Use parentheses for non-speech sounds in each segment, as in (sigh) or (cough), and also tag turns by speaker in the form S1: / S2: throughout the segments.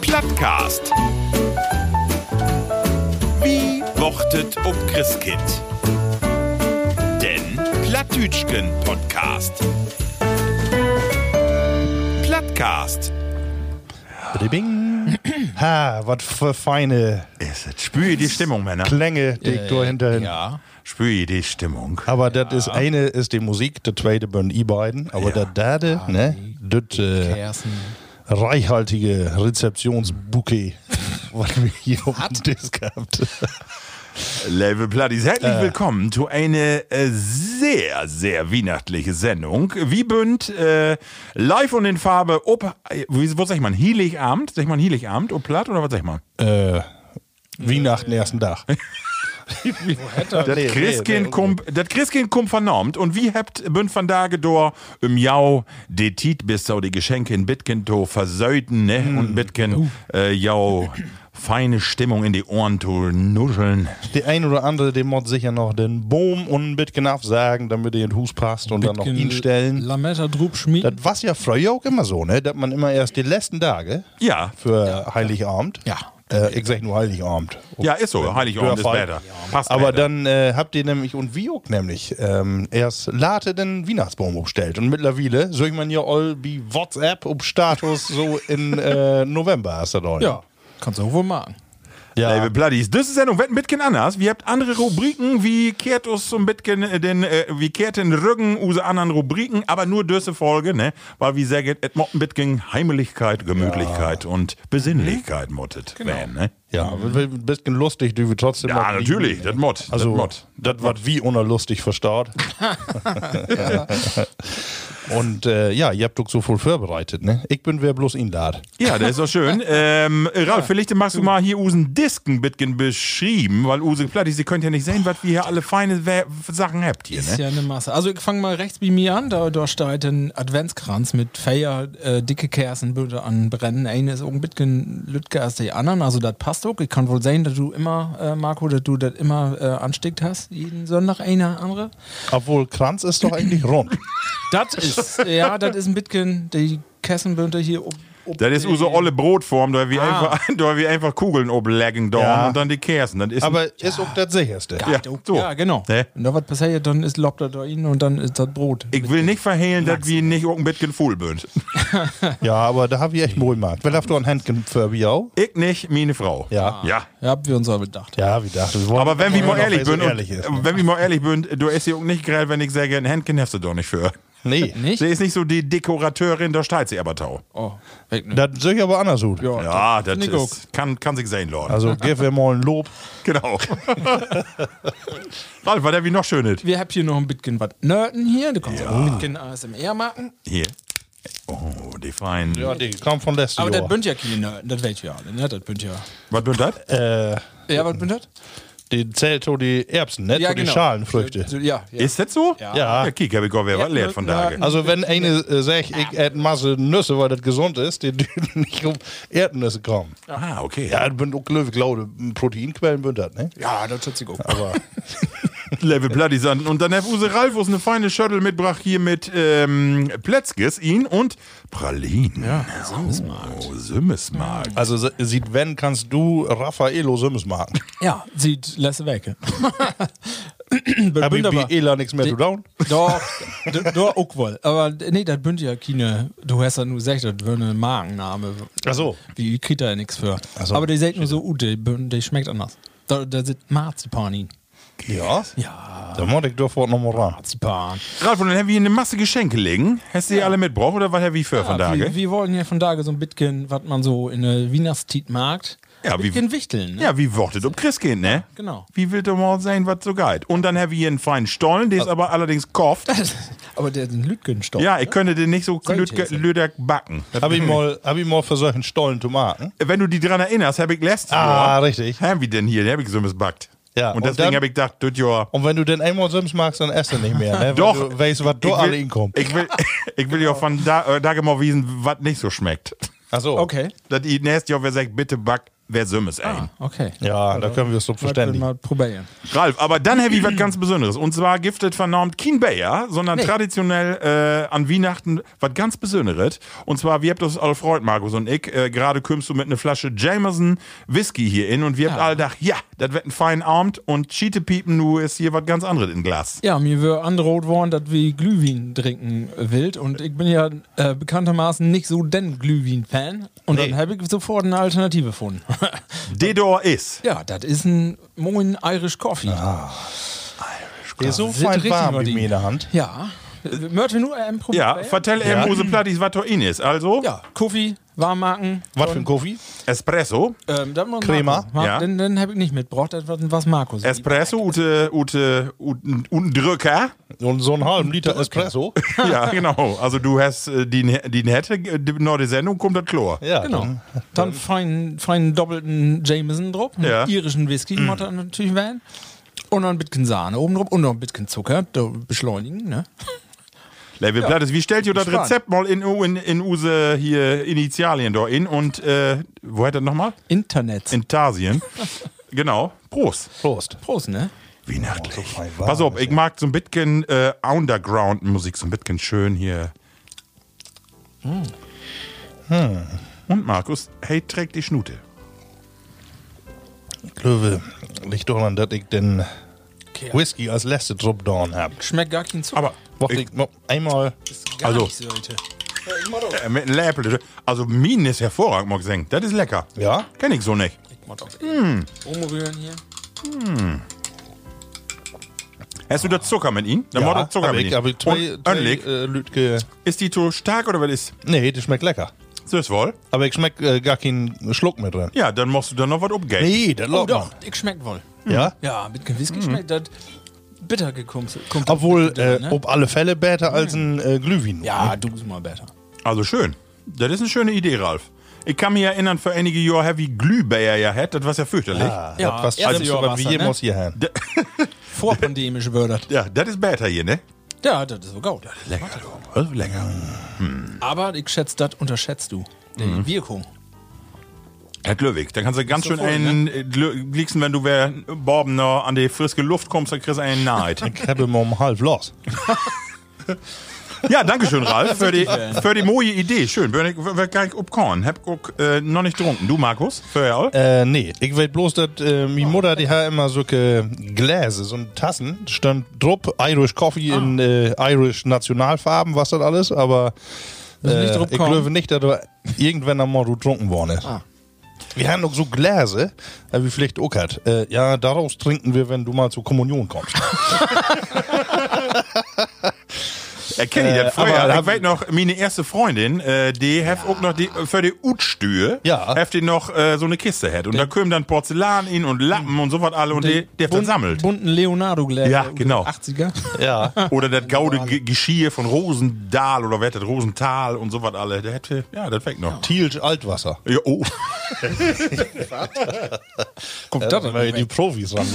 S1: Plattcast. Wie wortet ob Christkind? Den Plattdütschken Podcast. Plattcast.
S2: Bing. (clears throat) Ha, was für feine
S1: Spüre die Stimmung, Männer.
S2: Klänge, die ich da hinterhin.
S3: Ja.
S1: Spüre die Stimmung.
S2: Aber das ist eine ist die Musik, der zweite bin ich beiden. Aber
S1: Ja.
S2: der derde, ne, das äh,
S3: Kerzen.
S2: reichhaltige (laughs) Rezeptionsbouquet, was wir hier auf dem Disc gehabt
S1: Liebe Plattis, herzlich willkommen zu einer äh, sehr, sehr weihnachtliche Sendung. Wie bünd äh, live und in Farbe, ob, äh, wie, was sag ich mal, Heiligabend? Sag ich mal Heiligabend, ob platt oder was sag ich mal?
S2: äh, Weihnachten, ersten (laughs) Tag.
S1: Das
S2: nee,
S1: Christkind
S2: nee,
S1: kommt, das Christkind kommt vernormt und wie habt bünd van Dage dor im Jau de Tiet bis sau die Geschenke in Bitken to versäuten, ne?
S2: Mm.
S1: Und Bitken
S2: Oh.
S1: äh, jau feine Stimmung in die Ohren to nuscheln.
S2: Der ein oder andere, dem muss sicher noch den Boom und ein bisschen sagen, damit er in den Hus passt und dann noch ihn stellen.
S3: Lametta Drup
S2: Das
S3: schmieden.
S2: war ja früher auch immer so, ne, dass man immer erst die letzten Tage
S1: Ja,
S2: für Heiligabend.
S3: Ja.
S2: Äh, ich sag nur Heiligabend.
S1: ja, ist so. Heiligabend ist
S2: Dörfer.
S1: besser. Passt
S2: Aber
S1: besser.
S2: dann äh, habt ihr nämlich und Viok nämlich ähm, erst late den Weihnachtsbaum umstellt. Und mittlerweile soll ich man ja all wie WhatsApp um Status so in
S3: (laughs)
S2: äh, November hast du da.
S3: Ja, kannst du auch wohl machen.
S2: ja.
S1: Liebe Bloodies, das ist Sendung Wetten Bitken anders. Wir habt andere Rubriken, wie kehrt uns zum Bitken äh, den, äh, wie kehrt den Rücken, use anderen Rubriken, aber nur diese Folge, ne? Weil wie sagen, et motten Bitken Heimeligkeit, Gemütlichkeit und Besinnlichkeit mottet. Genau. ne?
S2: ja, ein bisschen lustig, die wir trotzdem.
S1: Ja,
S2: noch-
S1: natürlich, das Mott.
S2: Also,
S1: das Mott.
S2: das wird wie
S1: (laughs)
S2: unerlustig verstaut. Und äh, ja, ihr habt doch so voll vorbereitet, ne? Ich bin wer bloß ihn da.
S1: Ja, das ist doch schön. ähm, Ralf, vielleicht machst du mal hier usen Disken Bitken beschrieben, weil use Plattis, ihr könnt ja nicht sehen, was wir hier alle feine We- Sachen habt hier,
S3: Ist
S1: ne?
S3: ja eine Masse. Also ich fange mal rechts bei mir an, da, da steht ein Adventskranz mit Feier, äh, dicke Kerzen bitte anbrennen. Eine ist auch ein bisschen lütger als die anderen, also das passt auch. Ich kann wohl sehen, dass du immer, äh, Marco, dass du das immer äh, anstickt hast, jeden Sonntag eine andere.
S2: Obwohl Kranz ist doch eigentlich
S1: (clears throat)
S2: rund.
S3: Das ist, ja, das ist ein bisschen, die Kessenbünde hier ob, ob
S1: Das ist unsere olle Brotform, da wir,
S3: Ah.
S1: einfach, (laughs) da wir einfach Kugeln oblecken dorn
S2: Ja.
S1: und dann die Kerzen. Das ist
S2: Aber ist auch das sicherste.
S1: ja, so.
S3: Ja, genau.
S1: Ne?
S3: Und da was passiert, dann ist Lob da rein und dann ist das Brot.
S1: ich will nicht verhehlen, dass wir nicht auch ein bisschen voll sind.
S2: Ja, aber da hab ich echt Mühe gemacht. Wer darf doch ein Handgen Furby auch?
S1: Ich nicht, meine Frau.
S2: Ja.
S1: Ja.
S3: Ja, haben wir uns aber gedacht.
S2: Ja, wie dachte ich.
S1: Aber wenn wir mal ehrlich
S2: bin,
S1: sind, und-
S2: ehrlich ist.
S1: wenn wir mal ehrlich sind, du isst sie auch nicht gerade, wenn ich sage, ein Händchen hast du doch nicht für.
S2: Nee.
S3: Nicht?
S1: Sie ist nicht so die Dekorateurin der Staatsebertau.
S3: Oh, weg
S2: Das sehe ich aber anders gut.
S3: Ja,
S1: Ja, das
S3: Oh, finde ich auch.
S1: ist, kann, kann sich sehen,
S2: (laughs)
S1: Lord.
S2: Also, gib mir mal ein Lob.
S1: Genau. Ralf, war der wie noch schön ist.
S3: Wir haben hier noch ein bisschen was Nörden hier. Du kannst auch ein bisschen ASMR machen.
S1: Hier. Oh, die feinen.
S2: Ja, die kam von letztem
S3: Aber das
S2: Jahr.
S3: bünd ja keine Nörden, das weiß ja alle, ne? Das bünd ja.
S1: Was bin das?
S2: Äh,
S3: Ja, was bünd das?
S2: die zählt so die Erbsen, ne?
S3: Ja,
S2: so die
S3: genau.
S2: Schalenfrüchte.
S3: So, Ja, ja.
S1: Ist das so?
S3: Ja.
S2: Ja.
S1: Ja, kiek, hab ich auch wer was lehrt von
S3: Ja.
S1: Tage.
S2: Also, wenn eine äh, sagt, ich esse Masse Nüsse, weil das gesund ist, die (laughs) dürfen nicht um Erdnüsse kommen.
S1: Ah, okay.
S2: Ja, das sind auch Löwe, glaube Proteinquellen bünd das, ne?
S3: ja, das schätze ich auch.
S2: Aber
S1: Level Bloody Sand. Und dann hat Use Ralf uns eine feine Shuttle mitbracht hier mit ähm, Plätzkes, ihn und Pralinen. Ja, Simmesmarkt. Oh, Simmesmarkt.
S2: also se- sieht wenn kannst du Raffaello Sims machen.
S3: (laughs) Ja, sieht lässt
S2: (laughs)
S3: weg.
S2: Aber ich Ela nichts mehr zu down.
S3: Doch, d- doch, auch wohl. Aber nee, das bünd ja keine. Du hast ja nur gesagt, das wäre ein Magenname.
S2: Ach so.
S3: Wie kriegt er ja nichts für.
S2: so.
S3: Aber die sagt nur so, uh, die, bünd- die schmeckt anders. Da, da sind Marzipan in.
S2: Ja.
S3: Ja,
S2: Da muss ich doch nochmal ran.
S3: Marzipan.
S1: Ralf, und dann haben wir hier eine Masse Geschenke liegen. Hast du die alle mitgebracht oder was haben wir für von
S3: Ja,
S1: Tage?
S3: Wir, wir wollen ja von da so ein bisschen, was man so in der Wienerstit mag,
S1: Ja,
S3: ein
S1: wie-
S3: bisschen wichteln. Ne?
S1: Ja, wie wortet um Christkind, ne?
S3: Genau.
S1: Wie will der mal sein, was so geht? Und dann haben wir hier einen feinen Stollen, der ist aber allerdings kofft.
S3: (laughs) Aber der ist ein Lütgenstoff.
S1: Ja, ich könnte den nicht so
S3: Sollte
S1: lüdge-
S3: sein.
S1: lüder backen.
S2: Habe ich, mal- hab ich mal für solchen Stollen Tomaten.
S1: Wenn du die dran erinnerst, habe ich letztes
S2: Ah, richtig.
S1: Haben wir denn hier? Den habe ich so missbackt.
S2: Ja,
S1: und
S2: und
S1: deswegen
S2: dann-
S1: habe ich gedacht, das Jahr.
S2: Und wenn du den einmal Sims magst, dann esse nicht mehr. Ne? Weil
S1: Doch.
S2: Du weißt, was du alle hinkommst.
S1: Ich will, (laughs) ich will ja von da, äh, da mal wiesen, genau was nicht so schmeckt.
S2: Achso.
S3: Okay.
S1: Das nächste Jahr, wer sagt, bitte back Wer Sümmes, ey.
S3: Ah, okay.
S2: Ja, da können wir es so verständigen.
S3: Verständig. Mal probieren.
S1: Ralf, aber dann habe ich was ganz Besonderes. Und zwar giftet vernormt kein Bayer, sondern
S3: Nee.
S1: traditionell äh, an Weihnachten was ganz Besonderes. Und zwar, wir habt das alle freut, Markus und ich. Äh, Gerade kommst du mit einer Flasche Jameson Whisky hier in und wir habt
S3: Ja.
S1: alle gedacht, ja, das wird ein fein Abend und Cheatepiepen, nu ist hier was ganz anderes in Glas.
S3: Ja, mir wird androht worden, dass wir Glühwein trinken äh, wild. Und ich bin ja äh, bekanntermaßen nicht so den Glühwein-Fan. Und dann habe ich sofort eine Alternative gefunden. (laughs)
S1: Dedor ist.
S3: ja, das ist ein moin Irish Coffee.
S2: Der ist so
S3: Das ist
S2: fein
S3: richtig
S2: warm wie
S3: verdient.
S2: mir in der Hand.
S3: Ja. Mörte nur ein Problem.
S1: Ja, vertell ja.
S2: Ja.
S1: eben Use Plattis, was in ist. Also,
S3: Ja, Kaffee, Warmmarken.
S2: Was für ein Kofi?
S1: Espresso.
S3: Ähm, dann muss
S2: Crema.
S3: Markus. Mar
S1: Ja.
S3: Den, den habe ich nicht mitgebracht. Das war was Markus. liebt.
S1: Espresso, ute, ute, ute, ute
S2: (laughs)
S1: Drücker.
S2: Und so einen halben Liter Espresso.
S1: ja, genau. Also du hast äh, die, die nette, äh, die neue Sendung kommt das Chlor.
S2: Ja,
S3: Genau.
S1: Mhm.
S2: dann-
S3: Dann feinen, feinen doppelten Jameson drauf, einen
S1: Ja. Mhm.
S3: irischen Whisky, mm. natürlich werden. Und noch ein bisschen Sahne oben drauf und noch ein bisschen Zucker, da beschleunigen, ne?
S1: Level Plattes, wie stellt ihr das
S3: Spannend.
S1: Rezept mal in, in, in use hier Initialien da in und äh, wo hat das nochmal?
S3: Internet.
S1: In
S2: (laughs)
S1: Tarsien. genau. Prost.
S2: Prost.
S3: Prost, ne?
S1: Wie
S2: Oh, So
S1: nachtlich.
S2: fein warm
S1: Pass auf,
S2: ist
S1: ich mag so ein bisschen äh, Underground-Musik, so ein bisschen schön hier.
S2: Hm.
S1: Hm. Und Markus, hey, trägt die Schnute.
S2: Klöwe, liegt daran, dass ich den Whisky als letzte Drop down hab.
S3: Schmeckt gar kein Zucker.
S1: Aber
S2: Mocht ich noch einmal.
S3: Ist gar
S1: also-
S3: nicht sollte.
S1: äh, mit einem Läppel, also Minen ist hervorragend, mag ich sagen. Das ist lecker.
S2: Ja?
S1: Kenn ich so nicht.
S3: Mm. Umrühren hier.
S1: Hast du da Zucker mit ihm? Dann
S2: ja,
S1: macht er Zucker
S2: hab
S1: mit
S2: ich,
S1: ihm.
S2: hab ich zwei,
S1: Und
S2: zwei
S1: Önlig,
S2: äh, Lütke.
S1: ist die zu stark oder was ist?
S2: Nee, das schmeckt lecker.
S1: Süß wohl?
S2: Aber ich schmeck äh, gar keinen Schluck mehr drin.
S1: Ja, dann musst du da noch was umgehen.
S2: Nee, das
S3: Oh
S2: läuft
S3: doch,
S2: noch.
S3: ich schmeckt wohl.
S2: Ja?
S3: Ja, mit dem
S1: Mhm.
S3: Whisky schmeckt das bitter gekumselt. Kommt-
S2: Obwohl,
S3: bitter,
S2: äh,
S3: ne?
S2: ob alle Fälle besser als ein äh, Glühwein.
S3: Ja, du bist mal besser.
S1: Also schön. Das ist eine schöne Idee, Ralf. Ich kann mich erinnern, für einige Jahre her, wie Glühbär ja hat. Das war ja fürchterlich.
S2: Ah,
S3: Ja,
S2: das passt
S3: erste
S2: schlimmste, was wir
S3: Jahrwasser, ne?
S2: jemals hier haben.
S1: (laughs)
S3: Vorpandemisch würde das.
S1: Ja, das ist besser hier, ne?
S3: Ja, das ist so gut.
S1: Lecker. Also lecker.
S3: Aber ich schätze, das unterschätzt du. Die
S1: Mhm.
S3: Wirkung.
S1: Herr Glöwig, dann kannst du ganz schön
S3: Ist so voll,
S2: ne?
S1: einen äh, glü- glicksen, wenn du wer Borben noch an die frische Luft kommst, dann kriegst du einen
S2: (laughs)
S1: Neid.
S2: Ich habe mal um halb los.
S1: ja, danke schön, Ralf, für die, für die moje Idee. Schön. Würde ich- würde ich gar nicht upkorn. Hab ich, äh, noch nicht getrunken. Du, Markus? Für ja auch?
S2: Äh, nee, ich weiß bloß, dass äh, meine Mutter, die hat immer so Gläser, so Tassen, stand drupp, Irish Coffee in äh, Irish Nationalfarben, was das alles, aber
S3: Müssen nicht
S2: äh,
S3: drauf
S2: ich
S3: kommen.
S2: glaube nicht, dass er irgendwann einmal getrunken worden ist.
S3: Ah.
S2: Wir haben noch so Gläser, äh, wie vielleicht auch hat. Äh, ja, daraus trinken wir, wenn du mal zur Kommunion kommst.
S1: Erkenne ich
S2: Äh,
S1: das vorher.
S2: aber
S1: Aber, ich
S2: hab-
S1: weiß noch, meine erste Freundin, äh, die hat auch noch die, äh, für die Utstühe,
S2: Ja.
S1: hat die noch äh, so eine Kiste hat. Und da kommen dann Porzellan in und Lappen und so was alle und die, die hat dann
S3: Bun-
S1: sammelt.
S3: Bunten äh, Leonardo-Gläser.
S1: Ja, genau.
S3: 80er.
S2: ja.
S1: Oder das gaude Ge- Geschirr von Rosendahl oder wer hat das Rosenthal und so was alle. Der hätte, ja, das weg noch.
S2: Thielsch Altwasser.
S1: Ja, oh.
S3: Kommt
S2: Das
S3: das
S2: Äh, weil die Profis ran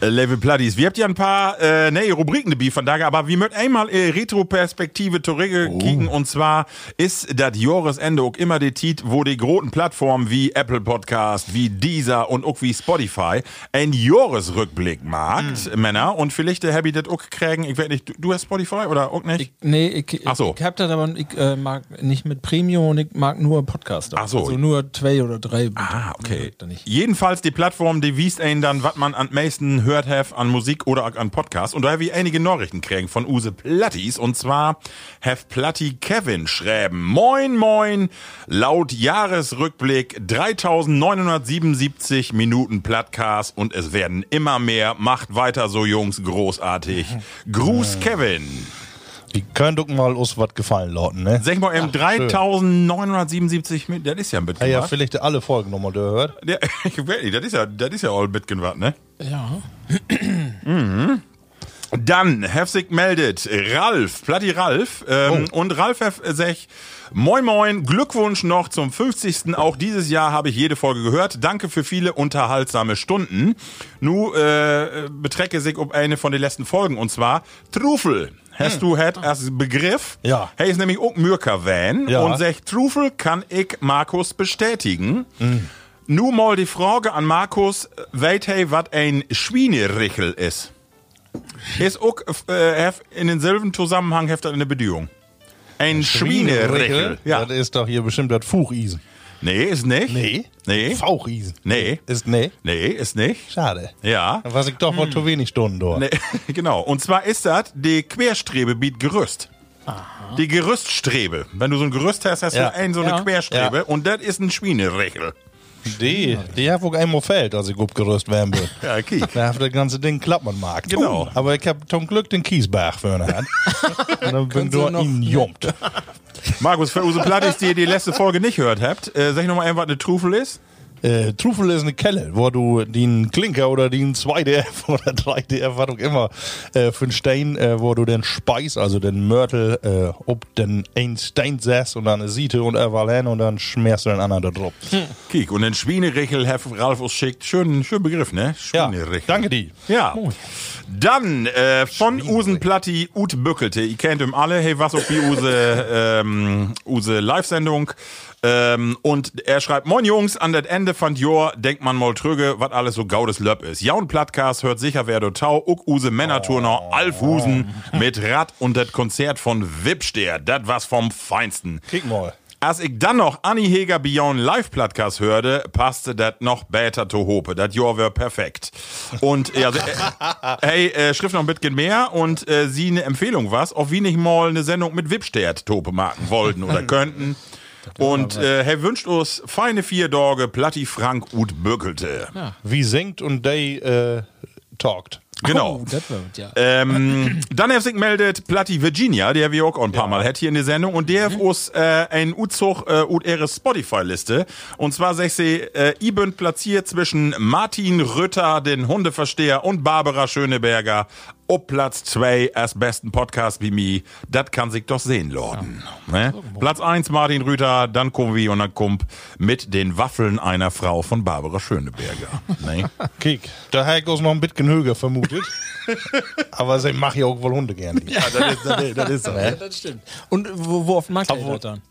S1: Äh, Level Pluddies, wir habt ja ein paar äh, neue Rubriken dabei von daher, aber wir möchten einmal äh, Retro-Perspektive zurückkicken kicken und zwar ist das Jahresende auch immer die Tit, wo die großen Plattformen wie Apple Podcast, wie Deezer und auch wie Spotify ein Jahresrückblick macht, Männer, und vielleicht äh, hab ich das auch kriegen, ich weiß nicht, du, du hast Spotify oder auch nicht?
S3: Ich, nee, ich,
S1: Ach so.
S3: ich hab das aber ich äh, mag nicht mit Premium und ich mag nur Podcast.
S1: Ach so.
S3: Also nur zwei oder drei.
S1: Ah, okay.
S3: Dann nicht.
S1: Jedenfalls die Plattform, die wiest einen dann, was man am meisten hört have an Musik oder auch an Podcast. Und da habe ich einige Nachrichten kriegen von Use Plattis. Und zwar have Platti Kevin schreiben. Moin, moin. Laut Jahresrückblick 3977 Minuten Plattcast und es werden immer mehr. Macht weiter so, Jungs.
S3: (laughs)
S1: Großartig. Gruß, Kevin.
S2: Die können doch mal uns was gefallen lauten, ne?
S1: Sag mal, eben 3977 Minuten, das ist ja ein
S2: Ja,
S3: Ah
S1: bisschen
S2: ja,
S1: was.
S2: vielleicht alle Folgen nochmal gehört.
S1: Ja, (laughs) ich weiß nicht, das ist ja, das ist ja all bisschen was, ne?
S3: Ja.
S1: Dann, heftig meldet Ralf, Platti Ralf. Ähm,
S2: Oh.
S1: Und Ralf hef- sech, moin moin, Glückwunsch noch zum 50. Auch dieses Jahr habe ich jede Folge gehört. Danke für viele unterhaltsame Stunden. Nu äh, betrecke sich um eine von den letzten Folgen und zwar Trufel. Hast du hat als Begriff?
S2: Hm. Ja.
S1: Hey, ist nämlich auch Mürker Van
S2: Ja. Hm.
S1: und sech Trufel kann ich Markus bestätigen. Nun mal die Frage an Markus, weet hij wat ein Schwienerichel ist? Ist auch äh, hef- in denselben Zusammenhang heftet eine Bedingung. Ein Schwienerichel.
S2: Ja.
S1: Ja.
S2: Das ist doch hier bestimmt das Fuchisen.
S1: Nee, ist nicht.
S2: Nee.
S1: Nee.
S2: Fauchisen.
S1: Hm? Nee.
S2: Ist nee.
S1: Nee, ist nicht.
S2: Schade.
S1: Ja. Hm.
S2: Da war ich doch mal zu wenig Stunden dort.
S1: Nee, (laughs) genau. Und zwar ist das die Querstrebe bietet Gerüst. Die Gerüststrebe. Wenn du so ein Gerüst hast, hast
S2: Ja.
S1: du ein, so eine
S3: Ja.
S1: Querstrebe.
S2: Ja.
S1: Und das ist ein Schwienerichel.
S2: Die, die hat wohl einmal fällt, als ich abgerüstet werden bin.
S1: Ja, okay.
S2: Da hat das ganze Ding klappen mag.
S1: Genau.
S2: aber ich hab zum Glück den Kiesbach für eine
S1: (laughs)
S2: Hand. Und dann bin
S3: Können Sie
S2: du
S3: noch-
S2: ihn jummt.
S1: (laughs) Markus, für unsere Plattis, die ihr die letzte Folge nicht gehört habt, äh, sag ich nochmal eben, was eine Trufel ist.
S2: Äh, Trufel ist eine Kelle, wo du den Klinker oder den 2DF (laughs) oder 3DF, was auch immer, äh, für einen Stein, äh, wo du den Speis, also den Mörtel, äh, ob den einen Stein setzt und dann eine Siete und er hin und dann schmerzt du den anderen da drauf.
S1: Kiek, und ein Schwienerichel, Herr Ralf uns schickt. Schön, schön Begriff, ne?
S2: Ja,
S1: Schwienerichel.
S2: danke die.
S1: Ja. Dann äh, von Usen Platti Ut Bückelte. Ihr kennt ihn alle. Hey, was auf die Use, ähm, Use Live-Sendung. Ähm, und er schreibt, Moin Jungs, an das Ende von Jor denkt man mal trüge, was alles so gaudes Löpp ist. Jaun Plattcast hört sicher wer do tau, uck Use Männerturnau, Alfhusen mit Rad und das Konzert von Wipster. Das was vom Feinsten.
S2: Kick mal.
S1: Als ich dann noch Anni Heger Beyond Live Podcast hörte, passte das noch besser zu Hope. Das Jahr wär perfekt. Und ja, äh, hey, äh, schrift noch ein bisschen mehr und äh, sie eine Empfehlung was, ob wir nicht mal eine Sendung mit Wipstert Tope machen wollten oder könnten. Und äh, hey, wünscht uns feine vier Dorge, Platti Frank Ut Böckelte.
S2: Wie singt und they äh, talkt.
S1: Genau.
S3: Oh, das wird, ja.
S1: Ähm, dann hat sich meldet Platti Virginia, der wir auch ein paar Mal hat hier in der Sendung, und der hat uns äh, ein Uzug äh, und ihre Spotify-Liste. Und zwar sech sie, äh, i bünd platziert zwischen Martin Rütter, den Hundeversteher, und Barbara Schöneberger. Ob Platz 2 als besten Podcast wie mi, dat kann sich doch sehen, Lorden. Ne? Platz 1 Martin Rütter, dann kommen wir und dann kommt mit den Waffeln einer Frau von Barbara Schöneberger. ne?
S2: Kick. Da hätte ich uns noch ein bisschen höher vermutet. aber sie machen ja auch wohl Hunde gerne.
S1: (laughs) Ja, das ist, das ist, das ist so. ne?
S3: Ja, das stimmt. Und wo, wo oft macht er
S2: Aber-
S3: das dann?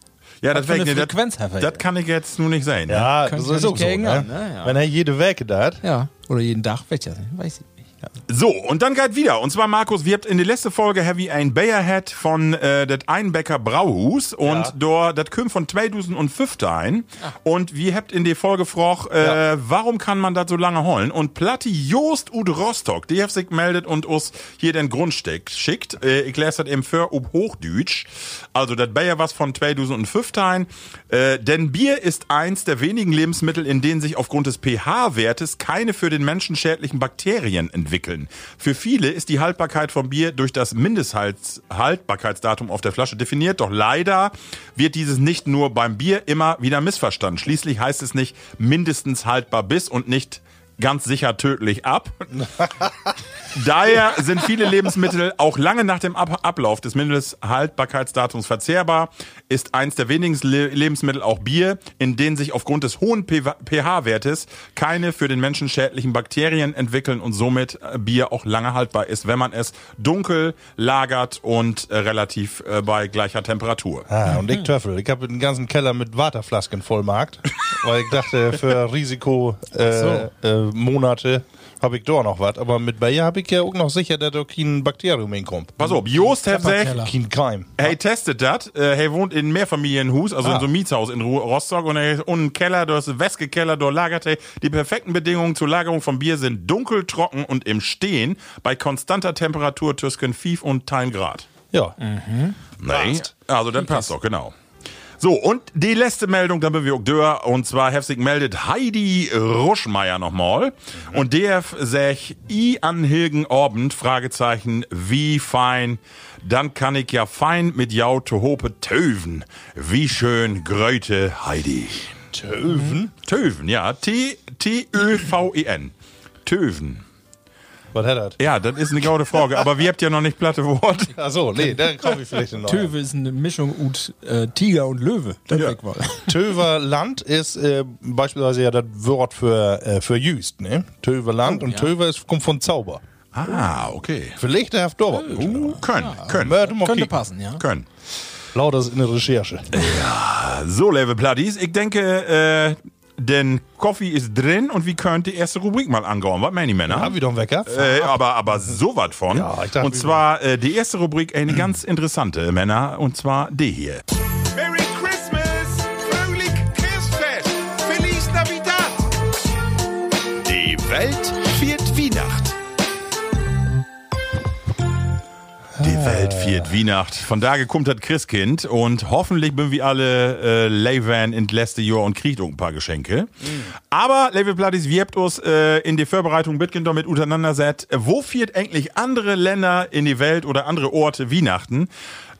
S1: Ja,
S3: Was
S1: das,
S3: für
S1: weg,
S3: eine
S1: ne, das,
S3: Frequenz hat er
S1: das
S3: jetzt?
S1: kann ich jetzt nur nicht sein. ne?
S2: Ja,
S3: Kann-
S2: das
S3: kann
S2: ist
S3: ich
S2: auch so.
S3: gegen
S2: Ne?
S3: an, ne? Ja.
S2: Wenn er jede Werke da hat,
S3: Ja, oder jeden Tag wird ja sein, weiß ich nicht. Ja.
S1: So, und dann geht wieder. Und zwar, Markus, wir habt in der letzten Folge Heavy ein Bayer Head von äh, das Einbecker Brauhus und dort das kommt von 2005 ein.
S3: Ah.
S1: Und wir habt in der Folge gefragt, äh, warum kann man das so lange holen? Und Platti Joost ud Rostock, die hat sich meldet und uns hier den Grundstück schickt. Äh, ich lese das im Für ob Hochdütsch. Also, das Bayer was von 2005 ein. Äh, denn Bier ist eins der wenigen Lebensmittel, in denen sich aufgrund des pH-Wertes keine für den Menschen schädlichen Bakterien entwickeln. Für viele ist die Haltbarkeit von Bier durch das Mindesthaltbarkeitsdatum auf der Flasche definiert, doch leider wird dieses nicht nur beim Bier immer wieder missverstanden. Schließlich heißt es nicht mindestens haltbar bis und nicht ganz sicher tödlich ab. Daher sind viele Lebensmittel auch lange nach dem Ab Ablauf des Mindesthaltbarkeitsdatums verzehrbar. Ist eins der wenigen Le Lebensmittel auch Bier, in denen sich aufgrund des hohen pH-Wertes keine für den Menschen schädlichen Bakterien entwickeln und somit äh, Bier auch lange haltbar ist, wenn man es dunkel lagert und äh, relativ äh, bei gleicher Temperatur.
S2: Ah,
S3: Mhm.
S2: und ich Töffel. Ich habe den ganzen Keller mit Waterflasken vollmarkt, (laughs) weil ich dachte, für Risiko äh, äh, Monate habe ich da noch was. Aber mit Bayer habe ich ja auch noch sicher, dass da kein Bakterium hinkommt.
S1: Pass auf, Joost hat sich
S3: Klapperkeller.
S2: Kein Keim.
S1: Hey, testet das. Äh, hey, wohnt in Mehrfamilienhus, also in
S2: Ah.
S1: so einem Mietshaus in Ru- Rostock. Und er ist unten im Keller, da ist ein Weskekeller, da lagert er. Die perfekten Bedingungen zur Lagerung von Bier sind dunkel, trocken und im Stehen bei konstanter Temperatur zwischen 5 und 10 Grad.
S2: Ja.
S3: Mhm.
S1: Nee. Also, dann passt doch, genau. So, und die letzte Meldung, dann bin wir auch dör, und zwar heftig meldet Heidi Ruschmeier nochmal. Und der sech i an Hilgen Orbend, Fragezeichen, wie fein, dann kann ich ja fein mit Jau to Hope töven. Wie schön Gröte Heidi. Mhm.
S2: Töven?
S1: Töven, ja, T-T-Ö-V-E-N. Töven.
S2: Was hat das?
S1: Ja, das ist eine gute Frage, aber wir habt ja noch nicht platte Wort.
S2: (laughs) Achso, nee, dann komme ich vielleicht noch.
S3: Töwe ist eine Mischung aus äh, Tiger und Löwe. Das
S1: Oh Ja.
S3: weg war.
S2: Töverland ist äh, beispielsweise ja das Wort für, äh, für Jüst, ne?
S3: Oh,
S2: Töverland und Töver ist, kommt von Zauber.
S1: Ah, okay.
S2: Vielleicht der Haft Dorf.
S1: Uh, können, können,
S2: Mörder mal
S3: Hm. Könnte
S2: kicken.
S3: passen, ja.
S1: können.
S2: Laut das in der Recherche.
S1: So, Level Platties, ich denke, äh, denn Coffee ist drin und wir können die erste Rubrik mal angauen. Was meinen die Männer?
S2: Haben wir doch einen Wecker?
S1: Äh, aber, aber so was von.
S2: Ja, ich dachte,
S1: und
S2: wir-
S1: zwar äh, die erste Rubrik,
S2: (clears throat)
S1: eine ganz interessante, Männer, und zwar die hier. Merry Christmas, fröhlich Christfest, Feliz Navidad. Die Welt viert Weihnacht. Die
S2: Ah.
S1: Welt viert Weihnacht. Von da gekommt das Christkind und hoffentlich bin wir alle äh, Levan in letzte Jahr und kriegt auch ein paar Geschenke.
S2: Mm.
S1: Aber, Level Plattis, wir habt uns äh, in der Vorbereitung Bitcoin damit auseinandersetzt, äh, wo viert eigentlich andere Länder in die Welt oder andere Orte Weihnachten?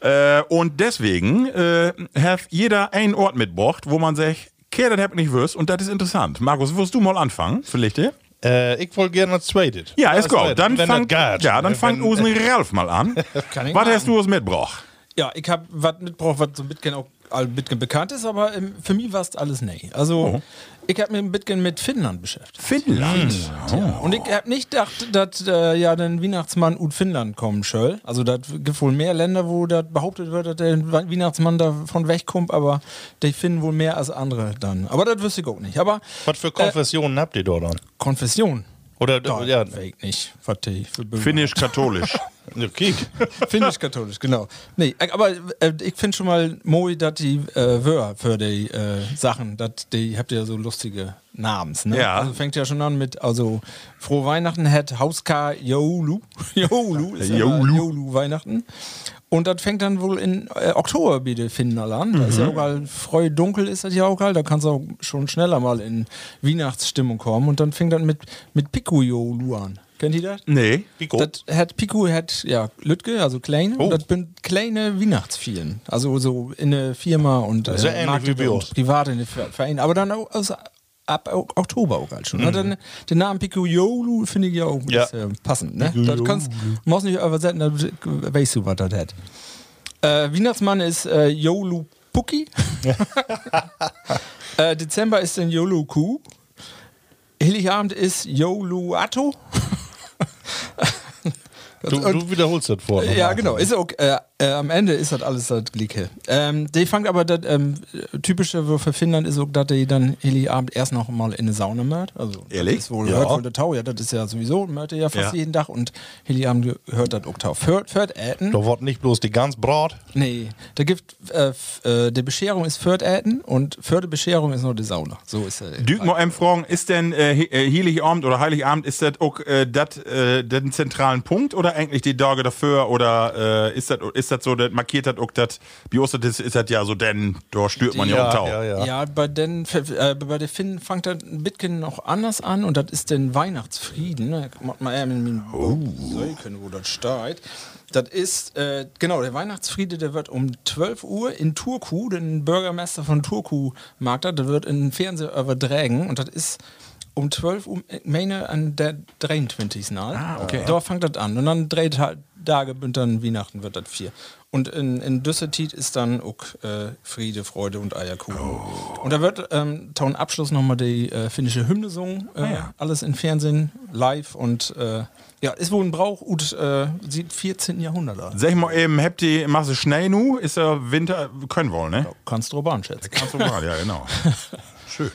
S1: Äh, und deswegen äh, hat jeder einen Ort mitgebracht, wo man sagt, okay, das hab ich nicht wüsst und das ist interessant. Markus, wirst du mal anfangen, vielleicht? eh?
S2: Äh, ich wollte gerne als zweites.
S1: Ja, ist gut. Dann
S2: Wenn
S1: fangt,
S2: das geht.
S1: ja, dann
S2: Wenn-
S1: fangt Usen Ralf mal
S2: (laughs)
S1: an.
S3: kann ich
S1: Was
S3: machen.
S1: hast du aus mitgebracht?
S3: Ja, ich habe was mitgebracht, was so ein bisschen auch all- bisschen bekannt ist, aber ähm, für mich war es alles nee. Also,
S1: Oh.
S3: ich habe mich ein bisschen mit Finnland beschäftigt.
S1: Finnland.
S2: Oh.
S3: Ja. Und ich habe nicht gedacht, dass äh, ja den Weihnachtsmann ut Finnland kommen soll. Also, das gibt wohl mehr Länder, wo das behauptet wird, dass der Weihnachtsmann davon wegkommt, aber die finden wohl mehr als andere dann. Aber das wüsste ich auch nicht. Aber
S2: Was für Konfessionen habt ihr dort dann?
S3: Konfession.
S2: Oder,
S3: Da
S2: ja, ne,
S3: weiß ich nicht, was die für Böhmer-
S1: Finnisch-katholisch.
S2: okay.
S3: Finnisch-katholisch, genau. Nee, aber äh, ich finde schon mal moi, dass die äh, Wör für die äh, Sachen, dat die habt ja so lustige Namens, ne?
S1: Ja.
S3: Also fängt ja schon an mit, also Frohe Weihnachten hat Hauska Joulu. (laughs) Joulu ist ja
S1: Joulu.
S3: Joulu Weihnachten. Und das fängt dann wohl in äh, Oktober bitte Finnland an. Da ist ja auch all freu dunkel ist das ja auch all. Da kannst du auch schon schneller mal in Weihnachtsstimmung kommen. Und dann fängt dann mit, mit Piku Joulu an. Kennt ihr das?
S1: (laughs) nee.
S3: Das hat Piku hat ja Lütke, also kleine.
S2: Oh.
S3: Und das sind kleine Weihnachtsfielen. Also so in der Firma und äh,
S2: Sehr ähnlich
S3: Marktet
S2: wie bei uns.
S3: und privat in den Ver- Vereinen. Aber dann auch aus, ab au- Oktober auch halt schon. Und dann den Namen Piku Jolu finde ich ja auch
S2: Mhm. Ja.
S3: Ist, äh, passend. Ne? Das kannst musst nicht übersetzen, dann weißt du, was das hat. Äh, Weihnachtsmann ist äh, Jolu
S2: (laughs)
S3: Puki. äh, Dezember ist dann Jolu Kuh. Heiligabend ist Jolu Atto.
S2: Du, du wiederholst das vor.
S3: Ja, genau. Ist okay. äh, äh, am Ende ist das alles das Gleiche. Ähm, die fangen aber das ähm, typische wo für Finnland ist auch, dass die dann Heiligabend erst noch mal in eine Sauna mört. Also das
S1: Ehrlich?
S3: Ist wohl,
S1: Ja.
S3: Hört wohl der Tau. Ja, das ist ja sowieso mört ihr ja fast
S1: Ja.
S3: jeden Tag und Heiligabend hört das auch Tau. Hört, hört Äten.
S2: Da wird nicht bloß die ganz Brat.
S3: Nee, da gibt äh, f- äh, die Bescherung ist Fürth Äten und Fürth Bescherung ist nur die Sauna. So ist er.
S1: Düg mal einem fragen, ist denn äh, He- äh, Heiligabend oder Heiligabend, ist das auch äh, dat, äh, den zentralen Punkt oder eigentlich die Tage dafür oder äh, ist das ist das so, das markiert das auch das, wie ist das, ist das ja so, denn da stört man ja, auch Tau.
S2: ja,
S3: Ja, bei den äh, bei den Finnen fängt das ein bisschen noch anders an und das ist den Weihnachtsfrieden. Ne? Macht mal eher mit dem Säuken, wo das steht. Das ist, äh, genau, der Weihnachtsfriede, der wird um 12 Uhr in Turku, den Bürgermeister von Turku mag das, der wird in den Fernseher übertragen und das ist um 12 Uhr, ich meine, an der 23. Nahe.
S1: Ah, okay.
S3: Da fängt das an und dann drei Ta Tage und dann Weihnachten wird das vier. Und in, in Düsseldorf ist dann auch äh, Friede, Freude und Eierkuchen.
S1: Oh.
S3: Und da wird ähm, Town Abschluss nochmal die äh, finnische Hymne gesungen. Äh,
S1: Ah, ja.
S3: Alles im Fernsehen, live und äh, ja, ist wohl ein Brauch ut äh, sie- 14. Jahrhundert. an.
S1: Sag ich mal eben, habt ihr, machst du schnell nu? Ist der Winter, können wollen, ne?
S3: Kannst du drüber anschätzen.
S1: Kannst du mal, ja,
S2: (laughs)
S1: genau. Schön.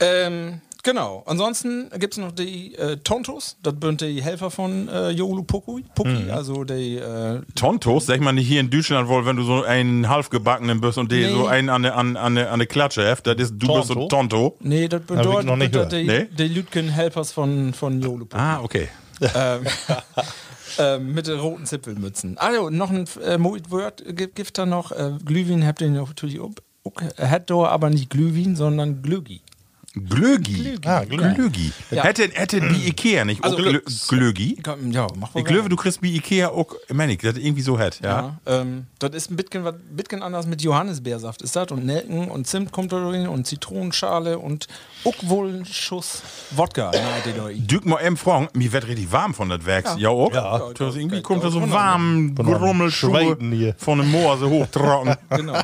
S3: Ähm, genau. Ansonsten gibt es noch die äh, Tontos. Das sind die Helfer von äh, Joulu Puki, Puki
S2: Mhm.
S3: also die äh,
S1: Tontos, sag ich mal nicht hier in Deutschland wohl, wenn du so einen halbgebackenen bist und dir
S3: Nee.
S1: so einen an der an, an, der- an der Klatsche heft, das ist, du bist so
S2: Tonto?
S1: Tonto.
S3: Nee, das
S2: Hab
S3: bedeutet
S2: ich noch nicht
S3: dass
S2: gehört.
S3: die,
S1: Nee?
S3: die Lütgen-Helpers von, von Jolo.
S1: Ah, okay.
S3: (laughs) ähm, ähm, mit den roten Zipfelmützen. Also, noch ein äh, Moet Word gibt, gibt da noch. Äh, Glühwein habt ihr natürlich auch. Okay, hat da aber nicht Glühwein, sondern Glügi.
S1: Glögi.
S2: Ah, Glögi.
S1: Glögi.
S3: Ja.
S1: Hätte, hätte die Ikea nicht
S3: Also
S1: auch Glö-
S3: Glücks.
S1: Glögi?
S3: Ja, mach mal.
S1: Ich glaube, du kriegst bei Ikea auch, meine ich, das irgendwie so hat, ja.
S3: Ja, ähm, das ist ein bisschen, was- bisschen anders mit Johannisbeersaft ist das und Nelken und Zimt kommt da drin und Zitronenschale und auch wohl ein Schuss Wodka. Na, die da
S2: (laughs)
S3: in.
S1: Dück mal eben fragen, mir wird richtig warm von das Werk. Ja, auch?
S2: Ja.
S1: Du hast irgendwie
S3: Ja,
S1: kommt da so
S3: ja,
S1: warm Grummelschuhe
S2: Schweiten hier.
S1: von dem Moor so hochtrocken.
S3: genau.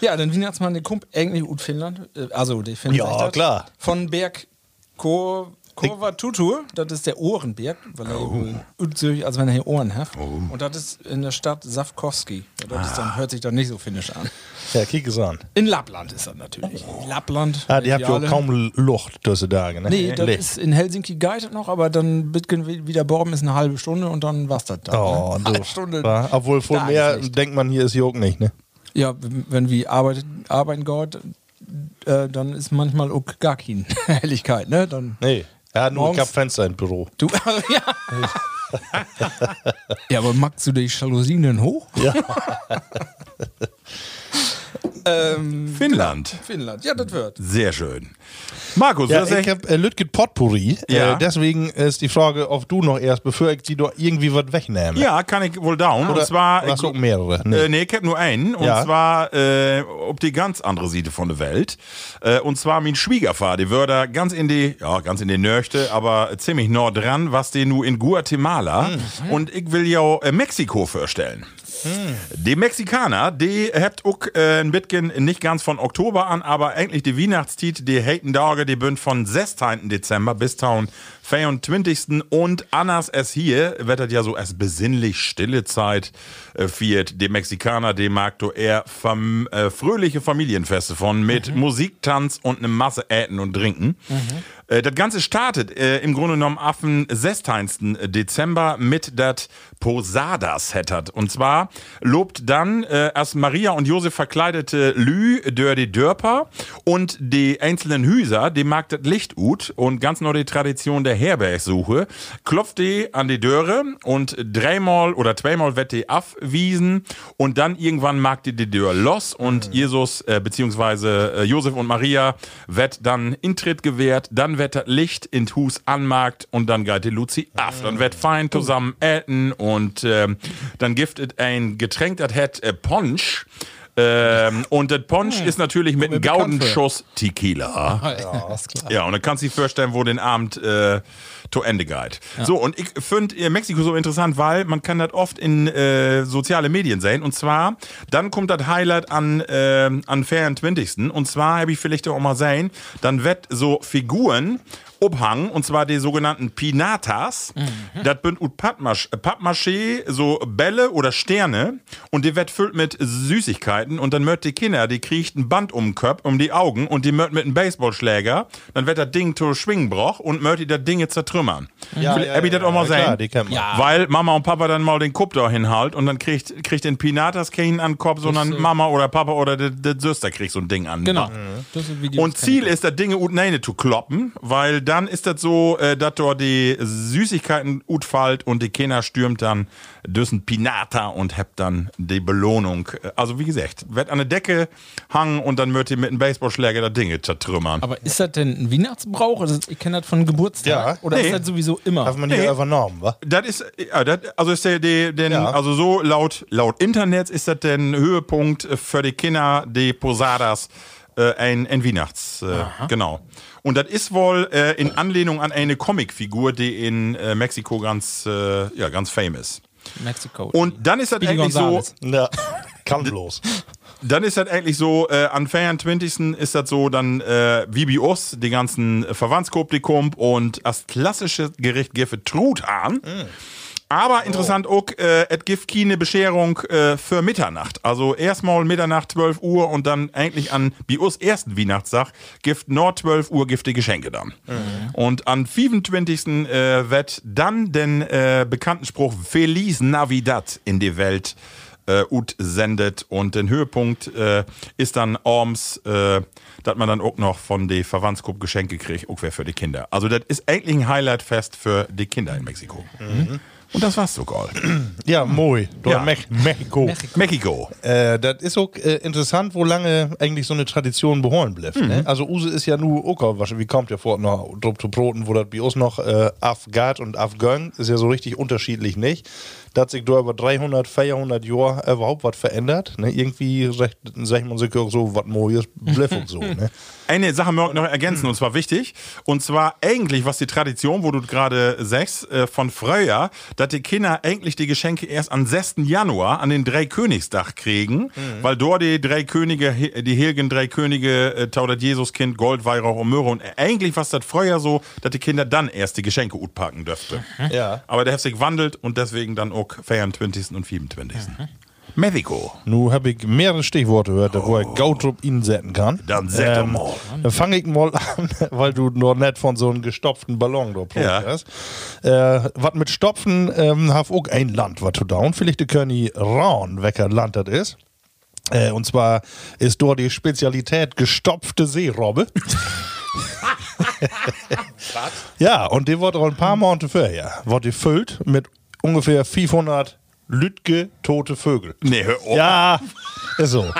S3: Ja, dann Weihnachtsmann, der kommt eigentlich aus Finnland. äh, Also, der Finnland.
S2: Ja, klar.
S3: Von Berg Ko Kurva Tutu, das ist der Ohrenberg, weil er
S2: Oh.
S3: eben in Zürich, als wenn er hier Ohren hat. Und das ist in der Stadt Safkowski. Ja, Das ist
S2: Ah.
S3: dann, hört sich dann nicht so finnisch an.
S2: Ja, kick es an.
S3: In Lappland ist das natürlich. Lappland.
S2: Ah, die habt ja
S3: Ideale.
S2: kaum Luft, diese Tage, ne?
S3: Nee, das
S2: Licht.
S3: ist in Helsinki guided noch, aber dann Bitgen wi- wieder Borben ist eine halbe Stunde und dann war's das dann.
S2: Oh,
S3: ne?
S2: du.
S3: halbe Stunde.
S2: Ja, obwohl von
S3: Da
S2: mehr
S3: ist Licht.
S2: denkt man, hier ist Jog nicht, ne?
S3: Ja, w- wenn wir arbeit, arbeiten Gott, äh, dann ist manchmal auch gar keine (laughs) Helligkeit, ne? Dann
S2: Nee. Er hat nur ein
S3: Morgens-
S2: Fenster im Büro.
S3: du, (laughs) ja. ja, aber magst du die Jalousien denn hoch?
S2: Ja.
S3: ähm,
S1: Finnland.
S3: Finnland, ja, das wird.
S1: Sehr schön. Markus, du
S2: (laughs) Ja,
S1: hast
S2: ich
S1: echt
S2: habe äh, Lütget Potpourri.
S1: Ja.
S2: Äh, deswegen ist die Frage, ob du noch erst, bevor ich die doch irgendwie was wegnehme.
S1: Ja, kann ich wohl down.
S2: Oder
S1: und zwar.
S2: hast du auch mehrere? Nee.
S1: Nee. Äh, nee, ich hab nur einen. Und
S2: Ja.
S1: zwar äh, ob die ganz andere Seite von der Welt. Äh, und zwar mein Schwiegervater, die würde ganz in die, ja, ganz in die Nörchte, aber ziemlich nord dran, was den nu in Guatemala.
S2: Hm.
S1: Und ich will ja äh, Mexiko vorstellen. Die Mexikaner, die habt auch äh, ein bisschen nicht ganz von Oktober an, aber eigentlich die Weihnachtstiet, die haten Tage, die bünd von 16. Dezember bis taun 24. und anders es hier, wettet ja so als besinnlich stille Zeit äh, fiert. Die Mexikaner, die mag du eher fam äh, fröhliche Familienfeste von mit Musik, Tanz und eine Masse Äten und Trinken. Äh, Das Ganze startet äh, im Grunde genommen ab dem 16. Dezember mit dat Posadas hettert. Und zwar lobt dann äh, als Maria und Josef verkleidete Lü, dör die Dörper und die einzelnen Hüser, die mag das Licht ut und ganz neu die Tradition der Herbergsuche, klopft die an die Döre und dreimal oder zweimal wird die abwiesen und dann irgendwann mag die die Dörr los und Jesus äh, beziehungsweise äh, Josef und Maria wird dann Intritt gewährt, dann wird das Licht in Hus anmarkt und dann geht die Luzi af. Dann wird fein zusammen äten und ähm, dann giftet ein Getränk, das hat äh, Punch. Ähm, und das Punch ist natürlich mit einem Gaudenschuss Tequila.
S3: Ja, ist klar.
S1: Ja, und dann kannst du dir vorstellen, wo den Abend äh, zu Ende geht. So, und ich finde äh, Mexiko so interessant, weil man kann das oft in äh, soziale Medien sehen. Und zwar, dann kommt das Highlight an, äh, an fairen 20. Und zwar habe ich vielleicht auch mal sehen, dann wird so Figuren obhangen, und zwar die sogenannten Pinatas. Das sind ut Pappmasch- äh, Pappmaché, so Bälle oder Sterne. Und die wird füllt mit Süßigkeiten. Und dann mört die Kinder, die kriegt ein Band um den Kopf, um die Augen. Und die mört mit einem Baseballschläger. Dann wird das Ding zu Schwingbroch und mört die das Dinge zertrümmern. Ja, ja, hab ich das auch mal
S2: Klar,
S1: sehen?
S2: die kennt man.
S3: Ja.
S1: Weil Mama und Papa dann mal den Kopf da hinhalt und dann kriegt, kriegt den Pinatas keinen an den Kopf, sondern Mama oder Papa oder die, die Süster kriegt so ein Ding an. den
S3: Genau.
S1: Kopf.
S3: Das sind Videos,
S1: Und
S3: kenn ich.
S1: Ziel ist, das Dinge ut Neine zu kloppen, weil dann ist das so, äh, dass dort die Süßigkeiten ut fallt und die Kinder stürmt dann düssen Pinata und hebt dann die Belohnung. Also wie gesagt, wird an der Decke hangen und dann wird ihr mit einem Baseballschläger das Dinge zertrümmern.
S3: Aber ist das denn ein Weihnachtsbrauch? Also ich kenne das von Geburtstag.
S2: Ja.
S3: Oder
S1: Nee.
S3: ist das sowieso immer?
S2: Darf man hier
S1: Nee.
S2: übernommen, wa?
S1: Das ist, ja, das, also ist der, der, den,
S2: Ja.
S1: also so laut, laut Internet ist das der Höhepunkt für die Kinder, die Posadas, äh, ein, ein Weihnachts, äh, genau. Und das ist wohl äh, in Anlehnung an eine Comicfigur, die in äh, Mexiko ganz, äh, ja, ganz famous.
S3: Mexiko.
S1: Und dann ist das
S3: Speedy
S1: eigentlich so,
S3: Gonzales.
S2: Ja. Kann bloß.
S1: dann ist das eigentlich so, äh, an Feiern 20. ist das so, dann äh, wie bei uns, die ganzen Verwandtskoptikum und das klassische Gericht Giffe Truthahn.
S3: Mhm.
S1: Aber interessant auch, äh, es gibt keine Bescherung äh, für Mitternacht. Also erstmal Mitternacht 12 Uhr und dann eigentlich an bei uns ersten Weihnachtstag gibt Nord 12 Uhr gibt die Geschenke dann. Und an 25. Äh, wird dann den äh, bekannten Spruch Feliz Navidad in die Welt äh, ut sendet und den Höhepunkt äh, ist dann Orms, äh, dass man dann auch noch von der Verwandtsgruppe Geschenke kriegt, auch wer für die Kinder. Also das ist eigentlich ein Highlightfest für die Kinder in Mexiko. Und das war's sogar.
S2: Ja, moi. Du
S1: Ja.
S2: hast Mech Mexiko.
S1: Mexiko.
S2: Äh, das ist auch äh, interessant, wo lange eigentlich so eine Tradition behoren bleibt.
S1: Mhm.
S2: Ne? Also Use ist ja nur Oka, wasch- wie kommt der vor noch drauf zu broten, wo das bei uns noch äh, Afghat und Afghan ist ja so richtig unterschiedlich nicht. da hat sich da über 300, 400 Jahre überhaupt was verändert. Ne? Irgendwie sagt, sagt man sich auch so, was Neues,
S1: (laughs)
S2: Bluff und so. Ne?
S1: Eine Sache möchte ich noch
S2: Mhm.
S1: ergänzen und zwar wichtig. Und zwar eigentlich, was die Tradition, wo du gerade sagst, äh, von früher, dass die Kinder eigentlich die Geschenke erst am 6. Januar an den Dreikönigsdach kriegen,
S2: Mhm.
S1: weil dort die drei Könige, die Helgen drei Könige, äh, Taudert Jesuskind, Gold, Weihrauch und Möhre und eigentlich was das früher so, dass die Kinder dann erst die Geschenke utpacken dürfte.
S2: Mhm. Ja.
S1: Aber der hat sich gewandelt und deswegen dann auch 24. und 27.
S2: Mhm.
S1: Mexiko.
S2: Nun habe ich mehrere Stichworte gehört, wo ich Gautrup insetzen kann.
S1: Dann
S2: Ehm,
S1: set 'em all.
S2: Dann fange ich mal (laughs) an, weil du noch nicht von so einem gestopften Ballon da
S1: Ja.
S2: ja. hast. Äh, was mit Stopfen ähm, hab auch ein Land, was zu down. Vielleicht die König Raun, wecker Land das ist. Äh, und zwar ist dort die Spezialität gestopfte Seerobbe. Ja, und die wurde auch ein paar Monate vorher, wurde gefüllt mit ungefähr 500 Lütge tote Vögel.
S1: Nee, hör auf.
S2: Ja, ist so.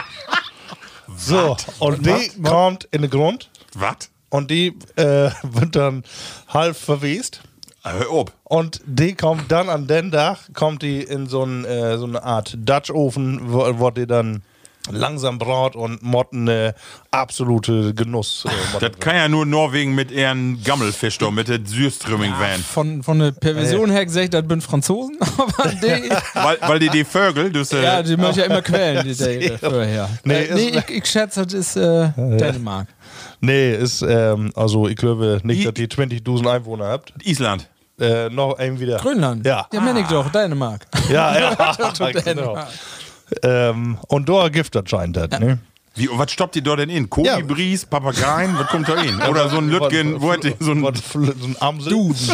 S2: so, und die kommt in den Grund
S1: Was?
S2: und die äh, (laughs) wird dann halb verwest.
S1: Äh, Hör auf.
S2: Und die kommt dann an den Dach, kommt die in so, ein, äh, so eine Art Dutch-Ofen, wo, wo die dann langsam braut und Motten äh, absolute Genuss. Äh, Motten
S1: Das kann ja nur Norwegen mit ihren Gammelfisch da, mit der Süßströmming-Van.
S3: Von, von der Perversion her gesagt, das bin Franzosen, (laughs) aber die,
S1: Weil, weil die die Vögel, äh, du
S3: ja,
S1: ja,
S3: die möchte ich ja immer quälen,
S2: (laughs)
S3: die der, vorher.
S2: Nee,
S3: Nee, äh, nee
S2: ist-
S3: ich, ich schätze, das ist äh, Dänemark.
S2: Nee, ist, ähm, also ich glaube
S1: I-
S2: nicht, dass ihr 20.000 Einwohner habt.
S1: Island.
S2: Äh, noch ein wieder.
S3: Grönland.
S2: Ja.
S3: Ja, meine ich doch, Dänemark.
S2: Ja, (laughs)
S3: (laughs)
S2: ja. (laughs) genau.
S3: Dänemark.
S2: ähm, und da Gift anscheinend hat, ne?
S1: Wie, was stoppt die dort denn in? Kolibris, Papageien, was kommt da in? Oder so ein Lütgen, wo hätte so ein.
S2: Von- von- so ein Amsel. Duden.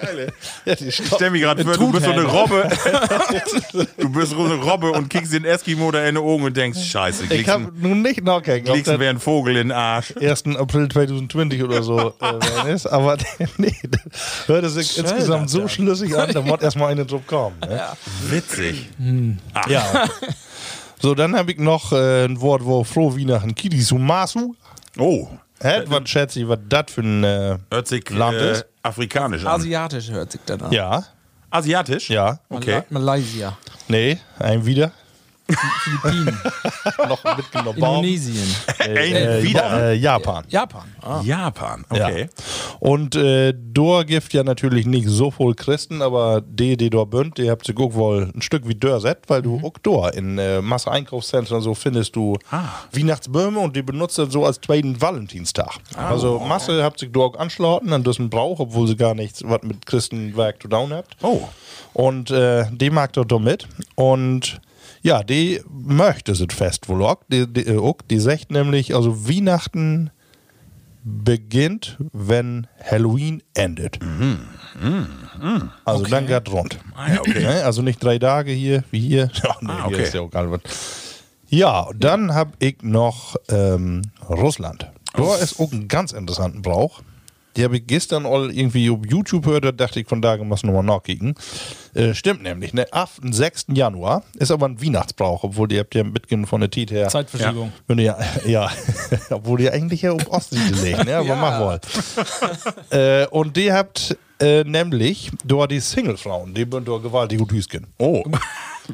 S2: Geile. (laughs) Ja, die Stopp.
S1: Stell mich gerade vor, du bist so eine Robbe. du bist so eine Robbe und kickst den Eskimo da in die Augen und denkst, scheiße,
S2: Ich
S1: kriegst
S2: habe
S1: einen
S2: nun nicht nachgehängt, ob
S1: kriegst einen
S2: das
S1: wie ein Vogel in den Arsch.
S2: 1. April 2020 oder so
S1: (laughs)
S2: äh, werden ist, aber (laughs) nee, das hört es sich insgesamt so schlüssig an, da muss erstmal eine Druck kommen. Ne?
S1: Witzig.
S2: Ja. So, dann habe ich noch äh, ein Wort, wo froh wie nach ein Kili Sumasu.
S1: Oh,
S2: Hä? Was schätze ich, was das für ein. Äh,
S1: hört sich
S2: Land
S1: äh,
S2: ist?
S1: afrikanisch an.
S3: Asiatisch hört sich dann an.
S2: ja,
S1: Asiatisch?
S2: ja.
S1: Okay.
S3: Mal Malaysia,
S2: Nee, ein wieder. (laughs)
S3: Philippinen,
S2: noch mitgenommen.
S3: Indonesien,
S1: Ey,
S2: Äh,
S1: wieder.
S2: Äh, Japan.
S3: Japan. Ah.
S1: Japan,
S2: (laughs) Ja.
S1: okay.
S2: Und äh, Dor gibt ja natürlich nicht so voll Christen, aber die, die Dor bünd, die habt ihr guck wohl ein Stück wie Dörset, weil du auch Dor in äh, Masse-Einkaufszentren so findest du
S1: Mhm. Ah.
S2: Weihnachtsböhme und die benutzt das so als zweiten Valentinstag.
S1: Ah.
S2: Also Masse habt ihr Dor auch anschlauten an dessen Brauch, obwohl sie gar nichts was mit Christenwerk zu down habt.
S1: Oh.
S2: Und äh, die mag dort doch mit. Und ja, die möchte es fest wohl auch. Die, die, äh, auch. die sagt nämlich, also Weihnachten beginnt, wenn Halloween endet. Also dann geht rund.
S1: Ah, ja, okay.
S2: Ne? Also nicht drei Tage hier, wie hier. (laughs) Ja, nee,
S1: Ah, okay.
S2: hier ist ja auch albern. Ja, dann habe ich noch ähm, Russland. Da ist auch ein ganz interessanten Brauch. Die habe ich gestern all irgendwie auf YouTube gehört, da dachte ich, von da muss ich nochmal nachkicken. Äh, stimmt nämlich, ne? Ab dem 6. Januar ist aber ein Weihnachtsbrauch, obwohl die habt ja mitgehen von der Tiet her.
S3: Zeitverschiebung.
S2: Wenn ihr- ja, (laughs) obwohl ihr eigentlich ja um Ostsee legt, ne?
S1: (laughs)
S2: aber
S3: Ja.
S2: mach wohl. äh, und die habt äh, nämlich dort die Singlefrauen, die sind dort gewaltig gut Hüsken.
S1: Oh. (laughs)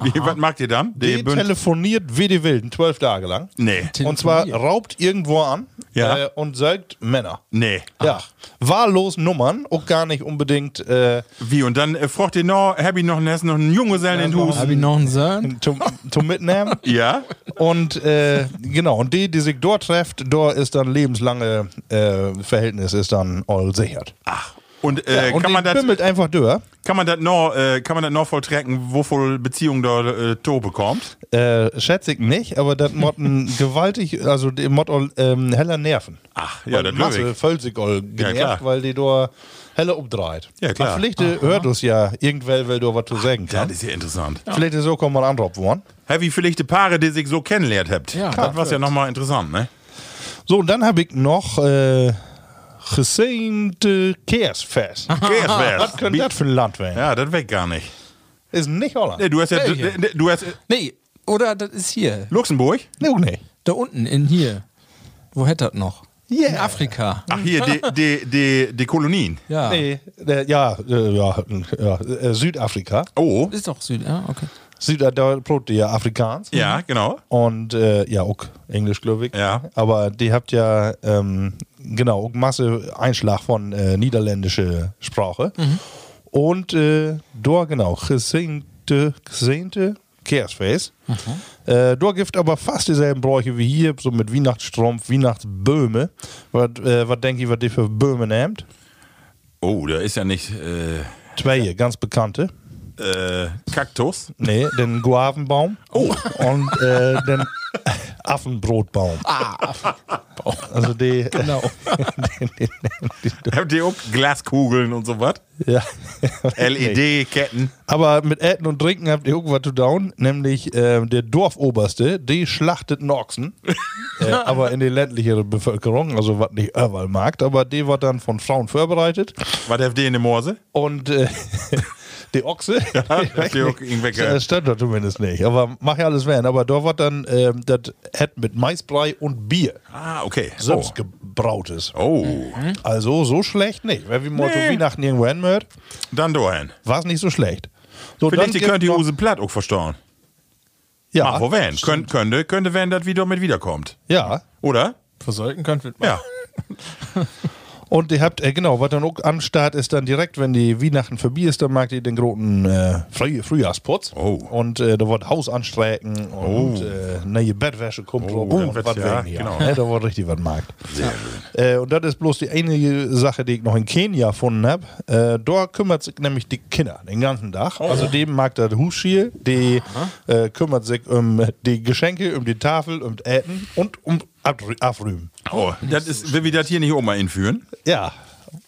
S1: Wie, was mag ihr dann?
S2: Die
S1: Bünd-
S2: telefoniert wie die Wilden, zwölf Tage lang.
S1: Nee.
S2: Und zwar raubt irgendwo an
S1: Ja.
S2: äh, und sägt Männer.
S1: Nee.
S2: Ja, wahllos Nummern, auch gar nicht unbedingt äh,
S1: Wie? Und dann äh, fragt ihr noch, hab ich noch einen, noch einen Junggesellen in Hus?
S3: Habe ich noch einen Sohn?
S1: (laughs)
S2: zum, zum Mitnehmen.
S1: Ja?
S2: Und äh, genau, und die, die sich dort trefft, dort ist dann lebenslange äh, Verhältnis ist dann all sichert.
S1: Ach. Und, äh,
S2: und
S1: kann, man
S2: die
S1: das,
S2: bimmelt einfach durch.
S1: kann man das noch, äh, kann man das noch volltrecken, wovon Beziehung da äh, to bekommt?
S2: Äh, schätze ich nicht, aber
S1: (laughs)
S2: das Motten gewaltig, also die Motten ähm, heller Nerven.
S1: Ach, ja,
S2: Weil
S1: das glaub
S2: Masse
S1: ich.
S2: völlig all genervt,
S1: klar.
S2: weil die da heller umdreht.
S1: Ja, klar.
S2: Aber Vielleicht äh, hört es ja irgendwer, weil du was zu sagen
S1: Das
S2: kannst.
S1: ist ja interessant.
S2: Vielleicht ist so kommt man anrob worden.
S1: Hä, wie vielleicht die Paare, die sich so kennenlernt habt.
S3: Ja,
S1: das war ja
S3: natürlich.
S1: nochmal interessant, ne?
S2: So, und dann habe ich noch äh, gesehnte Kehrsfest.
S1: Okay, (laughs) das wär's.
S2: Ah, Was könnte das für ein Land werden?
S1: Ah, Ja, das weg gar nicht.
S2: Ist nicht Holland.
S1: Nee, du hast ja,
S3: Belgien.
S1: du, du hast äh,
S3: Nee, oder das ist hier.
S1: Luxemburg?
S2: Nee, nee.
S3: Da unten, in hier. Wo hätte das noch? In Afrika.
S1: Ach, hier, die, die, die, die Kolonien.
S3: Ja.
S2: Ah. Nee, äh, ja, äh, ja, ja äh, Südafrika. äh,
S1: Oh.
S3: Ist doch Süd, ja, okay.
S2: Südafrika, ja, Afrikaans.
S1: Ja, genau.
S2: Und äh, ja, auch Englisch, glaube ich.
S1: Ja.
S2: Aber die habt ja, ähm, genau, auch Masse Einschlag von äh, niederländische Sprache. Und äh, da, genau, gesehnte, gesehnte Kersface. Äh, da gibt aber fast dieselben Bräuche wie hier, so mit Weihnachtsstrumpf, Weihnachtsböhme. Was äh, was denke ich, was die für Böhme nehmt?
S1: Oh, da ist ja nicht äh,
S2: Zwei, ganz bekannte.
S1: äh, Kaktus. (laughs)
S2: Nee, den Guavenbaum. Und äh, den Affenbrotbaum. Also die. Genau.
S1: Habt ihr auch Glaskugeln und so was?
S2: (laughs) ja.
S1: E LED-Ketten.
S2: Aber mit Äten und Trinken habt ihr irgendwas zu down, nämlich ähm, der Dorfoberste, die schlachtet einen Ochsen. äh, aber in die ländlichere Bevölkerung, also was nicht überall mag, aber die wird dann von Frauen vorbereitet.
S1: Was habt ihr in der Morse?
S2: Und äh, (laughs) die
S1: (laughs)
S2: Ochse, ich weiß
S1: die auch
S2: nicht.
S1: irgendwelche-
S2: Das stand da zumindest nicht. Aber mach ja alles werden. Aber da wird dann ähm, das Head mit Maisbrei und Bier
S1: Ah, okay.
S2: selbst gebrautes.
S1: Oh,
S2: Also so schlecht nicht. Wenn wir mal zu
S1: Nee.
S2: Weihnachten irgendwo hinmört,
S1: dann dahin.
S2: war es nicht so schlecht. So,
S1: Vielleicht die
S2: gibt's
S1: könnt ihr
S2: noch-
S1: Hose platt auch verstauen.
S2: ja,
S1: Ach, wo wenn? Könnt, könnte, könnte, wenn das wieder mit wiederkommt.
S2: Ja.
S1: Oder?
S3: Versollten könnt wird
S1: Ja.
S2: Und ihr habt, äh, genau, was dann auch am Start ist, dann direkt, wenn die Weihnachten vorbei ist, dann macht ihr den großen äh, Früh Frühjahrsputz.
S1: Oh.
S2: Und äh, da wird Haus anstrecken und äh, neue Bettwäsche kommt
S1: Oh,
S2: drauf
S1: dann
S2: und
S1: wird's-
S2: was
S1: ja,
S2: wegen hier.
S1: genau.
S2: Ne, da wird richtig was markt. Sehr schön. Äh, und das ist bloß die einzige Sache, die ich noch in Kenia gefunden habe. Äh, da kümmert sich nämlich die Kinder den ganzen Tag.
S1: Oh.
S2: Also dem mag das Husschiel, die äh, kümmert sich um die Geschenke, um die Tafel, um das Äten und um Abrü- Abrühmen.
S1: Oh, das ist, will wir das hier nicht auch mal einführen?
S2: Ja.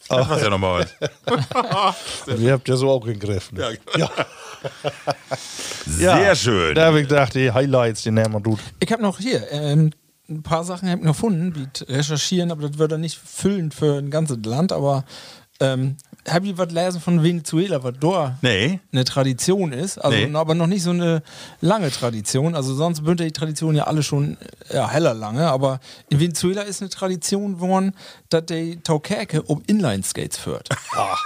S1: Das war's ja nochmal was.
S2: Ihr habt ja so auch gegriffen.
S1: Ja.
S2: (laughs) ja.
S1: Sehr schön.
S2: Da habe ich gedacht, die Highlights, die nehmen wir gut.
S3: Ich habe noch hier ähm, ein paar Sachen hab ich noch gefunden, die t- recherchieren, aber das wird dann nicht füllend für ein ganzes Land, aber ähm, habe ich was lesen von Venezuela, was da
S1: Nee.
S3: eine Tradition ist, also
S1: Nee.
S3: aber noch nicht so eine lange Tradition. Also sonst bündelt die Tradition ja alle schon ja, heller lange, aber in Venezuela ist eine Tradition geworden, dass die Taukerke um Inline-Skates
S1: (laughs)
S3: führt.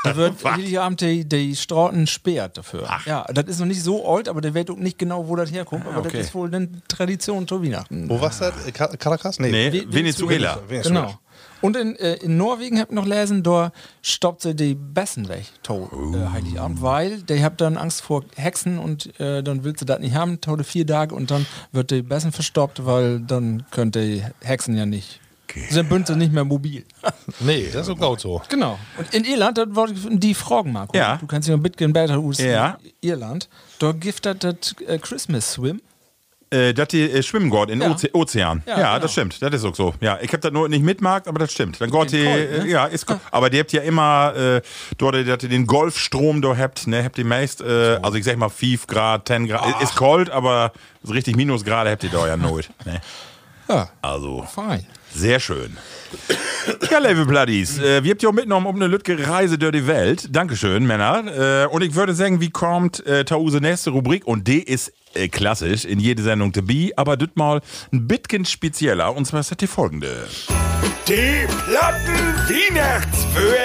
S3: da wird jeden Abend die, die Straßen sperrt dafür. Ja, das ist noch nicht so alt, aber der weiß auch nicht genau, wo das herkommt, aber
S1: Ah, okay.
S3: das ist wohl eine Tradition zu Weihnachten.
S2: Wo war's das? Äh, Ka- Caracas? Nee.
S1: Nee,
S3: Ve-
S1: Venezuela.
S2: Venezuela.
S3: Genau. Und in, äh, in Norwegen habt ihr noch lesen, da stoppt sie die Bessen weg, to, äh, Heiligabend, weil die habt dann Angst vor Hexen und äh, dann willst du das nicht haben, tolle vier Tage und dann wird die Bessen verstoppt, weil dann könnt die Hexen ja nicht. Sind Bünde nicht mehr mobil.
S2: Nee, das ist so gut so.
S3: genau. Und in Irland, das war die Fragen, Marco.
S1: Ja.
S3: Du kannst ja ein bisschen besser aus
S1: Ja.
S3: Irland. Da giftet das äh, Christmas Swim.
S1: Äh, dass die äh, schwimmen Gott in
S3: Ja.
S1: Oze Ozean. Ja,
S3: Ja, genau.
S1: das stimmt. Das ist auch so. Ja, ich habe das nur nicht mitmarkt, aber das stimmt. Dann Gott, die,
S3: dem Koi,
S1: äh,
S3: ne?
S1: ja, ist gut. Aber die habt ja immer, äh, dort, dass ihr den Golfstrom da habt, ne, habt ihr meist, äh, also ich sag mal 5 Grad, 10 Grad,
S3: Ah.
S1: ist kalt, aber so richtig Minusgrade habt ihr da ja not. Ne?
S3: Ja,
S1: Also,
S3: fein.
S1: sehr schön. Ja, Level Bloodies, äh, wir habt ihr auch mitgenommen um eine Lütke Reise durch die Welt. Dankeschön, Männer. Äh, und ich würde sagen, wie kommt äh, Tause nächste Rubrik? Und die ist äh, klassisch in jede Sendung to be, aber dit mal ein bisschen spezieller. Und zwar ist das die folgende.
S4: Die platten Weihnachtsböe.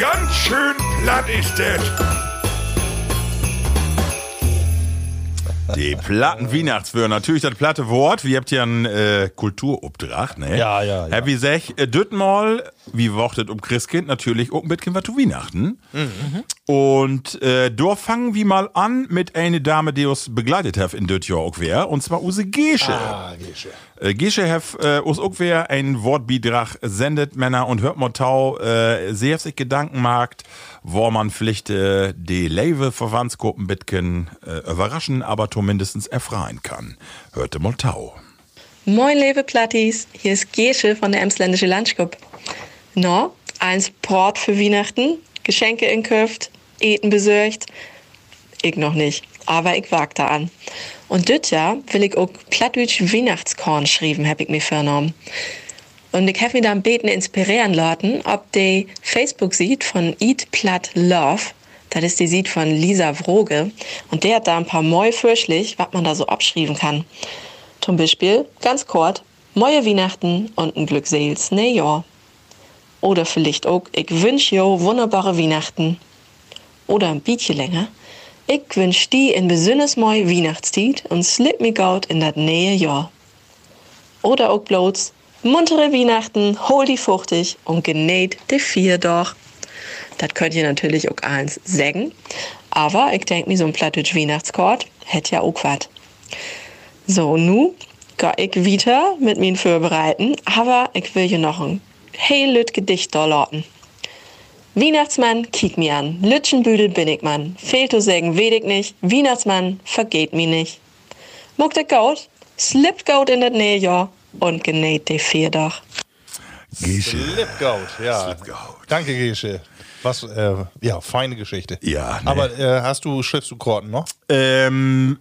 S4: Ganz schön platt ist das.
S1: Die platten Weihnachtswürmer. Natürlich das platte Wort. Wir habt ja einen äh, Kulturobdracht, ne?
S2: Ja, ja, ja.
S1: Herr wie sech, äh, dit mal, wie wortet um Christkind, natürlich auch mit Kind was zu Weihnachten.
S2: Mhm,
S1: Und äh, da fangen wir mal an mit einer Dame, die uns begleitet hat in dit Jahr auch wer, und zwar Use Gesche.
S2: Ah, Gesche.
S1: Äh, Gesche hef äh, us auch wer ein Wortbeitrag sendet, Männer, und hört mal tau, äh, sehr sich Gedanken macht, wo man vielleicht äh, die Lewe Verwandtsgruppen bitken äh, überraschen, aber zumindestens erfreuen kann. Hörte mal tau.
S5: Moin, liebe Plattis, hier ist Gesche von der Emsländische Landschkop. Na, eins Port für Weihnachten, Geschenke in Köft, Eten besorgt. Ich noch nicht, aber ich wag da an. Und dit Jahr will ich auch Plattdütsch Weihnachtskorn schrieben, hab ich mir vorgenommen. Und ich hab mich da am Beten inspirieren lassen, ob die Facebook-Seite von Eat Platt Love, das ist die Seite von Lisa Vroge, und der hat da ein paar Moi fürschlich, was man da so abschreiben kann. Zum Beispiel, ganz kurz, Moje Weihnachten und ein glückseliges Neujahr. Oder vielleicht auch, ich wünsch jo wunderbare Weihnachten. Oder ein bietje länger. Ich wünsch die in besünnes moi Weihnachtstied und slip mi gaut in dat nähe Jahr. Oder auch bloß, muntere Weihnachten, hol die fuchtig und genäht de vier doch. Das könnt ihr natürlich auch eins sägen. Aber ich denk mir, so ein plattdeutsch Weihnachtskord hätt ja auch wat. So, nu ga ich wieder mit mir vorbereiten, aber ich will hier noch ein hey lüt Gedicht da lauten. Weihnachtsmann, kiek mir an, Lütschenbüdel bin ich Mann, fehlt du sägen wedig nicht, Weihnachtsmann, vergeht mi nicht. Muck de Goat, slippt Goat in das Nähjahr und genäht de Vierdach.
S1: Gesche.
S2: Slipgoat, ja.
S1: Slipgoat.
S2: Danke, Gesche. Was, äh, ja, feine Geschichte.
S1: Ja, ne.
S2: Aber äh, hast du, schreibst du Korten noch?
S1: Ähm,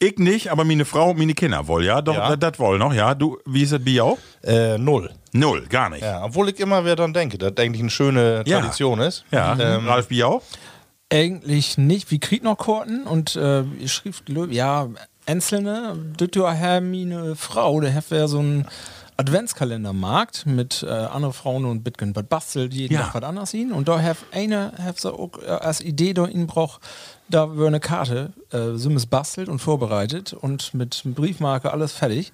S1: ich nicht, aber meine Frau und meine Kinder wohl, ja? Doch,
S2: Ja.
S1: das wohl noch, ja? Du, wie ist das bei auch?
S2: Äh, null.
S1: Null, gar nicht. Ja.
S2: Ja, obwohl ich immer wieder dran denke, dass eigentlich eine schöne
S1: Ja.
S2: Tradition ist.
S1: Ähm, Ralf Biau?
S3: Eigentlich nicht. Wir kriegen noch Korten und äh, ihr schrieb, glö- ja, einzelne. Das ja Hermine Frau, oder hat wäre so ein Adventskalendermarkt mit äh, anderen Frauen und Bitcoin was bastelt, jeden
S1: Ja.
S3: Tag was anders hin. Und da hat eine, hat sie auch äh, als Idee da in Brauch, da wäre eine Karte, äh, so ist bastelt und vorbereitet und mit Briefmarke alles fertig.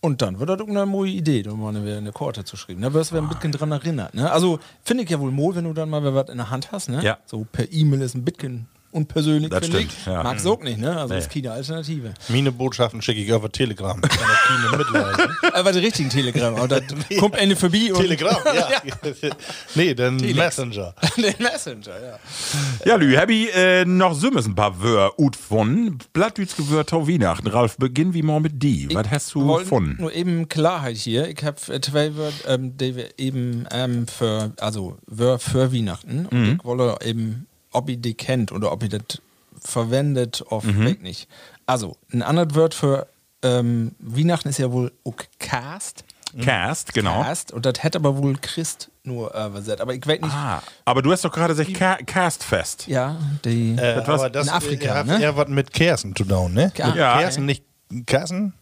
S3: Und dann wird das auch eine neue Idee, da mal ne, eine, eine Korte zu schreiben. Da wirst du wieder ein bisschen dran erinnert. Ne? Also finde ich ja wohl Mol, wenn du dann mal wieder was in der Hand hast. Ne?
S1: Ja.
S3: So per E-Mail ist ein Bitcoin unpersönlich.
S1: Das
S3: finde
S1: stimmt,
S3: Ich.
S1: ja.
S3: Mag's auch nicht, ne? Also
S1: Nee.
S3: ist keine Alternative.
S2: Meine Botschaften schicke ich
S1: (laughs)
S2: über Telegram. Kann auch keine mitleiden.
S3: Aber den ne? Äh, richtigen Telegram. Aber da kommt eine vorbei und (laughs)
S2: Telegram, ja. (laughs) nee, dann Messenger.
S3: den Messenger, ja.
S1: Ja, Lü, hab ich äh, noch Sümmes ein paar Wör ut von. Plattdütsch Gewör tau Weihnachten. Ralf, beginn wie mal mit die. Was hast du
S3: Wollen
S1: gefunden?
S3: Nur eben Klarheit hier. Ich habe zwei Wörter, ähm, die wir eben ähm, für, also Wör für Weihnachten. Und
S1: Mhm.
S3: ich wolle eben, ob ihr die kennt oder ob ihr das verwendet, auf
S1: Mhm.
S3: weg nicht. Also, ein anderes Wort für ähm, Weihnachten ist ja wohl Ukast.
S1: Cast, genau.
S3: Cast. Und das hätte aber wohl Christ nur äh, übersetzt. Aber ich weiß nicht.
S1: Ah, aber du hast doch gerade gesagt Ca Castfest.
S3: Ja, die.
S2: Äh,
S1: was
S2: aber das
S3: in Afrika,
S2: äh, hat
S3: ne?
S2: eher was mit Kersen zu tun, ne?
S3: Ja.
S2: Mit
S1: Ja.
S2: Kersen, nicht Kersen?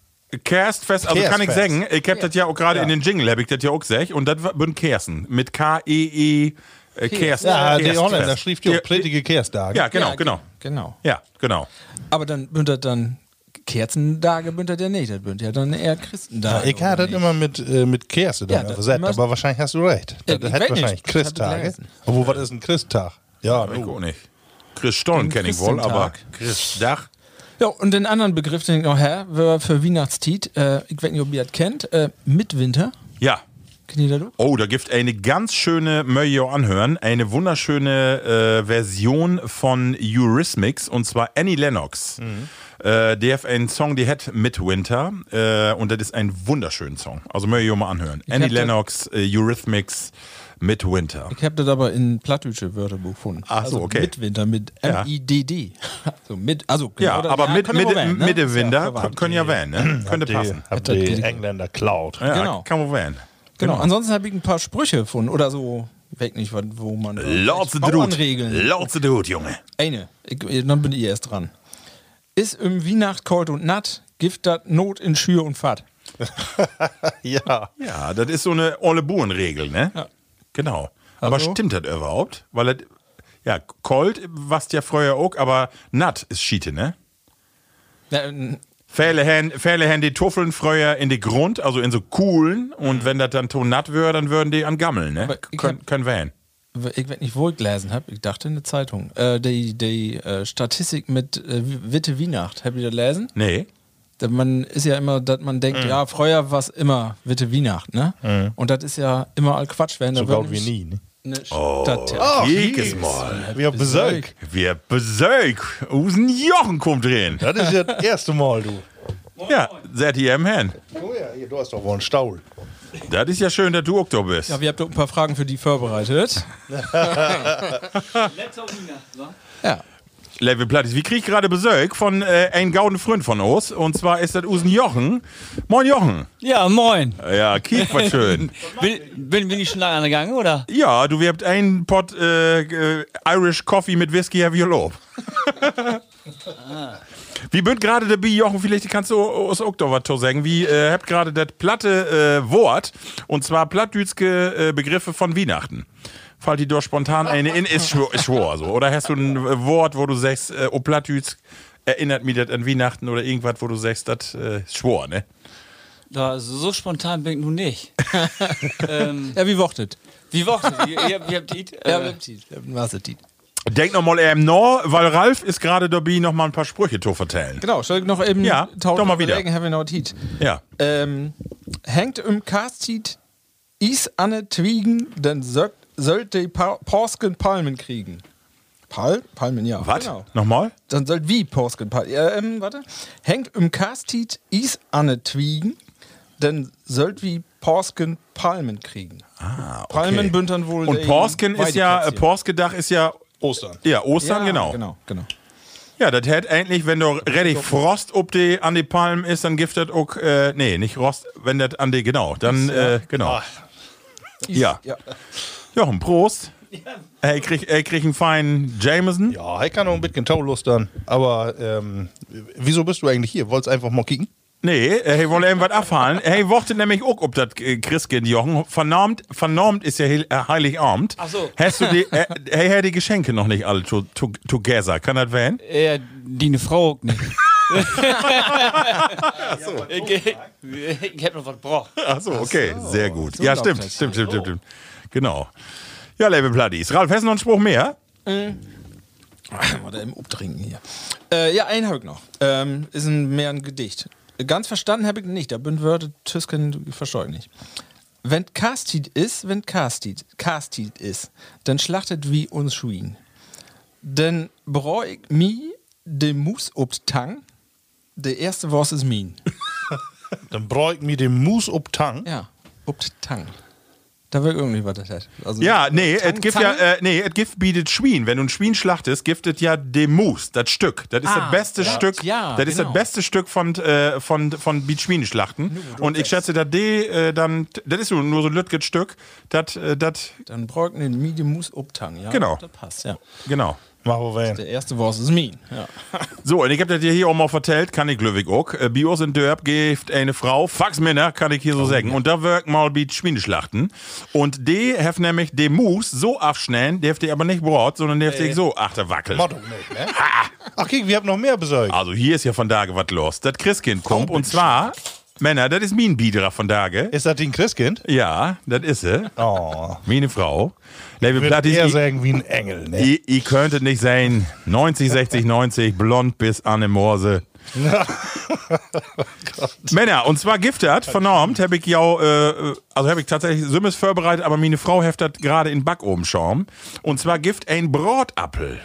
S1: Castfest, also kann ich
S2: Castfest.
S1: sagen, ich hab das ja auch gerade in den Jingle, hab ich das ja auch gesagt. Und das bin Kersen. Mit K-E-E. äh, Kerst.
S2: Ja, die
S1: Kerstfest.
S2: Holländer schrieb die
S1: Ja,
S2: auch plättige Kerstage.
S1: Ja, genau,
S3: Ja,
S1: genau.
S3: Genau.
S1: Ja, genau.
S3: Aber dann bündert dann Kerzentage bündert er nicht, das bündert ja dann eher
S2: Ja,
S3: Christentage.
S2: ich hatte das immer mit, äh, mit Kerse
S3: Ja,
S2: dann
S3: das
S2: übersetzt,
S3: muss-
S2: aber wahrscheinlich hast du recht. Das
S3: ich weiß
S2: hätte
S3: nicht,
S2: wahrscheinlich
S3: das hab ich
S2: Christtage.
S3: gelesen.
S2: Obwohl, was ist ein Christtag? Ja,
S1: Ich
S2: du.
S1: auch nicht. Chris Stollen
S3: Den
S1: kenne ich wohl, aber
S3: Oh. Christentag.
S1: Chris Dach.
S3: Ja, und den anderen Begriff, den ich noch her, für, für Weihnachtstiet, äh, ich weiß nicht, ob ihr das kennt, äh, Mitwinter,
S1: Ja.
S3: kennt ihr das auch?
S1: Oh, da gibt eine ganz schöne, Möjo anhören, eine wunderschöne äh, Version von Eurismics und zwar Annie Lennox.
S3: Mhm.
S1: Äh, der hat einen Song, die hat Midwinter äh, und das ist ein wunderschöner Song. Also Möjo mal anhören. Annie
S3: hab das-
S1: Lennox, äh, Eurythmics, Midwinter.
S3: Ich habe das aber in plattdeutsche Wörterbuch gefunden.
S1: Ach so, okay.
S3: Mitwinter mit
S1: Ja.
S3: M-I-D-D. (laughs) Also, mit, also
S1: Ja,
S3: das-
S1: aber mit,
S3: kann man
S1: mit,
S3: wählen, ne? Ist ja
S1: Midwinter
S3: verwandt.
S1: können ja wählen, ne? könnte
S2: Die,
S1: passen.
S2: hab
S3: das
S2: die
S3: gelesen.
S2: Engländer klaut.
S1: Ja,
S3: Genau.
S1: kann man wählen.
S3: Genau. ansonsten habe ich ein paar Sprüche gefunden oder so, weg nicht, wo- wo man.
S1: Lotse Drut.
S3: Bauernregeln.
S1: Lotse Drut, Junge.
S3: Eine, ich, dann bin ich erst dran. Ist im Weihnacht kalt und natt, Gift dat Not in Schür und Fahrt.
S2: (laughs) Ja.
S1: Ja, das ist so eine olle Burenregel, ne?
S3: Ja.
S1: Genau. Aber
S3: Also?
S1: stimmt das überhaupt? Weil das, ja, Colt was ja früher auch, aber natt ist Schiete, ne?
S3: Ja, ähm,
S1: Fähle hen, fähle hen die Tuffeln früher in die Grund, also in so Kuhlen, und wenn das dann to natt würde, dann würden die an Gammeln, ne?
S3: Mhm. Aber ich
S1: Können,
S3: hab-
S1: können wählen.
S3: ich weiß nicht, wo ich gelesen habe. Ich dachte in der Zeitung. Äh, die die äh, Statistik mit äh, Witte Weihnacht. Habt ihr das gelesen?
S1: Nee.
S3: Da Man ist ja immer, dass man denkt,
S2: Mhm.
S3: ja, früher war es immer Witte Weihnacht, ne? Und das ist ja immer all Quatsch. Wenn
S2: So laut wie nie. Ne?
S3: Eine
S1: Oh,
S3: Statistik.
S1: jedes Mal.
S2: Wir haben Besög.
S1: Wir besög. Usen Jochen kommt drin.
S2: Das ist ja das erste Mal, du.
S1: Ja, seid ihr im Hen.
S2: Oh ja, hier, du hast doch wohl einen Staul.
S1: Das ist ja schön, dass du Oktober bist.
S3: Ja, wir haben doch ein paar Fragen für die
S6: (laughs)
S3: vorbereitet.
S6: Letzter Weihnachten, wa?
S3: Ja.
S1: Level Plattis. Wir kriegen gerade Besög von äh, einem gauden Freund von uns. Und zwar ist das Usen Jochen. Moin Jochen.
S6: Ja, moin.
S1: Ja, Kiek, was (laughs) schön.
S6: Bin, bin, bin ich schon lange angegangen, oder?
S1: ja, du wirbt einen Pot äh, äh, Irish Coffee mit Whisky, hab ich gelobt. Wie bünd gerade der Bi Jochen, vielleicht kannst du uns auch noch was zu sagen. Wie äh, habt gerade das platte äh, Wort, und zwar plattdütske äh, Begriffe von Weihnachten. Fall die doch spontan eine in, ist schwor, ist schwor so. Oder hast du ein äh, Wort, wo du sagst, äh, oh plattdütsk, erinnert mich das an Weihnachten oder irgendwas, wo du sagst, das äh, ist schwor, ne?
S6: Da, so, so spontan bin ich nun nicht.
S3: Ja, wie wortet?
S6: Wie Woche? (laughs) Ihr, ihr, habt- ihr habt die. (laughs) Äh,
S3: Ja, was ist die?
S1: Denk noch mal eben nach, weil Ralf ist gerade dabei, noch mal ein paar Sprüche zu vertellen.
S3: Genau, soll ich noch eben
S1: Ja, doch mal wieder.
S3: Have not heat.
S1: Ja.
S3: Ähm, hängt im Kastit is anne Twiegen, dann sollt sollt die pa Porsken Palmen kriegen. Pal Palmen, ja.
S1: Was?
S3: Genau.
S1: Nochmal?
S3: Dann sollt wie Porsken Palmen. Äh, ähm, warte. Hängt im Kastit is anne Twiegen, dann sollt wie Porsken Palmen kriegen. Ah, okay. Palmen bündern wohl.
S1: Und
S3: der-
S1: Porsken ist ja, äh,
S3: Weidekätzchen.
S1: Porskendach ist ja,
S2: Ostern.
S1: ja, Ostern,
S3: Ja,
S1: genau.
S3: Genau, genau.
S1: Ja, das hätte eigentlich, wenn doch richtig Frost ob die, an die Palmen ist, dann gibt das auch, äh, nee, nicht Rost, wenn das an die, genau, dann, äh, genau. Ja.
S3: Ja.
S1: Jochen, Prost. Er kriegt er krieg einen feinen Jameson.
S2: Ja, ich kann noch ein bisschen taulustern. Aber ähm, wieso bist du eigentlich hier? Wolltest einfach mal kicken?
S1: Nee, äh, hey, wollte eben was abfahren. Äh, Hey, wochte nämlich auch, ob das äh, Christkind, Jochen. Vernormt, vernormt ist ja Heil- äh, Heiligabend.
S6: Ach so.
S1: Hast du die, äh, hey, hey, die Geschenke noch nicht alle to, to, together? Kann das werden?
S6: äh, die eine Frau auch
S1: (laughs)
S6: nicht. Ich, ich, ich hab noch was gebraucht.
S1: Ach so, okay, sehr gut. ja, stimmt, stimmt, stimmt, stimmt, stimmt. Genau. Ja, Level Platties. Ralf, hast du noch einen Spruch mehr?
S3: Oder im Obtrinken hier. Äh, ja, einen habe ich noch. Ähm, ist ein, mehr ein Gedicht. Ganz verstanden habe ich nicht. Da bin Wörter Tüsken verstehe ich nicht. Wenn Kastit ist, wenn Kastit, Kastit ist, dann schlachtet wie uns Schwien. Denn brau ich mi de Mus obt Tang, der erste Wort ist min.
S2: Dann brauch ich mir den Mus ob Tang.
S3: Ja, obt Tang. Da wird irgendwie was das heißt. Also
S1: Ja, nee, es gibt
S3: Tang?
S1: ja, äh, nee, es gibt bietet Schwein. Wenn du ein Schwein schlachtest, giftet ja dem Moos, das Stück. Das ist das beste Stück.
S3: Ah, Ja,
S1: das ist das
S3: genau.
S1: beste Stück von, äh, von, von Beat Schwein schlachten. Und ich schätze, dass die, äh, dann, das ist so- nur so ein Lütget Stück. Das, äh, das,
S3: Dann brauch ich den mi de Mus obt Tang. Ja,
S1: Genau.
S3: Das passt, ja.
S1: genau.
S2: Mach mal wen.
S3: Der erste Wort ist min. Ja.
S1: So, und ich hab das dir hier auch mal vertellt, kann ich glücklich auch. Äh, Bios in Dörp gibt eine Frau, fax Männer, kann ich hier
S3: Oh,
S1: so sagen. Und da wirken mal wie Schwieneschlachten. Und die heft nämlich den Moos so abschnellen, der heft die aber nicht brot, sondern der heft
S3: Äh.
S1: die so achterwackelt.
S2: Mach doch nicht, ne? Ach, kick, wir haben noch mehr besorgt.
S1: Also hier ist ja von Tage was los. Das Christkind kommt und zwar, Männer, das ist mein Biederer von Tage.
S2: Ist das den Christkind?
S1: Ja, das ist sie.
S2: Oh.
S1: Meine Frau. Label
S2: Würde
S1: Plattis,
S2: eher
S1: ich-
S2: sagen wie ein Engel, (laughs) ne?
S1: Ihr, ihr könntet nicht sein. 90, 60, 90, blond bis Anne Morse.
S2: Oh
S1: Männer, und zwar giftert, vernormt, habe ich ja, äh, also habe ich tatsächlich Simmes vorbereitet, aber meine Frau heftet gerade in Backobenschaum. Und zwar gift ein Brotappel.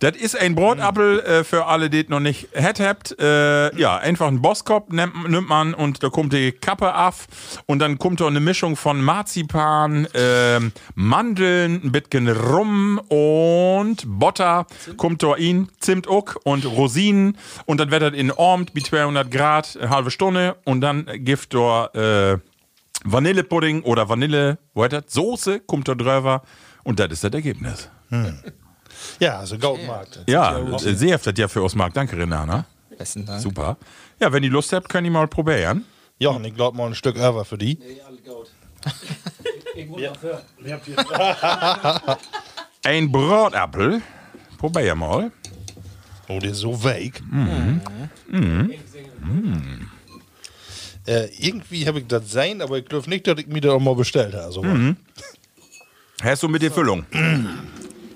S1: Das ist ein Brotappel äh, für alle, die es noch nicht het habt. Äh, ja, einfach einen Bosskopf nimmt, nimmt man und da kommt die Kappe ab und dann kommt da eine Mischung von Marzipan, ähm, Mandeln, ein bisschen Rum und Butter kommt da in, Zimt auch und Rosinen und dann wird das in Ormt bei 200 Grad, eine halbe Stunde und dann gibt da äh, Vanillepudding oder Vanille, wo heißt das? Soße kommt da drüber und das ist das Ergebnis.
S2: Ja, also Goldmarkt.
S1: Ja, äh, sie heftet ja für uns Markt. Danke, Renana.
S3: Besten Dank.
S1: Super. Ja, wenn ihr Lust habt, könnt ihr mal probieren.
S2: Jochen, ich glaub mal ein Stück Över für die.
S1: Ein Brotappel. Probier mal.
S2: Oh, der ist so weg. Äh, irgendwie habe ich das sein, aber ich glaube nicht, dass ich mir das auch mal bestellt habe. Also,
S1: Hast du mit der Füllung?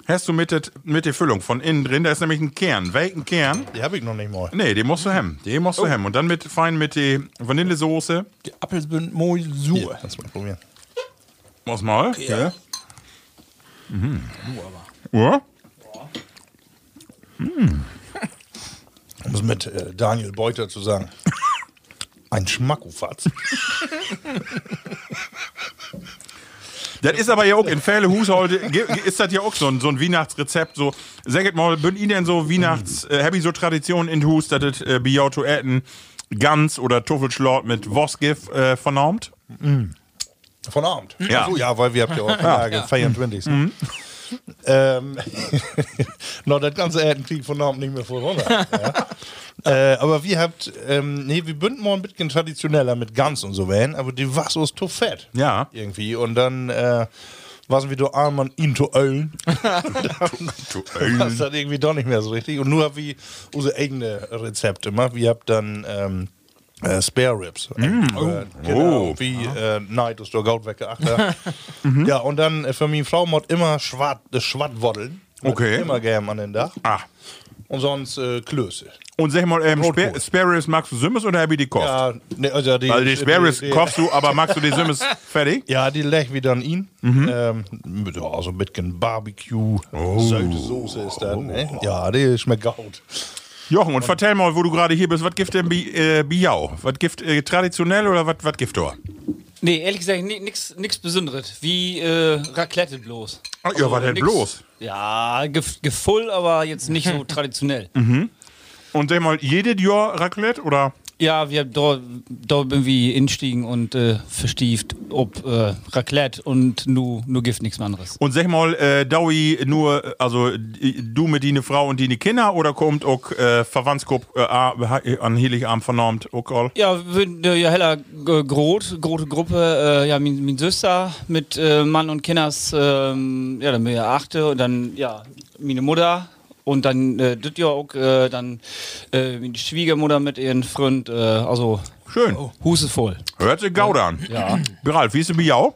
S1: Hast du mit, det- mit der Füllung von innen drin? Da ist nämlich ein Kern. Welchen Kern?
S2: Die habe ich noch nicht mal.
S1: Nee, den musst du hemmen. Den musst du hemmen. Und dann mit, fein mit der Vanillesoße.
S3: Appelsbünd Mosur.
S2: Hier, kannst du mal probieren.
S1: Muss mal. Ja. Mhm. Ja.
S2: Um es mit äh, Daniel Beuter zu
S1: (laughs)
S2: sagen. Ein Schmackofatz.
S1: Das ist aber ja auch in Fälle Hushalte, ge- ge- ist das ja auch so ein, so ein Weihnachtsrezept. So, sagt mal, bünd ihr denn so Weihnachts,
S2: Mhm.
S1: äh, hab ich so Tradition in Hus, dass das äh, Biau zu essen Gans oder Tuffelschlort mit Wosgif äh, vernormt?
S2: Von Abend.
S1: Ja. Mhm.
S2: Ach so, ja, weil wir habt ja auch Tage, 24. Ähm, (laughs) no, das ganze Erdenkrieg von Namen nicht mehr voll runter.
S1: (laughs)
S2: ja. äh, aber wir habt, ähm, nee, wir bünden mal ein bisschen traditioneller mit Gans und so wählen, aber die was ist zu fett.
S1: Ja.
S2: Irgendwie. Und dann, äh, was wir do Arman into Ölen.
S1: Du
S2: Das ist dann irgendwie doch nicht mehr so richtig. Und nur hab ich unsere eigene Rezepte immer. Wir habt dann ähm, äh, Spare Ribs. Äh, genau,
S1: Mm, Oh.
S2: Wie äh, Neid ist doch Gold
S1: (laughs)
S2: weggeachter. Ja, und dann äh, für mich Frau macht immer Schwat, äh, Schwattwoddeln.
S1: Okay.
S2: Immer gern an den Dach.
S1: Ah.
S2: Und sonst äh, Klöße.
S1: Und sag mal, ähm,
S2: Rotkohl.
S1: Spa- Spare Ribs magst du Simmers oder hab ich die kocht?
S2: Ja, ne, also die,
S1: Weil die Spare Ribs
S2: die- die-
S1: kochst du, aber magst du die
S2: (laughs)
S1: Simmers fertig?
S2: Ja, die lech wieder an ihn.
S1: Mhm.
S2: Ähm, mit, ja, so ein bisschen Barbecue,
S1: Oh.
S2: Sölte Soße ist dann. Ne? Ja, die schmeckt gut.
S1: Jochen, und vertell mal, wo du gerade hier bist, was gibt denn Bi- äh, Biau? Was gibt äh, traditionell oder was was gibt da?
S6: Nee, ehrlich gesagt, nichts Besonderes. Wie äh, Raclette bloß.
S1: Ach ja, was denn
S6: nix-
S1: bloß?
S6: Ja, gef- gefull, aber jetzt nicht
S1: (laughs)
S6: so traditionell.
S1: Und sag mal, jede Dior Raclette oder?
S6: Ja, wir haben dort, dort irgendwie instiegen und äh, verstieft, ob äh, Raclette und nur nu Gift, nichts anderes.
S1: Und sag mal, äh, Dowie nur, äh, also die- du mit deine Frau und deine Kinder oder kommt auch äh, Verwandtsgruppe äh, a- he- an Heiligabend vernormt? Auch all?
S6: Ja, wir- äh, ja heller äh, Grot, große Gruppe, äh, ja, min, min Schwester mit äh, Mann und Kinders, ähm, ja, dann mir achte und dann, ja, meine Mutter und dann äh, das Jahr auch, äh, dann äh, meine Schwiegermutter mit ihren Freund, äh, also
S1: Schön.
S6: Huse voll.
S1: Hört sich gaud an. Oh. Ja. Ralf, wie ist denn Biau?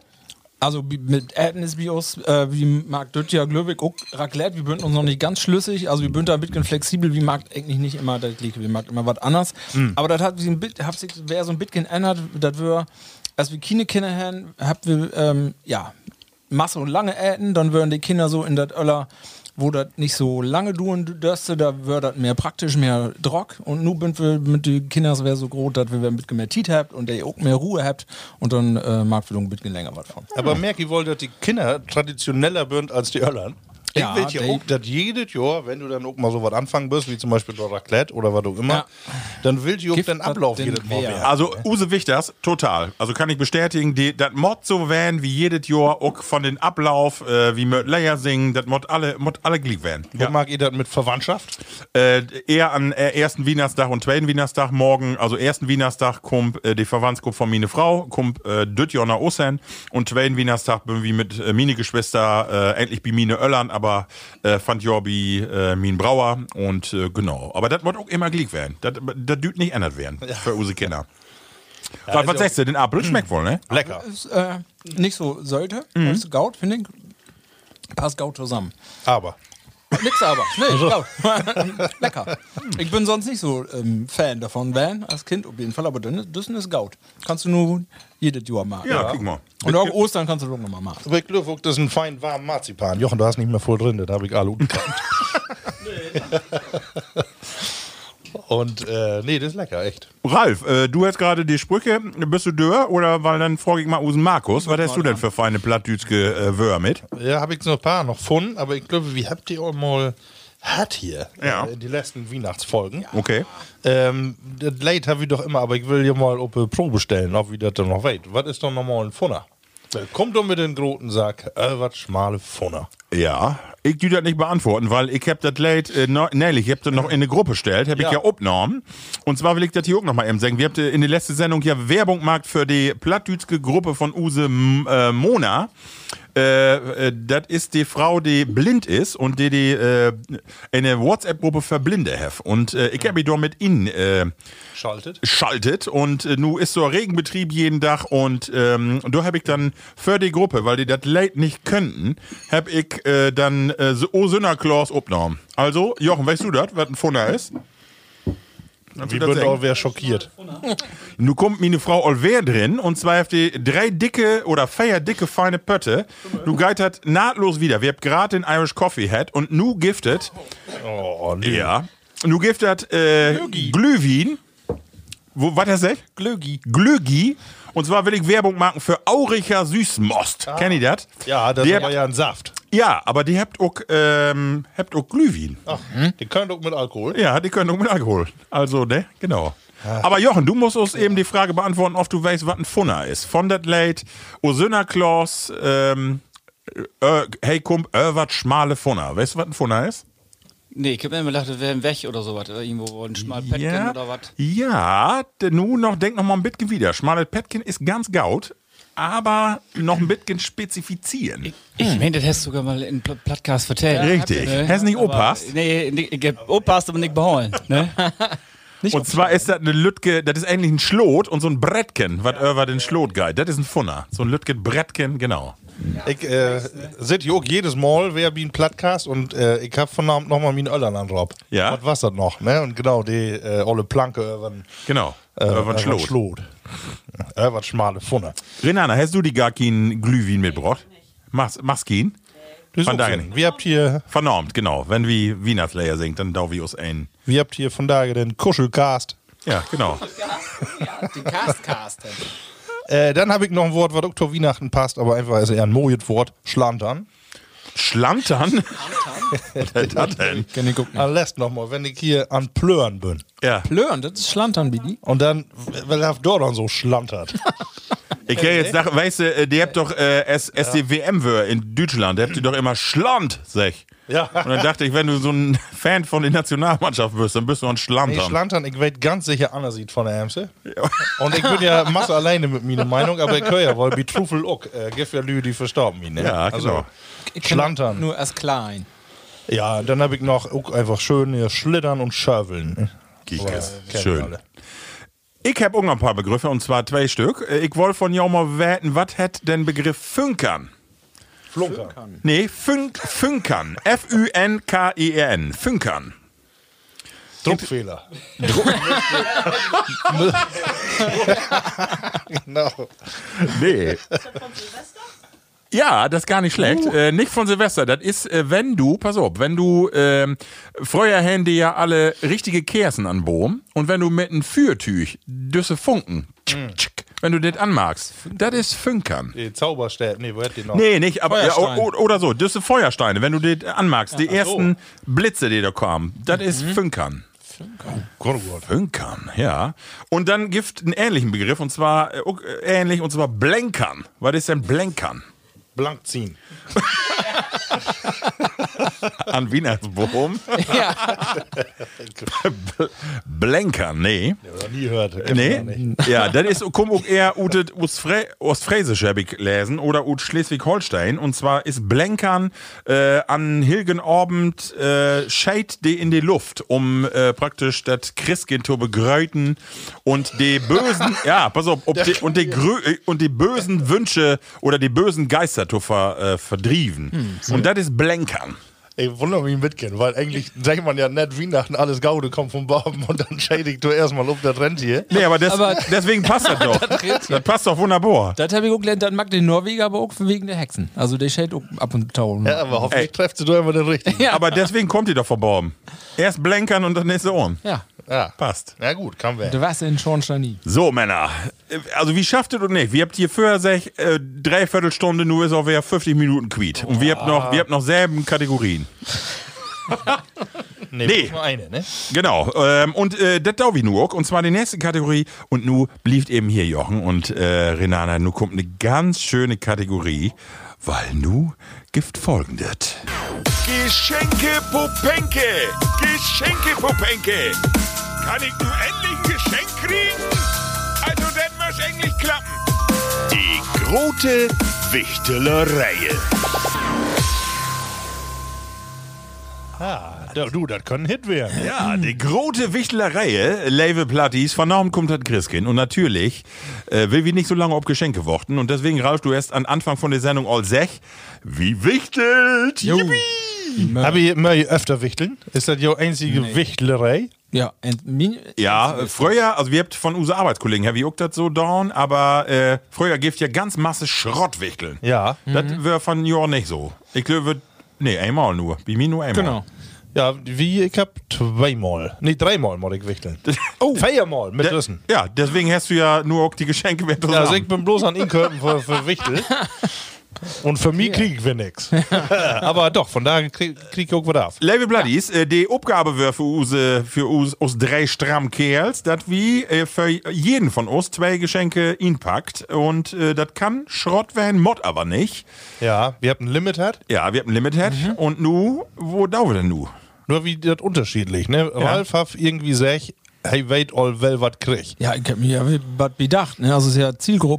S3: Also bi- mit Erdnisbios, äh, wie mag Dötja Glöwig auch Raclette, wir bünden uns noch nicht ganz schlüssig, also wir bünden da ein bisschen flexibel, wir mag eigentlich nicht immer das Gleiche, wir mag immer was anderes. Aber das hat sich ein bit- hat sich wer so ein bisschen ändert, das wir, als wir keine Kinder haben, habt wir, ähm, ja, Masse und lange Äten, dann würden die Kinder so in das Öller, wo das nicht so lange duren dürste, da wäre das mehr praktisch, mehr Drock. Und nu bünd wir mit den Kindern wär so groß, dass wir ein bisschen mehr Tiet habt und ihr auch mehr Ruhe habt und dann äh, mag wir doch ein bisschen länger was von.
S2: Aber merk, ihr wollt, dass die Kinder traditioneller bünd als die Öllern.
S3: Ja,
S2: ich will ja
S3: die-
S2: auch, dass jedes Jahr, wenn du dann auch mal so was anfangen bist, wie zum Beispiel dort Raclette oder was auch immer,
S3: Ja.
S2: dann will ich auch
S3: Gift
S2: den
S3: hat
S2: Ablauf
S3: den
S2: jedes Mal
S3: Wert.
S2: mehr.
S1: Also Use Wichters, total. Also kann ich bestätigen, die, das Mod so werden wie jedes Jahr, auch von den Ablauf, äh, wie mit Layer singen, das Mod alle, Mod alle glied werden.
S2: Wo mag ihr das mit Verwandtschaft?
S1: Äh, eher an äh, ersten Wienerstag und zweiten Wienerstag morgen, also ersten Wienerstag kommt äh, die Verwandtsgruppe von meine Frau, kommt äh, Dütjona Ossen und zweiten Wienerstag bin wie mit äh, meine Geschwister, äh, endlich bi mine Öllern, aber äh, fand Jorbi äh, min Brauer und äh, genau. Aber das Mod auch immer glied werden. Das das düt nicht ändert werden für unsere Kinder. was was
S2: ist ja
S1: sagst du? Den Apfel schmeckt wohl, ne?
S2: Lecker.
S3: ist äh, nicht so sollte. Mhm. Gaut, finde ich. Passt Gaut zusammen.
S2: Aber.
S3: Nix aber. Nee, Gaut. (laughs) Lecker. Ich bin sonst nicht so ähm, Fan davon, Van, als Kind auf jeden Fall, aber dünn- Düssen ist Gaut. Kannst du nur jedes Jahr machen.
S1: Ja, guck mal.
S3: Und auch Ostern kannst du das nochmal machen.
S2: Rick Löwog, das ist ein fein warmer Marzipan. Jochen, du hast nicht mehr voll drin, den habe ich alle
S3: (laughs)
S2: umgekannt. Und äh, nee, das ist lecker, echt.
S1: Ralf, äh, du hast gerade die Sprüche, bist du dör oder weil dann vorging mal Usen Markus, was hast du denn für feine plattdütske äh, Wör mit?
S2: Ja, habe ich noch ein paar noch gefunden, aber ich glaube, wie habt ihr auch mal hat hier
S1: Ja.
S2: äh, in die letzten Weihnachtsfolgen?
S1: Okay.
S2: Ähm, das Late habe ich doch immer, aber ich will hier mal auf eine Probe stellen, ob wie das dann noch weit. Was ist doch nochmal ein Funner? Äh, Kommt doch mit den großen Sack, äh, was schmale Funner.
S1: Ja, ich tu das nicht beantworten, weil ich hab das late, äh, neu- neulich, ich hab das noch in eine Gruppe gestellt, hab
S2: Ja.
S1: ich ja abgenommen. Und zwar will ich das hier auch nochmal eben sagen. Wir habt äh, in der letzten Sendung ja Werbung gemacht für die plattdütske Gruppe von Use M- äh, Mona. Äh, äh, das ist die Frau, die blind ist und die, die äh, eine WhatsApp-Gruppe für Blinde hat. Und äh, ich hab mich doch mit ihnen äh,
S2: Schaltet.
S1: schaltet und äh, nu ist so Regenbetrieb jeden Tag und ähm, da hab ich dann für die Gruppe, weil die das late nicht könnten, hab ich äh, dann äh, so O Sünderklaus abgenommen. Also, Jochen, weißt du das, was ein Funner ist? Kannst du
S2: Wie
S1: das
S2: bin
S1: sagen?
S2: auch wer schockiert.
S1: Nu kommt meine Frau Olver drin und zwar habt ihr drei dicke oder feier dicke feine Pötte. Nu geitert nahtlos wieder. Wir habt gerade den Irish Coffee Hat und nu giftet
S2: Oh, nee.
S1: ja. Du giftert äh, Glühwein. Wo war das denn? Glögi. Glögi. Und zwar will ich Werbung machen für Auricher Süßmost.
S6: Ah.
S1: Kennt ihr das?
S2: Ja, das
S1: Die
S2: war
S1: habt-
S2: ja ein Saft.
S1: Ja, aber die habt auch, ähm, habt auch Glühwein.
S2: Ach, die können doch mit Alkohol.
S1: Ja, die können auch mit Alkohol. Also, ne? Genau.
S6: Ah.
S1: Aber Jochen, du musst uns eben die Frage beantworten, ob du weißt, was ein Funner ist. Von dat Late, Osöner Claus, ähm, äh, hey Kump, äh, was schmale Funner. Weißt du, was ein Funner ist?
S6: Nee, ich hab mir immer gedacht, wir wären weg oder sowas. Oder Irgendwo wurden schmal Petkin oder was.
S1: Ja, d- nun noch, denk noch mal ein bisschen wieder. Schmales Petkin ist ganz gaut, aber noch ein bisschen spezifizieren.
S6: Ich meine, das hast du sogar mal in Pl- Plattcast vertellt.
S1: Richtig.
S6: Ne?
S1: Hast nicht
S6: Aber,
S1: opasst.
S6: nee, nee, ich hab opasst, aber nicht beholen. Ne?
S1: Und zwar ist das eine Lütke, das ist eigentlich ein Schlot und so ein Brettken, was ja, war den Schlot geil. Das ist ein Funner. So ein Lütke Brettken, genau.
S2: Ich äh, sit jo jedes Mal, wer wie ein Plattcast und äh, ich hab von Abend nochmal meinen Öllern an Rob.
S1: Ja.
S2: Was war's das noch, ne? Und genau, die äh, olle Planke, irgendwann.
S1: Genau. Äh, was Schlot.
S2: Schlot. Irgendwas schmale Funne.
S1: Renana, hast du die gar keinen Glühwein mitgebracht? Machst, machst keinen?
S2: Das ist
S1: Von
S2: auch
S1: daher
S2: so.
S1: nicht.
S2: Wir habt hier,
S1: Vernormt, genau. Wenn wir Wienersleher singt, dann dau wir uns ein.
S2: wir habt hier von daher den Kuschelcast.
S1: Ja, (laughs) genau.
S3: Den Cast-Cast.
S2: Äh, dann habe ich noch ein Wort, was auch zu Weihnachten passt, aber einfach ist eher ein mojet Wort. Schlantern.
S1: Schlantern? (laughs) Was ist das denn?
S3: Kann ich gucken.
S2: Dann lässt nochmal, wenn ich hier an Plören bin.
S1: Ja.
S3: Plören, das ist Schlantern, Bidi.
S2: Und dann, weil er dort dann
S1: (laughs)
S2: so schlantert.
S1: Ich hätte jetzt gesagt, weißt du, äh, die habt doch äh, S SDWM wör in Deutschland, der habt ihr doch immer Schland, sech.
S2: Ja.
S1: Und dann dachte ich, wenn du so ein (laughs) Fan von der Nationalmannschaft bist, dann bist du ein
S2: Nee,
S1: Schlandern.
S2: Schlantern, ich weiß ganz sicher, Anna sieht von der Ämse. Und ich bin
S1: (laughs)
S2: ja masse alleine mit meiner Meinung, aber ich höre ja, weil wie Truffel auch, äh, gibt ja Lü, die verstorben ihn. Ne?
S1: Ja, genau.
S3: Ich kenn
S2: Schlantern.
S3: Nur als klein.
S2: Ja, dann habe ich noch auch einfach schön hier Schlittern und Schöveln. äh,
S1: Kiekes.
S2: kennen wir
S1: Schön.
S2: alle.
S1: Ich hab auch noch ein paar Begriffe, und zwar zwei Stück. Äh, Ich wollte von jou mal wetten, was hätt denn Begriff Fünkern?
S2: Flunker.
S1: Nee, Fünk, Fünkern. F-U-N-K-E-R-N. Fünkern.
S2: Druckfehler. Druck. genau.
S1: (laughs) Nee. Ja, das ist gar nicht schlecht. Äh, nicht von Silvester. Das ist, äh, wenn du, pass auf, wenn du, ähm, Freuer haben dir ja alle richtige Kerzen an Bohm und wenn du mit einem Fürtüch düsse Funken, tschk, tschk, wenn du das anmagst, das ist Fünkern.
S2: Die Zauberstäbe, nee, wo hätt die noch?
S1: Nee, nicht, aber ja,
S3: Feuerstein.
S1: o- oder so, düsse Feuersteine, wenn du das anmagst, die ersten Blitze, die da kommen, das
S3: Mhm.
S1: ist Fünkern.
S2: Gott, oh Gott.
S1: Pünkern, ja. Und dann gibt einen ähnlichen Begriff, und zwar äh, auch, äh, ähnlich, und zwar Blenkern. Was ist denn Blenkern?
S2: Blank ziehen.
S1: An
S3: (laughs)
S1: Wienersbohm?
S6: (laughs)
S3: Ja.
S1: Blenkern, nee.
S2: Oder nie gehört. Kennt man nicht.
S1: Nee? (laughs) Ja, das ist komm auch eher ut et Ostfrä- Ostfriesisch, hab ich lesen, oder ut Schleswig-Holstein. Und zwar ist Blenkern äh, an Hilgenabend äh, scheit de in die Luft, um äh, praktisch das Christkind zu begräuten und die bösen, ja, pass auf, ob die, und, die grö äh, und die bösen Wünsche oder die bösen Geister zu ver, äh, verdrieven. und das ist Blenkern.
S2: Ich wundere mich mitgehen, weil eigentlich denkt man ja nicht Weihnachten, alles Gaude kommt vom Baum und dann schädigt du erstmal um das Rentier.
S1: Nee, aber, des,
S3: Aber-
S1: deswegen passt das doch. das passt doch wunderbar.
S3: Das habe ich auch gelernt, das mag den Norweger aber auch wegen der Hexen. Also der schält auch ab und zu.
S2: Ja, aber hoffentlich trefft sie du immer den (laughs) richtigen.
S3: Ja.
S1: Aber deswegen kommt die doch verborgen. Erst blenkern und dann ist sie um.
S3: ja.
S2: Ja.
S1: Passt.
S2: Na gut, kann
S3: Du
S2: werden.
S3: warst in Schornstein nie.
S1: So, Männer. Äh, Also, wie schafft ihr das nicht? Wir habt hier vorher sech, äh, dreiviertel Stunde, nur ist auch wieder 50 Minuten quiet. Und wir habt noch, wir habt noch selben Kategorien. Nee.
S2: nur eine, ne?
S1: Genau. Ähm, und äh, das dau wie nur. Und zwar die nächste Kategorie. Und nu blieft eben hier Jochen und äh, Renana. Nu kommt eine ganz schöne Kategorie, weil nu gibt folgendes.
S4: Geschenke Popenke. Geschenke Popenke. Kann ich nun endlich ein Geschenk kriegen? Also dann muss endlich klappen. Die große Wichtelerei.
S2: Ah, da, du, das kann ein Hit werden.
S1: Ja, die große Wichtlerei, Leve Platties, von Naum kommt das Christkind. Und natürlich äh, will wir nicht so lange auf Geschenke worten. Und deswegen, Ralf, du erst an Anfang von der Sendung all sech, wie wichtelt. Yippie.
S2: Habe ich mal öfter wichteln? Ist das die einzige Wichtlerei?
S3: Ja, und min-
S1: Ja, äh, früher, also wir habt von unseren Arbeitskollegen, Herr Juckt das so down, aber äh, früher gibt ja ganz Masse Schrottwichteln.
S2: Ja. Mhm.
S1: Das wär von Jor nicht so. Ich glaube, nee, einmal nur. Bei mir nur einmal.
S3: Genau.
S2: Ja, wie, ich hab zweimal, nee, dreimal muss ich wichteln.
S1: Oh.
S2: Feiermal mit
S1: De-
S2: Rissen.
S1: ja, deswegen hast du ja nur auch die Geschenke mit
S2: Ja, also ich
S1: zusammen.
S2: bin bloß an Inköpen für, für Wichtel. Und für mich kriegen wir nichts. (laughs) Aber doch, von daher krieg, krieg ich auch was ab.
S1: Level Bloodies, äh, die Aufgabe wäre für uns, äh, für uns, aus drei strammen Kerls, dass wir äh, für jeden von uns zwei Geschenke inpackt. Und äh, das kann Schrott werden, Mod aber nicht.
S2: Ja, wir haben ein Limit hat.
S1: Ja, wir haben ein Limited.
S2: Mhm.
S1: Und nu, wo dauert wir denn nu?
S2: Nur wie das unterschiedlich, ne? Ralf hat irgendwie sech, hey, wait all well, was krieg.
S3: Ja, ich hab mir ja was bedacht. Ne? Also es ist ja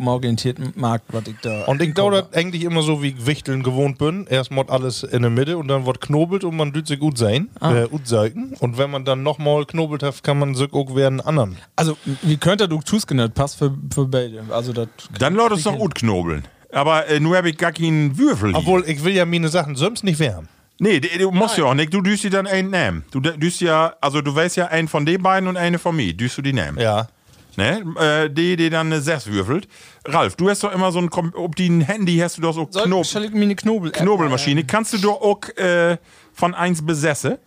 S3: zielgruppenorientiert Markt, was ich da.
S2: Und ich glaube, das eigentlich immer so, wie ich wichteln gewohnt bin. Erst mod alles in der Mitte und dann wird knobelt und man düt sich gut sein, äh, gut seiken. Und wenn man dann nochmal knobelt hat, kann man sich auch werden anderen.
S3: Also, wie könnte du Tusken, das passt für, für beide. Also, das.
S1: Dann läuft es doch gut knobeln. Aber äh, nur hab ich gar keinen Würfel hier.
S2: Obwohl, ich will ja meine Sachen sonst nicht wärmen.
S1: Nee, du, du musst ja auch nicht. Du düst die dann einen nehmen. Du düst ja, also du weißt ja einen von den beiden und eine von mir. Düst du die nehmen.
S2: Ja.
S1: Ne? Äh, die, die dann eine 6 würfelt. Ralf, du hast doch immer so ein, Kom- ob die ein Handy hast du doch so
S3: Soll,
S1: Knob
S3: soll ich mir eine Knobel.
S1: Knobelmaschine. Kannst du doch auch äh, von 1 besessen?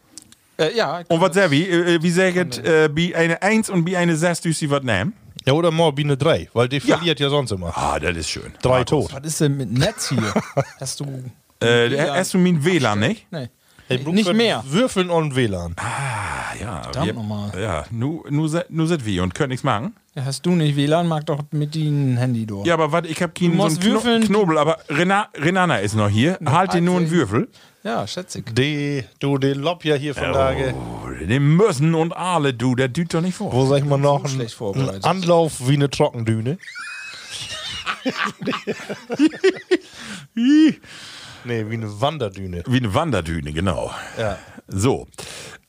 S3: Äh, ja. ich-
S1: Und was sehr wie, äh, wie sagt, äh, wie eine 1 und wie eine 6 düst die was nehmen?
S2: Ja, oder mal wie eine 3, weil die
S1: Ja.
S2: verliert ja sonst immer.
S1: Ah, das ist schön.
S2: Drei tot.
S3: Was ist denn mit
S1: (laughs)
S3: Netz hier? Hast du.
S1: Äh, hast du mir ein WLAN, nicht?
S3: Nee.
S2: Hey, Blut
S3: nicht
S2: wird
S3: mehr.
S2: Würfeln und WLAN.
S1: Ja,
S3: Verdammt nochmal.
S1: Ah, Ja, nu, nu, se- nu sind wir und könnt nichts machen.
S3: Ja, hast du nicht. WLAN mag doch mit deinem Handy durch.
S1: Ja, aber warte, ich hab keinen so einen
S3: musst würfeln.
S1: Kno Knobel, aber Rena Renana ist noch hier. halt dir nur einen Würfel.
S3: ja schätze ich.
S2: Die, du, die Lob ja hier von Tage.
S1: Oh, den Mössen und Aale, du, der düht doch nicht vor.
S2: Wo sag ich mal noch ein,
S3: schlecht vorbereitet.
S2: ein Anlauf wie eine Trockendüne?
S1: Wie
S2: Nee, wie eine Wanderdüne.
S1: eine Wanderdüne, genau.
S2: Ja.
S1: So.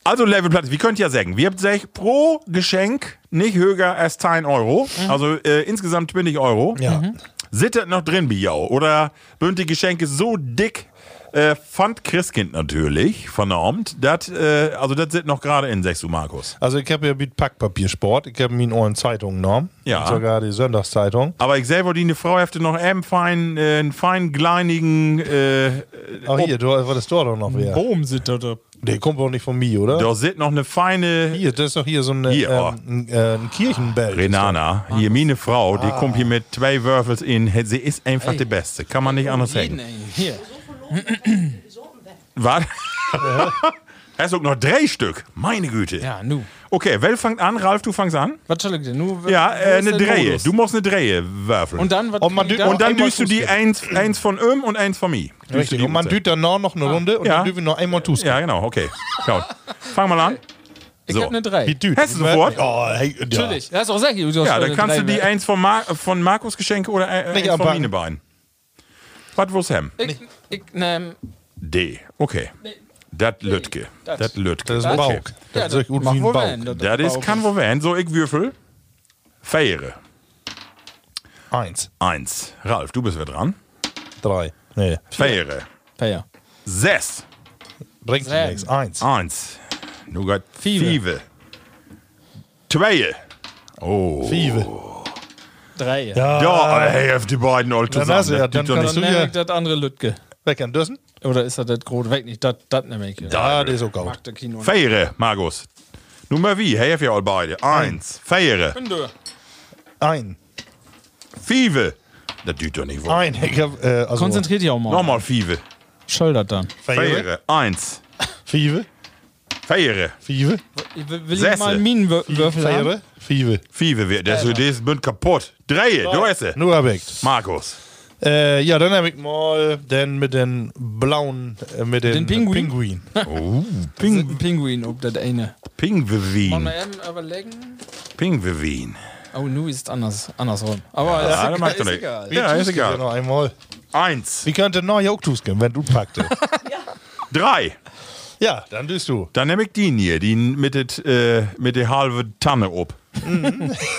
S1: Also Levelplatte, wie könnt ihr sagen, wir habt sech pro Geschenk nicht höher als 10 Euro, also äh, insgesamt 20 Euro.
S2: Mhm. Ja.
S1: Sittert noch drin, Biau? Oder bünd die Geschenke so dick? Äh, fand Christkind natürlich vernormt. Dat, äh, also das sind noch gerade in 6 Uhr, Markus.
S2: Also ich habe ja mit Packpapiersport, ich habe mir in euren Zeitungen genommen.
S1: Ja.
S2: Und Sogar die Sonntagszeitung.
S1: Aber ich selber, die eine Frau hätte noch eben fein, äh, einen fein kleinigen, äh,
S2: Ach hier, du, was ist da doch noch wer?
S3: Boom sitzt da.
S2: Der kommt doch nicht von mir, oder?
S1: da sind noch eine feine
S2: Hier, das ist doch hier so eine,
S1: Hier,
S2: ähm,
S1: oh.
S2: ein, äh, ein Kirchenbell.
S1: Renana, hier meine Frau, die kommt hier mit zwei Würfels in. Sie ist einfach die Beste. Kann man nicht anders
S3: Jeden,
S1: sagen.
S3: ey. Hier.
S1: (laughs) Warte. Es sind noch drei Stück. Meine Güte.
S3: Ja, nu.
S1: Okay, wer fängt an? Ralf, du fangst an?
S3: Was soll ich denn? Nu,
S1: Ja,
S3: wo
S1: äh,
S3: ist
S1: eine
S3: der
S1: Drehe.
S3: Modus?
S1: Du musst eine Drehe würfeln.
S3: Und dann, was
S2: Und man
S3: krieg ich
S2: dü-
S3: da?
S1: Und dann
S2: einmal
S1: düst du die
S2: Fußgänger.
S1: eins, eins von ihm und eins von mir.
S2: Ist Richtig. Und man düht dann noch, noch eine Runde und
S1: Ah. Ja.
S2: dann düht wir noch einmal Tusk.
S1: Ja, genau, okay. Genau. Fang mal an.
S3: Ich
S1: So.
S3: hab eine 3.
S2: Die düht.
S1: Hast du sofort?
S2: Oh, hey, ja.
S3: Natürlich. Das ist auch sehr gut.
S1: Ja, dann kannst du
S3: ne?
S1: die eins von, Mar von Markus Geschenke oder äh,
S2: Nicht
S1: eins von
S2: anpacken.
S1: Mine bein. Was wo's hem?
S3: Ich, ich nehm.
S1: D. Okay. Dat Lütke. Dat Lütke.
S2: Das ist ein Bauch.
S1: Okay.
S2: Das ist gut wie ein Bauch.
S1: Das ist, kann wohl werden. So, ich würfel. Fähre.
S2: Eins,
S1: Eins. Ralf, du bist wieder dran.
S2: drei. Nee.
S1: Fähre.
S3: Payer.
S1: Sechs.
S2: Bringt
S3: Selben.
S2: nichts.
S1: Ah.
S2: Eins.
S1: Eins. Nu geht
S3: Fieve.
S1: Fieve. Tweeën. Oh.
S2: Vive.
S3: 3.
S2: Ja.
S1: Ja, ey, auf die beiden all
S2: Dann
S1: zusammen.
S2: hast du ja,
S1: das
S2: dann
S1: tut doch
S2: kann
S1: nicht.
S2: er-
S3: Dann
S2: du
S3: nehm
S2: ja-
S3: ich das andere Lütke.
S2: Weg an Dössen.
S3: Oder ist das das Grote? Weg nicht. Das das nehm ich. Ja.
S2: Ja, der ist auch gut.
S3: Mag der Kino.
S1: Fähre, Markus. Nun mal wie, helf ihr all beide. Eins. Fähre.
S3: Finde.
S2: Ein.
S1: Fieve. Das tut doch nicht wohl.
S2: Ein. Ich hab, äh, also
S3: Konzentrier dich auch mal.
S1: Nochmal Fieve.
S3: Schildert dann.
S2: Fähre.
S1: Fähre. Eins.
S2: Five.
S1: Fähre.
S2: Five.
S3: Ich Will, will
S1: Sesse.
S3: ich mal einen Minenwürfel haben?
S2: Fähre. Five.
S1: Fieve wird. Das ist bünd kaputt. Dreie, du esse.
S2: Nur hab ich.
S1: Markus.
S2: Äh, ja, dann hab ich mal den mit den blauen, äh, mit den,
S3: Den Pinguin?
S2: Pinguin.
S1: Oh,
S3: Ping Pinguin, ob das eine.
S1: Pingwewien.
S3: eben überlegen.
S1: Pingwewien.
S3: Oh, nu ist anders, Oh, andersrum. Aber
S1: Ja, das
S3: ist,
S1: macht doch
S3: ist
S1: nicht.
S3: egal.
S1: Ja, ist
S2: Ja,
S3: genau?
S1: egal.
S2: noch einmal.
S1: Eins.
S2: Wie könnte noch auch tusken, wenn du packte?
S1: Drei.
S2: ja, dann tust du.
S1: Dann nehm ich die hier, die mit, det, äh, mit der halben Tanne ob.
S3: Mhm.
S1: (laughs)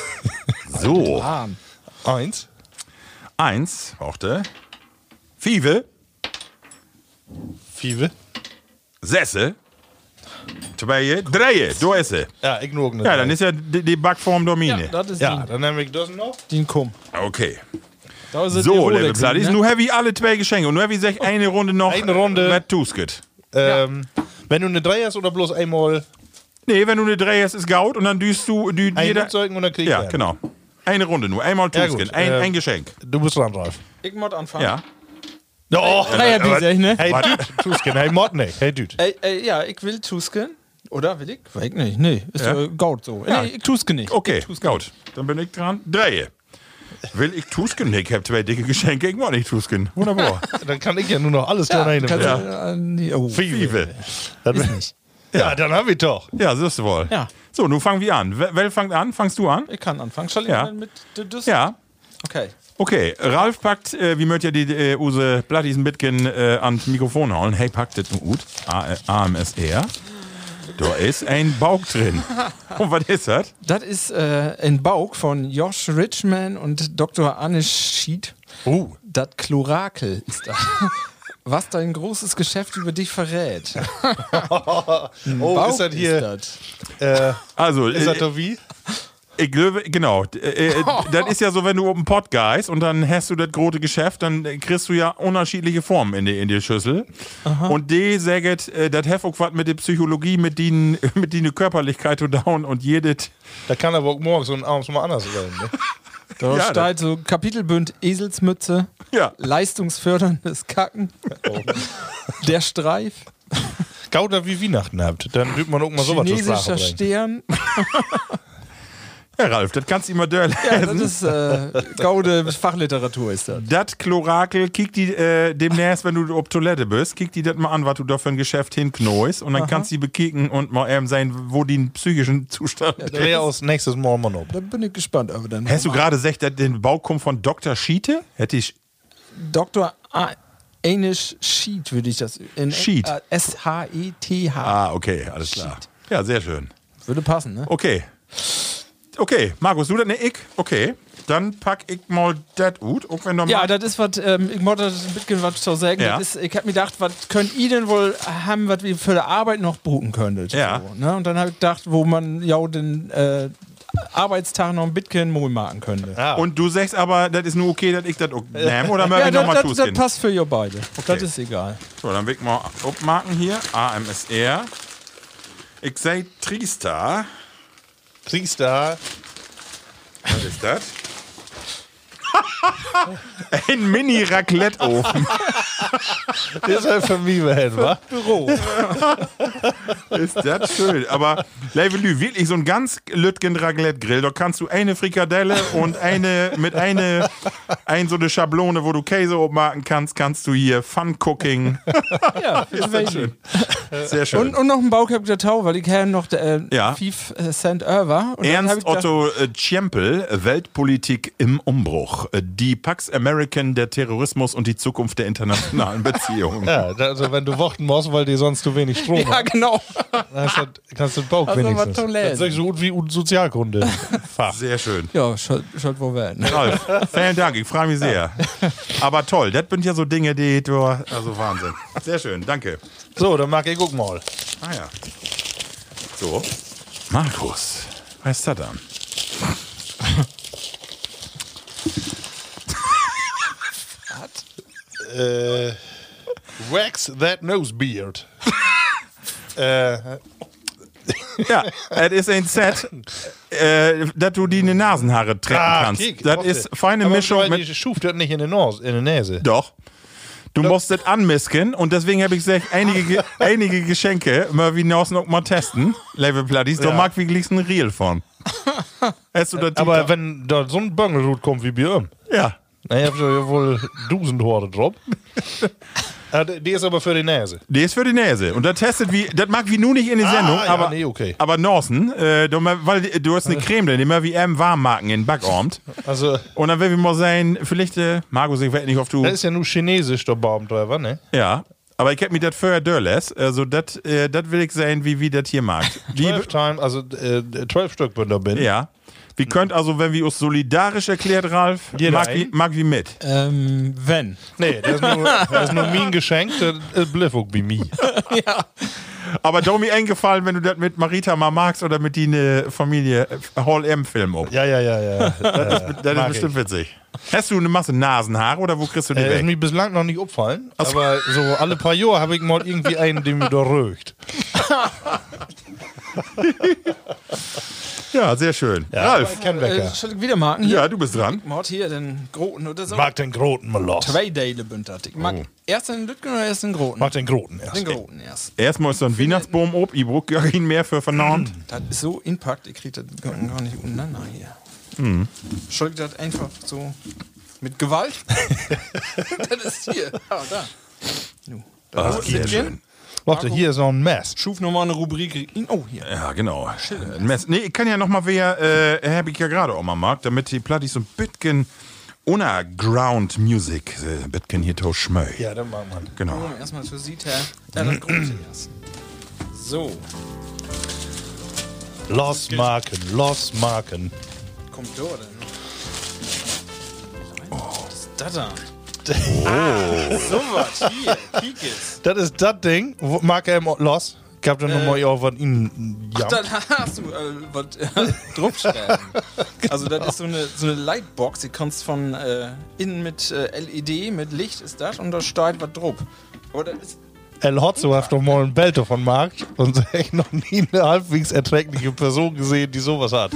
S1: so.
S3: Arm.
S2: Eins.
S1: Eins, brauchte. Fieve.
S2: Five.
S1: Sesse. Tweeën, dreien, du esse.
S2: Ja, ich nur eine
S1: Ja,
S2: drei.
S1: dann ist ja die, die Backform Domine.
S3: Das ist
S2: Ja,
S3: ja.
S2: dann nehme ich das noch.
S3: den Kumm.
S1: okay.
S3: Da sind die
S1: So,
S3: Rolex,
S1: liebe Plattis,
S3: ne? Oh,
S1: nun habe ich alle zwei Geschenke und nun habe ich sech eine Runde noch.
S2: Eine Runde.
S1: Mit Tusket.
S2: Ähm, Wenn du eine drei hast oder bloß einmal
S1: Nee, wenn du eine drei hast, ist Gaut und dann düst du. Dü,
S2: ein
S1: jeder,
S2: Flugzeug und dann kriegst
S1: ja, genau. Eine Runde nur, einmal
S2: Ja,
S1: Tusket,
S2: gut,
S1: ein,
S2: äh,
S1: ein Geschenk.
S2: Du bist dran, Ralf.
S3: Ich mod anfangen.
S1: Ja.
S2: Oh,
S3: Dreierbier, sag ich, ne?
S2: Hey, Dude, Tusken, hey, Modney, hey, Dude.
S3: Ey, ey, ja, ich will Tusken. Oder will ich? Weiß ich nicht. Nee, ist
S1: Ja?
S3: ja. gaut so.
S1: Ja.
S3: Nee, ich Tusken nicht.
S1: Okay, gut. Dann bin ich dran. Drei. Will ich Tusken? Nee, ich habe zwei dicke Geschenke. Ich mag nicht Tusken.
S2: (laughs)
S1: Wunderbar.
S2: Dann kann ich ja nur noch alles ne? da rein.
S3: Kannst
S2: Ja,
S3: du, äh, nee, oh.
S1: Vive.
S2: dann, ja, dann haben wir doch.
S1: (laughs) Ja, siehst du wohl.
S3: Ja.
S1: So, nun fangen wir an. Wer, wer fängt an? Fangst du an?
S3: Ich kann anfangen. Soll ich
S1: Ja.
S3: mal mit der Düssel?
S1: Ja.
S3: Okay.
S1: Okay, Ralf packt, äh, wie möcht ihr die, äh, use Plattis ein bisschen äh, ans Mikrofon hauen? Hey, packt das gut. A- äh, AMSR. Da ist ein Bauch
S2: (laughs)
S1: drin. Und was ist das?
S3: Das ist äh, ein Bauch von Josh Richman und Dr. Anne Schied.
S2: Uh.
S1: Oh.
S3: Das Chlorakel ist das. (laughs) Was dein großes Geschäft über dich verrät.
S2: Oh,
S3: Bauch
S2: ist das hier,
S3: das.
S2: äh,
S1: Also,
S2: ist das
S1: äh,
S2: doch wie?
S1: ich glaube, genau. Äh,
S2: (laughs)
S1: äh, das ist ja so, wenn du auf dem Pott gehst und dann hast du das große Geschäft, dann äh, kriegst du ja unterschiedliche Formen in die, in die Schüssel. Und die sagen, äh, das hat auch was mit der Psychologie, mit denen (laughs) mit denen Körperlichkeit zu down und jedes.
S2: Da kann aber auch morgens und abends mal anders sein. Ne?
S3: Da
S1: Ja,
S3: steht so Kapitelbünd Eselsmütze,
S1: Ja.
S3: leistungsförderndes Kacken, der Streif,
S2: Gauder wie Weihnachten habt, dann wird man auch mal sowas zur Sprache
S3: chinesischer
S2: bringen.
S3: Stern.
S1: Ja, Ralf, das kannst du immer dörren.
S3: Ja, das ist äh, gaude Fachliteratur ist das.
S1: (laughs) Das Klorakel, kick die äh, demnächst, wenn du auf Toilette bist, kick die das mal an, was du da für ein Geschäft hinknoist. Und dann kannst du die bekicken und mal eben sein, wo die im psychischen Zustand ist.
S2: Klär aus nächstes Mal mal noch.
S3: Da bin ich gespannt. Aber dann
S1: Hast du gerade gesagt, dass den Bau kommt von Dr. Schiete? Hätte ich.
S3: Dr. A- Anish Sheet würde ich das in
S1: Sheet.
S3: äh, S-H-E-T-H.
S1: Ah, okay, alles klar. Ja, sehr schön.
S3: Würde passen, ne?
S1: Okay. Okay, Markus, du dann? Ne, ich? Okay. Dann pack ich mal das ut, auch wenn du
S3: Ja,
S1: mal-
S3: das ist was, ähm, ich wollte das ein bisschen was zu sagen.
S1: Ja.
S3: Das Ist, ich hab mir gedacht, was könnt ihr denn wohl haben, was wir für die Arbeit noch buchen könntet?
S1: Ja.
S3: So, ne? Und dann habe ich gedacht, wo man ja den äh, Arbeitstag noch ein bisschen Mohl machen könnte.
S2: Ah,
S1: Und du sagst aber, das ist nur okay, dass ich das auch nehme, oder mögen
S3: Äh, (laughs) Ja,
S1: wir nochmal
S3: das, das
S1: Tuskin?
S3: passt für ihr beide. Das
S1: (laughs)
S3: ist egal.
S1: So, dann will ich mal abmarken hier. AMSR. Ich sag Triester.
S2: Triester.
S1: Was ist das? (laughs) Ein Mini-Raclette-Ofen.
S2: Das ist halt von mir hin, wa?
S1: Ist das schön. Aber, Leivelü, wirklich so ein ganz Lütgen Raclette-Grill. Da kannst du eine Frikadelle und eine mit eine, ein so eine Schablone, wo du Käse obmarken kannst, kannst du hier Fun Cooking.
S3: Ja,
S1: Ist das schön. Sehr schön.
S3: und, und noch ein Baucap der Tau, weil ich habe noch äh,
S1: Ja.
S3: 5 Cent Over. Und dann hab ich
S1: Ernst
S3: gedacht-
S1: Otto äh, Tschiempel, Weltpolitik im Umbruch. Äh, Die Pax American, der Terrorismus und die Zukunft der
S3: (laughs)
S1: internationalen Beziehungen.
S2: Ja, da- also wenn du worten musst, weil dir sonst zu wenig Strom
S3: (laughs) Ja,
S2: hast,
S3: genau.
S2: dann hast du- kannst du den Bauch
S3: Hast du
S2: wenigstens.
S3: was zum Lernen.
S2: Das ist so gut wie ein
S3: (laughs)
S2: Sozialkunde. Fach.
S1: Sehr schön.
S3: Ja, schaut schaut wohl werden.
S1: Ralf, vielen Dank, ich freue mich sehr. Aber toll, das sind ja so Dinge, die du. Also Wahnsinn. Sehr schön, danke.
S2: So, dann mag ich guck mal.
S1: Ah ja. So. Markus, was ist das dann?
S2: Äh, wax that
S3: (laughs)
S2: nosebeard. äh,
S1: Ja, es ist ein Set, äh, dass du die Nasenhaare treffen kannst.
S2: ah, kick,
S1: das
S2: warte.
S1: ist feine
S2: Aber
S1: Mischung
S2: weil
S1: mit
S2: Ich schuf das nicht in der Nase. In der Nase.
S1: Doch. Du musst das anmisken und deswegen habe ich gesagt, einige,
S2: (laughs)
S1: Ge- einige Geschenke mal wie Nausen noch mal testen. Level Platties, da
S2: Ja.
S1: mag wie ein Reel von. Hast du das?
S2: Aber wenn da so ein Böngelhut kommt wie Björn,
S1: ja.
S2: dann habt ihr ja wohl tausend Horde
S3: (laughs)
S2: drauf. Ah, die die ist aber für die Nase.
S1: Die ist für die Nase. Und das testet wie, das mag wie nur nicht in die Sendung,
S2: Ah, ja,
S1: aber,
S2: nee, okay. Äh.
S1: aber Norsen, äh, du, mal- weil die- du hast eine Creme drin, die mal wie M warm marken in den Backormt.
S2: Also,
S1: Und dann will ich mal sein, vielleicht, äh, Markus, ich weiß nicht, ob du.
S2: das ist ja nur chinesisch, der Baumtreiber, ne?
S1: Ja. Aber ich hab mir das vorher dörles, also das äh, das will ich sein, wie, wie das hier mag.
S2: (laughs)
S1: Die,
S2: 12 Time, also äh, 12 Stück bin da bin.
S1: Ja. Wir könnt also, wenn wir uns solidarisch erklärt, Ralf,
S2: Jeder
S1: mag
S2: ein?
S1: wie, mag wie mit.
S3: Ähm, wenn.
S2: Nee, das ist (laughs) nur, das ist nur mein Geschenk, das ist Bliff auch bei mir.
S1: Aber Domi eingefallen, wenn du das mit Marita mal magst oder mit die ne Familie äh, Hall M Film ob.
S2: Ja, ja, ja, ja.
S1: das ist, das ist
S2: mag
S1: bestimmt witzig. Hast du eine Masse Nasenhaare oder wo kriegst du die
S2: Äh, ist
S1: weg?
S2: mir bislang noch nicht aufgefallen, aber so alle paar Jahre habe ich mal irgendwie einen, den mir da rögt.
S1: Ja, sehr schön. Ralf,
S2: Kein
S3: Äh,
S2: Wecker.
S3: soll ich wieder marken? Hier?
S1: ja, du bist dran.
S3: Mord hier, den Groten oder so.
S2: Mag den Groten mal los.
S3: Zwei Dale bünd das. Ich mag erst den Lütgen oder erst den Groten?
S2: Mag den Groten erst.
S3: den Groten erst.
S1: Erstmal ist so ein Weihnachtsbaum ob, ich brauch gar ihn mehr für vernaumt.
S3: Das ist so impackt, ich krieg das gar gar nicht untereinander hier. Soll ich das einfach so mit Gewalt? (laughs) das ist hier. Ah, da. Nu. Das ist sehr schön.
S2: Warte, hier ist noch ein Mess.
S3: Schuf nochmal eine Rubrik. Oh, hier.
S1: Ja, genau. Äh, Mess. Nee, ich kann ja noch mal wer, äh, hab ich ja gerade auch mal mag, damit die Plattis so ein bisschen Underground Music, äh, ein bisschen hier to schmöi.
S2: Ja, dann mag man.
S1: Genau.
S3: Komm, erstmal zur Sita. Ja, das große erst. So,
S2: Los Marken, Los Marken.
S3: kommt da denn?
S2: Oh.
S3: Was ist das da? Ah, so was. Hier, kiek es.
S2: Das ist das Ding, wo mag er im Los. Ich hab dann
S3: Äh.
S2: nochmal auch von Ihnen. Ja.
S3: Dann hast du äh, was äh, draufschreiben. Also das ist so eine, so eine Lightbox, die kannst von äh, innen mit äh, LED, mit Licht ist das und da steht was drauf. Oder ist
S2: El Hotzo hat doch mal ein Belt davon mag und (laughs) ich noch nie eine halbwegs erträgliche Person gesehen, die sowas hat.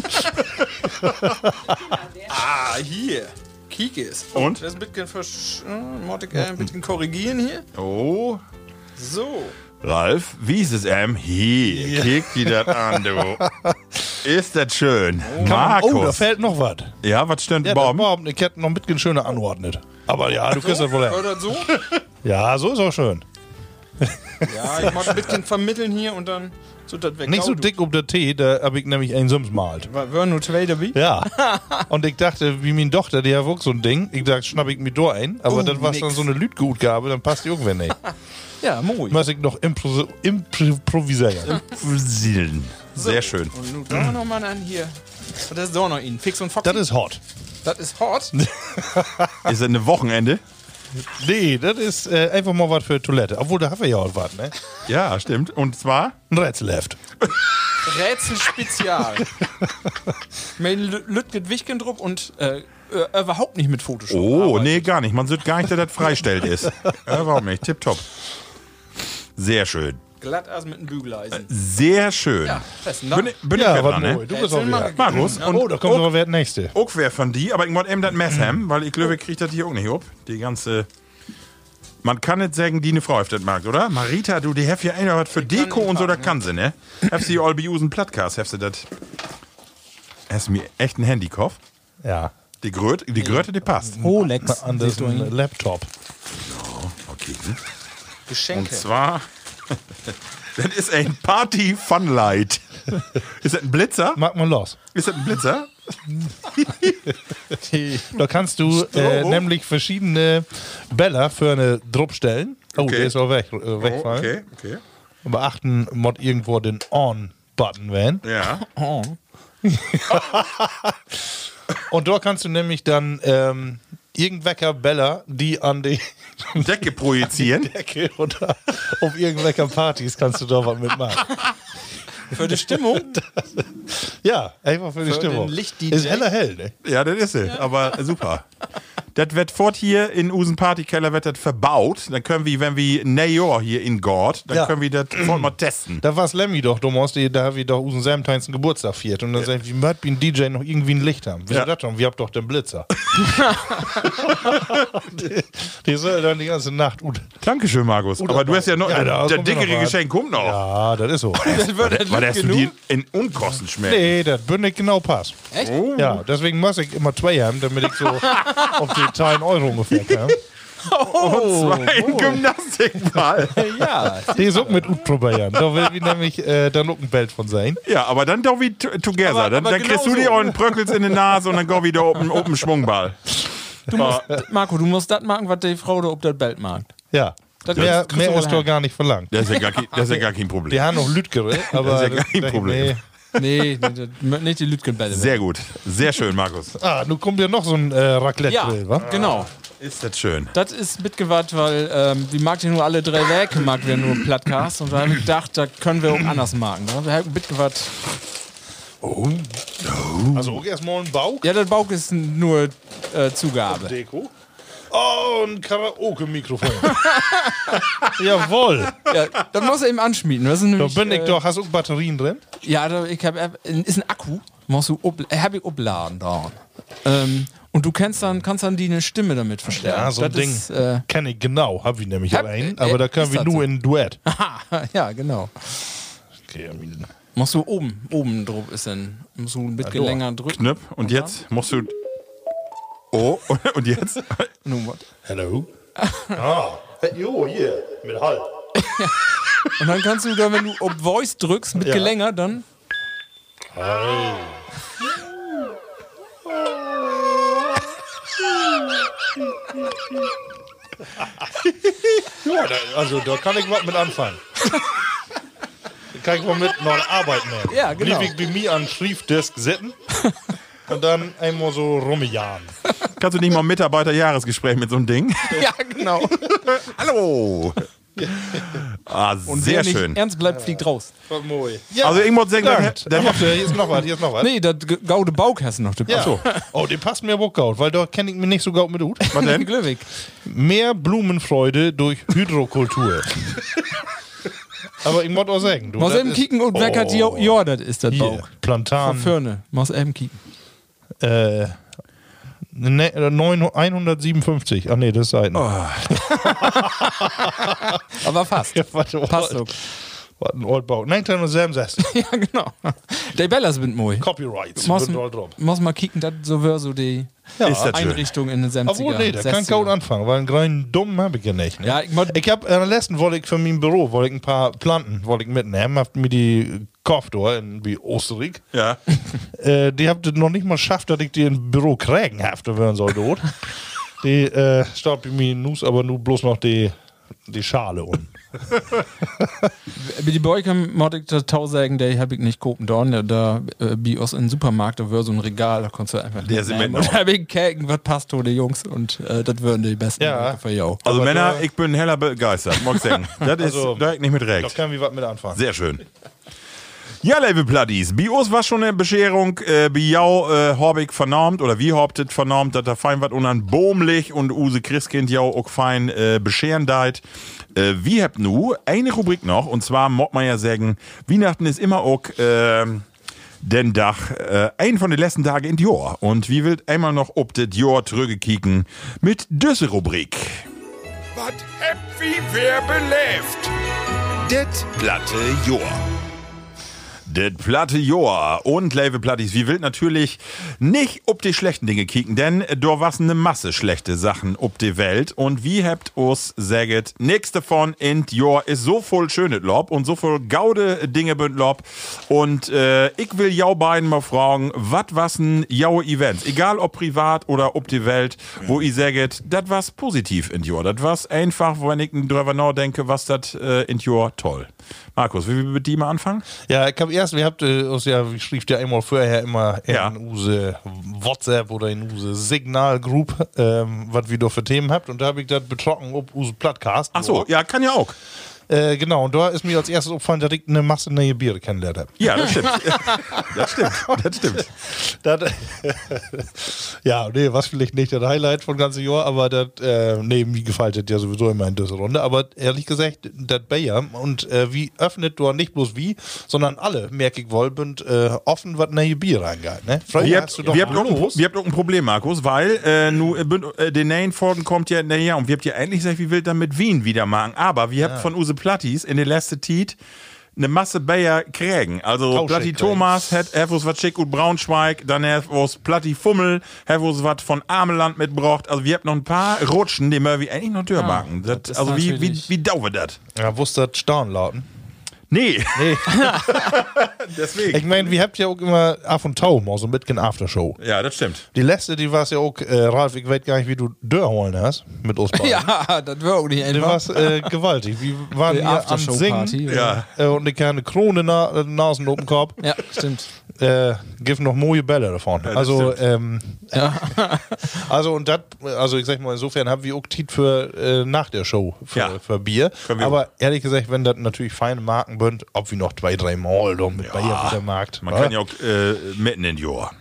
S3: Ah, hier. Kiek es.
S1: Und?
S3: Das ist ein bisschen, versch äh, Mortik, äh, ein bisschen korrigieren hier.
S1: Oh,
S3: So.
S1: Ralf, wie ist es, ähm? Hier, kick die das an,
S2: (laughs)
S1: du. Ist das schön. Markus.
S2: Oh, da fällt noch was.
S1: ja, was stimmt,
S2: Ja,
S1: Baum?
S2: Baum. Ich hätte noch ein bisschen schöner anordnet. Aber ja, du kriegst das wohl her.
S3: Oder so?
S2: Ja, so ist auch schön.
S3: Ja, ich mag ein bisschen vermitteln hier und dann so das weg.
S2: Nicht so
S3: Gaudu.
S2: dick ob der Tee, da hab ich nämlich einen Sims malt.
S3: War, waren nur zwei dabei? (laughs)
S2: Ja. Und ich dachte, wie meine Tochter, die hat auch so ein Ding. Ich dachte, schnapp ich mir da ein. Aber
S3: Oh,
S2: dann war
S3: nix.
S2: dann so eine Lütgutgabe, dann passt die irgendwann
S3: (laughs)
S2: nicht.
S3: Ja, moi.
S2: Muss ich noch impro impro- improvisieren.
S1: Sehr schön.
S3: Und nun da nochmal an hier. Das ist doch noch ihn. Fix und Foxy.
S2: Das ist hot.
S3: das
S1: (laughs)
S3: ist hot.
S1: Ist das eine Wochenende?
S2: Nee, das ist äh, einfach mal was für Toilette. Obwohl, da haben wir ja auch was, ne?
S1: Ja, stimmt. Und zwar?
S2: Ein Rätselheft.
S3: Rätselspezial. Mein Lü- Lütget Wichkendrup und äh, äh, überhaupt nicht mit Photoshop.
S1: Oh,
S3: arbeiten.
S1: nee, gar nicht. Man sieht gar nicht, dass das freistellt ist. (laughs) Ja, warum nicht? Tipptopp. Sehr schön.
S3: Glatt als mit einem Bügeleisen.
S1: Äh, Sehr schön.
S3: Ja, besten Dank.
S1: bin ich- bin ich wieder
S2: was
S1: dran, ne?
S2: neu. Du bist auch
S3: Rätsel
S2: wieder.
S3: machen.
S1: Markus, und
S2: Oh, da kommt noch wer nächste.
S1: auch wer von die, aber ich wollte eben das Mess haben, weil ich glaube, ich kriege das hier auch nicht ob. Die ganze. Man kann nicht sagen, die eine Frau auf das Markt, oder? Marita, du, die heft ja einer was für Deko und so, da kann sie, ne? Heft sie all be usen Plattcast, heft sie das. Hast du mir echt einen Handykopf?
S2: Ja.
S1: Die Gröte, die Gröte, die passt.
S3: Rolex.
S2: An das Laptop.
S1: Okay. Und
S3: Geschenke.
S1: zwar. (laughs) das ist ein Party Funlight. Ist das ein Blitzer?
S2: Mag man los.
S1: Ist das ein Blitzer?
S3: (laughs)
S2: Da kannst du äh,
S1: Strobo?
S2: nämlich verschiedene Bälle für eine Drupp stellen. Oh,
S1: Okay.
S2: der ist auch weg, äh,
S1: Oh,
S2: wegfallen.
S1: okay, okay.
S2: Aber achten mod irgendwo den On-Button wählen.
S1: Ja.
S2: Und dort kannst du nämlich dann ähm, irgendwelcher Bälle, die an die
S1: Decke projizieren.
S2: (laughs) Decke oder auf irgendwelcher Partys kannst du da was mitmachen.
S3: Für die Stimmung.
S2: (laughs) Ja, einfach für die
S3: Für
S2: Stimmung.
S3: den Licht-DJ?
S2: ist heller hell, ne?
S1: Ja, das ist es. Aber super. Das wird fort hier in unseren Partykeller wird das verbaut. Dann können wir, wenn wir Najor hier in Gord, dann
S2: Ja.
S1: können wir das fort mal testen.
S2: Da war's Lemmy doch, du musst, da haben wir doch unseren Samteinsten Geburtstag feiert. Und dann ja. sagt, wie mögt wie ein DJ noch irgendwie ein Licht haben? Wieso
S1: Ja.
S2: das schon? Wir habt doch
S1: (laughs)
S2: den Blitzer. (laughs) die, die soll dann die ganze Nacht. Ut,
S1: Dankeschön, Markus. Aber du hast ja noch,
S2: Ja, da
S1: das, das
S2: kommt noch
S1: dickere
S2: was.
S1: Geschenk kommt noch.
S2: ja, das ist so.
S3: Das wird das
S1: Weil
S3: Lütget
S1: das du
S3: genug.
S1: die in Unkosten schmeckt.
S2: nee, das würde nicht genau passen.
S3: Echt?
S1: Oh.
S2: Ja, deswegen muss ich immer zwei haben, damit
S1: (laughs)
S2: ich so auf die 10 Euro ungefähr kann.
S1: Oh, ein Gymnastikball.
S3: Ja.
S2: Die ist auch mit Utprobieren. Da will ich nämlich äh, dann auch ein Bild von sein.
S1: ja, aber dann doch wie t- together.
S3: Aber-
S1: dann
S3: aber
S1: dann kriegst du
S3: genau
S1: dir
S3: so.
S1: auch einen Bröckels in die Nase und dann go wieder oben oben Schwungball. Ah,
S3: Du musst, Marco, du musst das machen, was die Frau da ob das Belt mag.
S2: Ja.
S3: Das
S2: mehr
S3: kriegst du
S2: mehr
S3: wohl
S2: ist doch
S3: hin.
S2: gar nicht verlangt.
S1: Das ist ja gar kein, das ist ja gar kein Problem.
S2: Die haben noch Lütgere, aber.
S1: (laughs) Das ist ja kein Problem.
S3: Nee, nee, das- nicht die Lütgenbälle.
S1: Sehr gut. Sehr schön, Markus.
S2: Ah, nun kommt ja noch so ein äh,
S3: ja,
S2: Raclette-Grill, wa?
S3: genau.
S1: Ist das schön.
S3: Das ist mitgewatt, weil ähm, die mag ja nur alle drei Werke, mag ne? wir nur Plattcast. Und da habe ich gedacht, da können wir auch anders machen. Da habe ich mitgewatt.
S2: Also auch erstmal ein Bauch.
S3: Ja, das Bauch ist nur äh, Zugabe.
S2: Deko. Oh, ein
S3: (laughs)
S2: Karaoke-Mikrofon. Jawohl.
S3: ja, das muss er eben anschmieden. Das ist
S2: Da
S3: nämlich,
S2: bin ich
S3: äh,
S2: doch. Hast du auch Batterien drin?
S3: Ja, da, ich hab, äh, ist ein Akku, musst du ob, äh, hab ich obladen da. Ähm, und du kannst dann, kannst dann die eine Stimme damit verstärken.
S2: Ja, Ah, so ein
S3: Das
S2: Ding.
S3: Ist, äh, (laughs)
S2: Kenn ich genau. Hab ich nämlich
S3: Hab-
S2: allein.
S3: äh,
S2: Aber da können
S3: ist
S2: wir
S3: das
S2: nur
S3: so?
S2: in Duett.
S3: aha, ja, genau.
S2: Okay, Armin.
S3: Musst du oben, oben drauf ist dann. Musst du ein bisschen
S2: Ja,
S3: länger drücken.
S1: Knöpf. Ne? Und jetzt musst du. Oh, (laughs) und jetzt.
S3: Nun, was? (laughs)
S2: Hello. ah. Jo, hier. Mit Hall.
S3: Und dann kannst du, dann, wenn du ob Voice drückst, ein bisschen
S2: Ja.
S3: länger, dann.
S2: Ja, da, also da kann ich was mit
S3: (laughs)
S2: anfangen. da kann ich mal mit noch arbeiten. ey.
S3: Ja, genau.
S2: Lief ich bei mir an Schriftdesk
S3: (laughs)
S2: sitten und dann einmal so rumjagen.
S1: Kannst du nicht mal ein Mitarbeiterjahresgespräch mit so einem Ding?
S3: (laughs) Ja, genau.
S1: Hallo! (laughs) Ah,
S3: Wer
S1: sehr
S3: nicht
S1: schön.
S3: Ernst bleibt, fliegt raus.
S2: Ja,
S1: Also ich muss sagen,
S2: dankt.
S1: da- da-
S2: Ach, hier ist noch was, hier ist noch was.
S3: Nee, das G- gaude Bauch hast du noch.
S2: Ja.
S3: Achso.
S2: Oh, den passt mir aber gut, weil da kenne ich mich nicht so gut mit gut.
S1: Was denn?
S3: Glückwig.
S2: Mehr Blumenfreude durch
S3: (laughs)
S2: Hydrokultur. aber ich muss auch sagen, du.
S3: Muss
S2: das
S3: eben
S2: ist- Oh.
S3: kicken und meckert, ja, ja, das ist das
S2: Hier, Ähm.
S3: Bauch.
S2: Plantan.
S3: Verförne. Muss eben kicken.
S2: Äh, ne, äh, neun- 157. Ach nee, das ist (laughs)
S3: Oh.
S2: Seiten.
S3: Aber
S2: (laughs)
S3: fast.
S2: Ja, warte, oh,
S3: Passt doch.
S2: Was ein Oldbau.
S3: (laughs)
S2: 1967.
S3: Ja, genau. Der Bellas sind moi.
S2: Copyrights.
S3: Muss,
S2: Wird all drauf.
S3: muss mal kicken, das so wär so die
S1: ist das schön.
S3: Einrichtung in den 70er.
S2: Obwohl, nee, da kann ich
S3: 60er.
S2: kaum anfangen, weil einen kleinen Dummen habe ich ja nicht. Ne?
S3: Ja, ich mod-
S2: ich habe, äh, letzten wollte ich für mein Büro, wollte ich ein paar Planten, wollte ich mitnehmen, hab mir die gekauft, oder, in wie Österreich.
S1: Ja.
S2: Äh, die habt ihr noch nicht mal geschafft, dass ich die im Büro krägen hafte, werden soll, (laughs) tot. die, äh, staut bei mir nus, aber nur bloß noch die, die Schale um.
S3: Wie die Beuchem mod ich da tau sagen, der hab ich nicht Kopenhagen, da, da äh, bi aus in den Supermarkt, da wär so ein Regal, da konntest du einfach
S1: Der sind
S3: mitnehmen.
S1: mit
S3: Und da hab ich keken, was passt, to, die Jungs, und äh, das wären die besten
S2: Ja.
S3: Leute für jou.
S1: Also
S2: Aber
S1: Männer,
S2: da-
S1: ich bin heller begeistert, muss ich sagen. Das ist
S2: Also,
S1: da ich nicht mit
S2: Da
S1: recht.
S2: kann wir was mit anfangen.
S1: Sehr schön. Ja, liebe Platties, bei uns war schon eine Bescherung, äh, bei jou äh, hab ich vernormt, oder wie habt it vernormt, dass da fein was unan boomlich und use Christkind jau auch fein äh, bescheren deit. Äh, wie habt nu eine Rubrik noch, und zwar mag man ja sagen, Weihnachten ist immer auch ähm, den Dach, äh, ein von den letzten Tagen in Dior. Und wie wilt einmal noch ob de Dior kicken mit düsse Rubrik.
S4: Wat happy wer belebt.
S1: Det platte Joa. Det platte Joa. Und Label Plattis, wie wild natürlich nicht ob die schlechten Dinge kicken, denn da was eine Masse schlechte Sachen ob die Welt. Und wie habt us säget, nix davon in Joa ist so voll schönes Lob und so voll gaude Dinge bünd Lob. Und äh, ich will jou beiden mal fragen, wat was ein jaue Events? Egal ob privat oder ob die Welt, wo ihr säget, dat was positiv in Joa. Dat was einfach, wenn ich drüber nachdenke, was dat äh, in Joa toll. Markus, wie wir mit dir mal anfangen?
S2: Ja, ich habe erst, wir habt äh, uns ja, ich schrieb ja einmal vorher immer in
S1: Ja.
S2: use WhatsApp oder in use Signal Group, ähm, was wir da für Themen habt. Und da habe ich das betrocken, ob use Podcast.
S1: Ach so, ja, kann ja auch.
S2: Äh, genau, und da ist mir als erstes aufgefallen, dass ich eine Masse neue Biere kennengelernt habe.
S1: Ja, das stimmt. das stimmt, das stimmt.
S2: Das, (laughs) ja, nee, was vielleicht nicht das Highlight von ganzen Jahr, aber das, äh, nee, mir gefällt das ja sowieso immer in dieser Runde. Aber ehrlich gesagt, das Bayer und äh, wie öffnet du nicht bloß wie, sondern alle, merke ich wohl, sind äh, offen, was neue Bier reingeht. Ne? Früher
S1: Wir
S2: hast
S1: habt, wir, habt auch ein, Pro- wir habt auch ein Problem, Markus, weil äh, nu, äh, bünd- äh, den neuen Forden kommt ja, naja, und wir habt ja eigentlich gesagt, wie wild dann mit Wien wieder machen. Aber wir habt von Use Plattis in der letzten Tiet eine Masse Bayer kriegen. Also
S2: Tausche
S1: Platti
S2: kriegen.
S1: Thomas, hat etwas was schick und Braunschweig, dann etwas Platti Fummel, etwas was von Ameland mitbracht. Also wir habt noch ein paar Rutschen, die wir wie eigentlich noch dürrbacken.
S3: ist
S1: also wie, wie,
S3: natürlich-
S1: wie dauert das?
S2: ja, wusste das Staunen lauten.
S1: Nee.
S2: Nee.
S1: (laughs) Deswegen.
S2: Ich meine, wir habt ja auch immer Af und Tau mal so mitgen Aftershow.
S1: Ja, das stimmt.
S2: Die letzte, die war es ja auch, äh, Ralf, ich weiß gar nicht, wie du Dörr holen hast mit uns beiden.
S3: (laughs) Ja, das wär auch nicht
S2: Die
S3: einfach.
S2: war äh, gewaltig. Wir waren
S3: Die
S2: hier am Singen. Eh,
S3: Aftershow-Party.
S1: Ja.
S2: Äh, und eine kleine Krone na Nasen oben Korb.
S3: Ja, stimmt.
S2: äh, gibt noch mooie Bälle davon.
S1: das
S2: also,
S1: stimmt.
S2: ähm, (laughs) also und das, also ich sag mal, insofern haben wir auch Tiet für äh, nach der Show für,
S1: Ja.
S2: für Bier.
S1: Können wir
S2: Aber ehrlich gesagt, wenn das natürlich feine Marken sind, ob wir noch zwei, drei Mal doch mit Bier auf dem Markt.
S1: Man
S2: wa?
S1: kann ja auch äh, mitten in Jahr.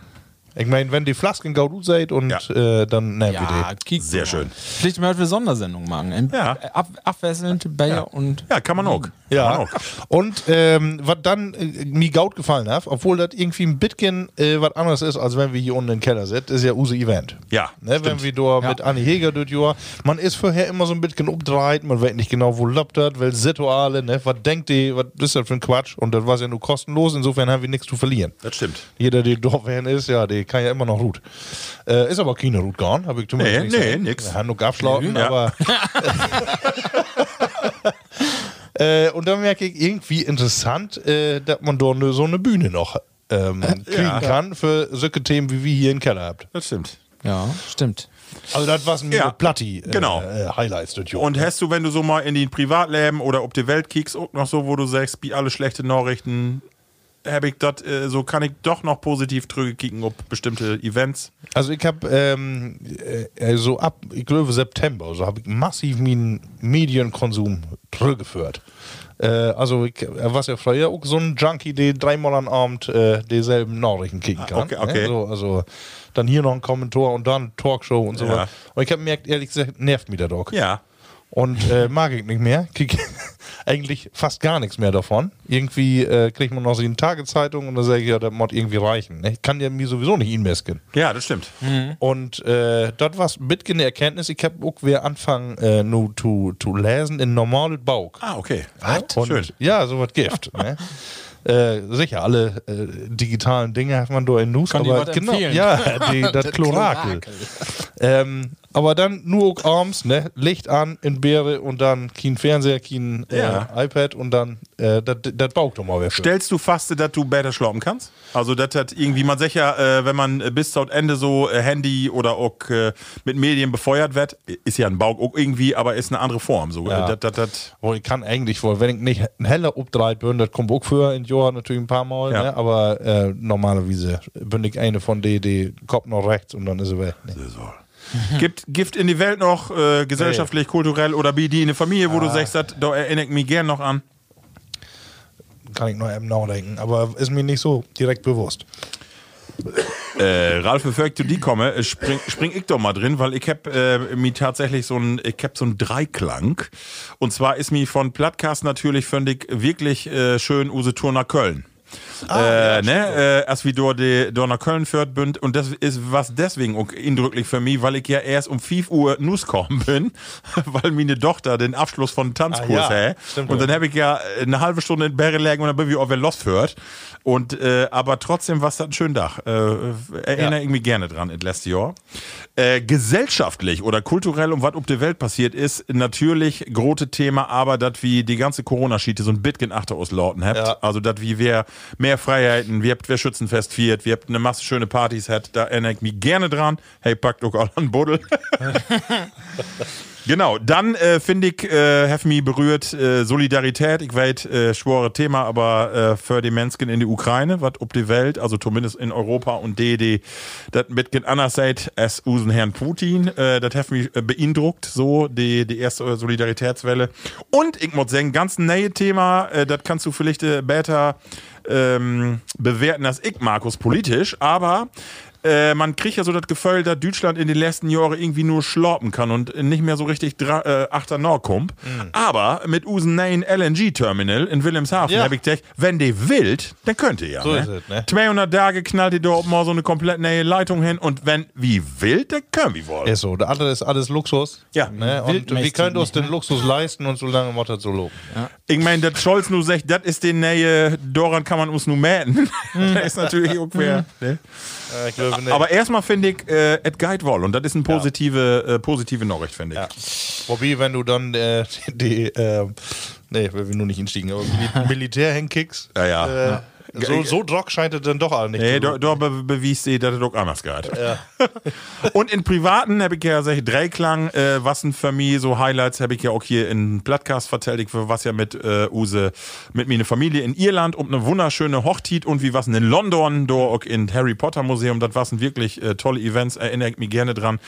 S2: Ich meine, wenn die Flasken gaut gut seid und äh, dann nehmen wir die.
S3: kiek-
S1: Sehr schön.
S3: Pflicht mal für Sondersendungen machen. Ein-
S1: Ja.
S3: Ab, abwechselnd Bayer und.
S1: Ja, kann man auch. Kann
S2: Ja,
S1: man auch.
S2: Genau. und ähm, was dann äh, mir gaut gefallen hat, obwohl das irgendwie ein bisschen äh, was anderes ist, als wenn wir hier unten im Keller sind, ist ja unser Event.
S1: Ja,
S2: Ne, wenn wir da mit Anni Heger dort Jahr, man ist vorher immer so ein bisschen umdreht, man weiß nicht genau, wo lappt das, welche Situale, ne, was denkt die, was ist das für ein Quatsch und das war ja nur kostenlos, insofern haben wir nichts zu verlieren.
S1: Das stimmt.
S2: Jeder, der Dorfherren ist, ja, der kann ja immer noch Rut. Äh, ist aber keine Rut gegangen, habe ich zumindest
S1: Nee,
S2: nicht
S1: nee,
S2: gesehen.
S1: nix.
S2: Wir haben nur abschlauten,
S1: Ja.
S2: aber. (laughs) äh, und dann merke ich irgendwie interessant, äh, dass man dort so eine Bühne noch ähm, kriegen
S1: Ja.
S2: kann für solche Themen, wie wir hier im Keller habt.
S1: Das stimmt.
S3: Ja, stimmt.
S2: Also, das war's mir
S1: Ja,
S2: mit Platti. Äh,
S1: genau.
S2: Äh, Highlights dort, jo.
S1: Und hast du, wenn du so mal in die Privatleben oder ob die Welt kiekst, auch noch so, wo du sagst, wie alle schlechte Nachrichten, hab ich dat, äh, so kann ich doch noch positiv drüber kicken, ob bestimmte Events.
S2: Also ich habe ähm, äh, so ab, ich glaube September, so habe ich massiv meinen Medienkonsum zurückgeführt. Äh, also ich äh, was ja früher auch so ein Junkie, der dreimal am Abend äh, dieselben Nachrichten kicken kann.
S1: Ah, okay, okay.
S2: Ne? So, also dann hier noch ein Kommentar und dann Talkshow und so
S1: Ja.
S2: was. Und ich habe gemerkt, ehrlich gesagt, nervt mich der Dog.
S1: Ja.
S2: Und
S1: (laughs)
S2: äh, mag ich nicht mehr. Krieg (laughs) eigentlich fast gar nichts mehr davon. Irgendwie äh, kriegt man noch so eine Tagezeitung und dann sage ich, ja, das muss irgendwie reichen. Ne? Ich kann ja mir sowieso nicht ihn mesken.
S1: Ja, das stimmt.
S2: Und äh, das war mit eine Erkenntnis. Ich habe auch wieder anfangen, äh, nur zu, zu lesen in normalen Bauch.
S1: Ah, okay.
S2: Und,
S1: Schön.
S2: Ja, sowas Gift. ne? äh, sicher, alle äh, digitalen Dinge hat man da in News.
S3: Kann die
S2: aber
S3: was
S2: genau,
S3: empfehlen?
S2: ja, die, das Klorakel. ähm, aber dann nur auch abends, ne? Licht an, in Beere und dann kein Fernseher, kein äh,
S1: Ja.
S2: iPad und dann äh, das Bauch doch mal weg.
S1: Stellst du Faste, dass du besser schlafen kannst? Also, das hat irgendwie, man sagt ja, äh, wenn man äh, bis zum Ende so äh, Handy oder auch äh, mit Medien befeuert wird, ist ja ein Bauch auch irgendwie, aber ist eine andere Form. So, äh,
S2: Ja.
S1: das, das, das,
S2: Wo ich kann eigentlich wohl, wenn ich nicht ein heller obdreit bin, das kommt auch für in Johann natürlich ein paar Mal,
S1: Ja.
S2: ne? aber äh, normalerweise bin ich eine von denen, die kommt noch rechts und dann ist sie weg. Ne?
S1: (laughs) Gibt Gift in die Welt noch, äh, gesellschaftlich, kulturell oder wie die in der Familie, wo du
S2: Ah.
S1: sagst, dat, da erinnere ich mich gern noch an.
S2: Kann ich noch eben nachdenken, aber ist mir nicht so direkt bewusst.
S1: Äh, Ralf, bevor ich zu dir komme, äh, spring, spring ich doch mal drin, weil ich hab äh, mir tatsächlich so ein, ich hab so ein Dreiklang. Und zwar ist mir von Plattcast natürlich, fand ich, wirklich äh, schön Use Tour nach Köln.
S2: Ah,
S1: äh, ne, äh, als wir dort die- dort nach Köln führt bünd und das ist was deswegen auch eindrücklich für mich, weil ich ja erst um 5 Uhr Nuss kommen bin, (laughs) weil meine Tochter den Abschluss von Tanzkurs
S2: Ah, ja.
S1: hä?
S2: Stimmt,
S1: und
S2: ja.
S1: dann habe ich ja äh, eine halbe Stunde in Berre lägen und dann bin ich auf der Lost hört und äh, aber trotzdem war es ein schöner Tag. Äh, erinnere ich mich gerne dran in letztes Jahr. Äh, gesellschaftlich oder kulturell und was um die Welt passiert ist, natürlich große Thema, aber dass wie die ganze Corona-Schiete so ein bisschen achter auslauten habt.
S2: Ja.
S1: Also dass wie wer mehr Freiheiten, wir habt wer Schützenfest feiert, wir habt eine Masse schöne Partys hat, da erinnere ich mich gerne dran. Hey, packt doch alle an Buddel. Genau, dann äh, finde ich, äh, have me berührt äh, Solidarität. Ich weiß, äh, schwore Thema, aber äh, für die Menschen in die Ukraine, was ob die Welt, also zumindest in Europa und DD, das mitgeht anders seid als usen Herrn Putin. Äh, das have me äh, beeindruckt, so die, die erste äh, Solidaritätswelle. Und ich muss sagen, ganz neue Thema, äh, das kannst du vielleicht äh, besser ähm, bewerten als ich, Markus, politisch, aber äh, man kriegt ja so das Gefühl, dass Deutschland in den letzten Jahren irgendwie nur schlorpen kann und nicht mehr so richtig dra- äh, achter Nord kommt.
S2: Mhm.
S1: Aber mit Usen neuen LNG-Terminal in Wilhelmshaven
S2: Ja.
S1: habe ich gedacht, wenn die willt, dann könnt ihr ja.
S2: So
S1: ne?
S2: ist es, ne?
S1: 200 Tage knallt ihr da oben mal so eine komplett neue Leitung hin und wenn wie wild, dann können wir wohl.
S2: Ist so, das andere ist alles Luxus.
S1: Ja.
S2: Ne? Und wir können uns den Luxus leisten und so lange muss das so loben.
S1: Ich meine, dass Scholz nur sagt, das ist die neue, daran kann man uns nur mähen. (laughs)
S2: Mhm.
S1: das ist natürlich ungefähr. Ne?
S2: Äh, ich glaube nicht.
S1: Aber erstmal finde ich, äh, Ed Guidewall und das ist eine positive, äh, positive Nachricht, finde ich.
S2: Ja. Wobei, wenn du dann äh, (laughs) ähm, die, äh, nee, wenn wir nur nicht instiegen, aber die Militär hinkickst,
S1: Ja, ja.
S2: äh, So, so Druck scheint es dann doch auch nicht.
S1: Nee, da,
S2: zu-
S1: da be bewies sie, dass es auch anders geht. (laughs) und in privaten habe ich ja gesagt, Dreiklang, äh, was sind für mich so Highlights, habe ich ja auch hier in Plattcast vertellt, ich was ja mit äh, Use, mit mir eine Familie in Irland und eine wunderschöne Hochtit und wie was in London, da auch in Harry Potter Museum, das waren wirklich äh, tolle Events, erinnere ich mich gerne dran.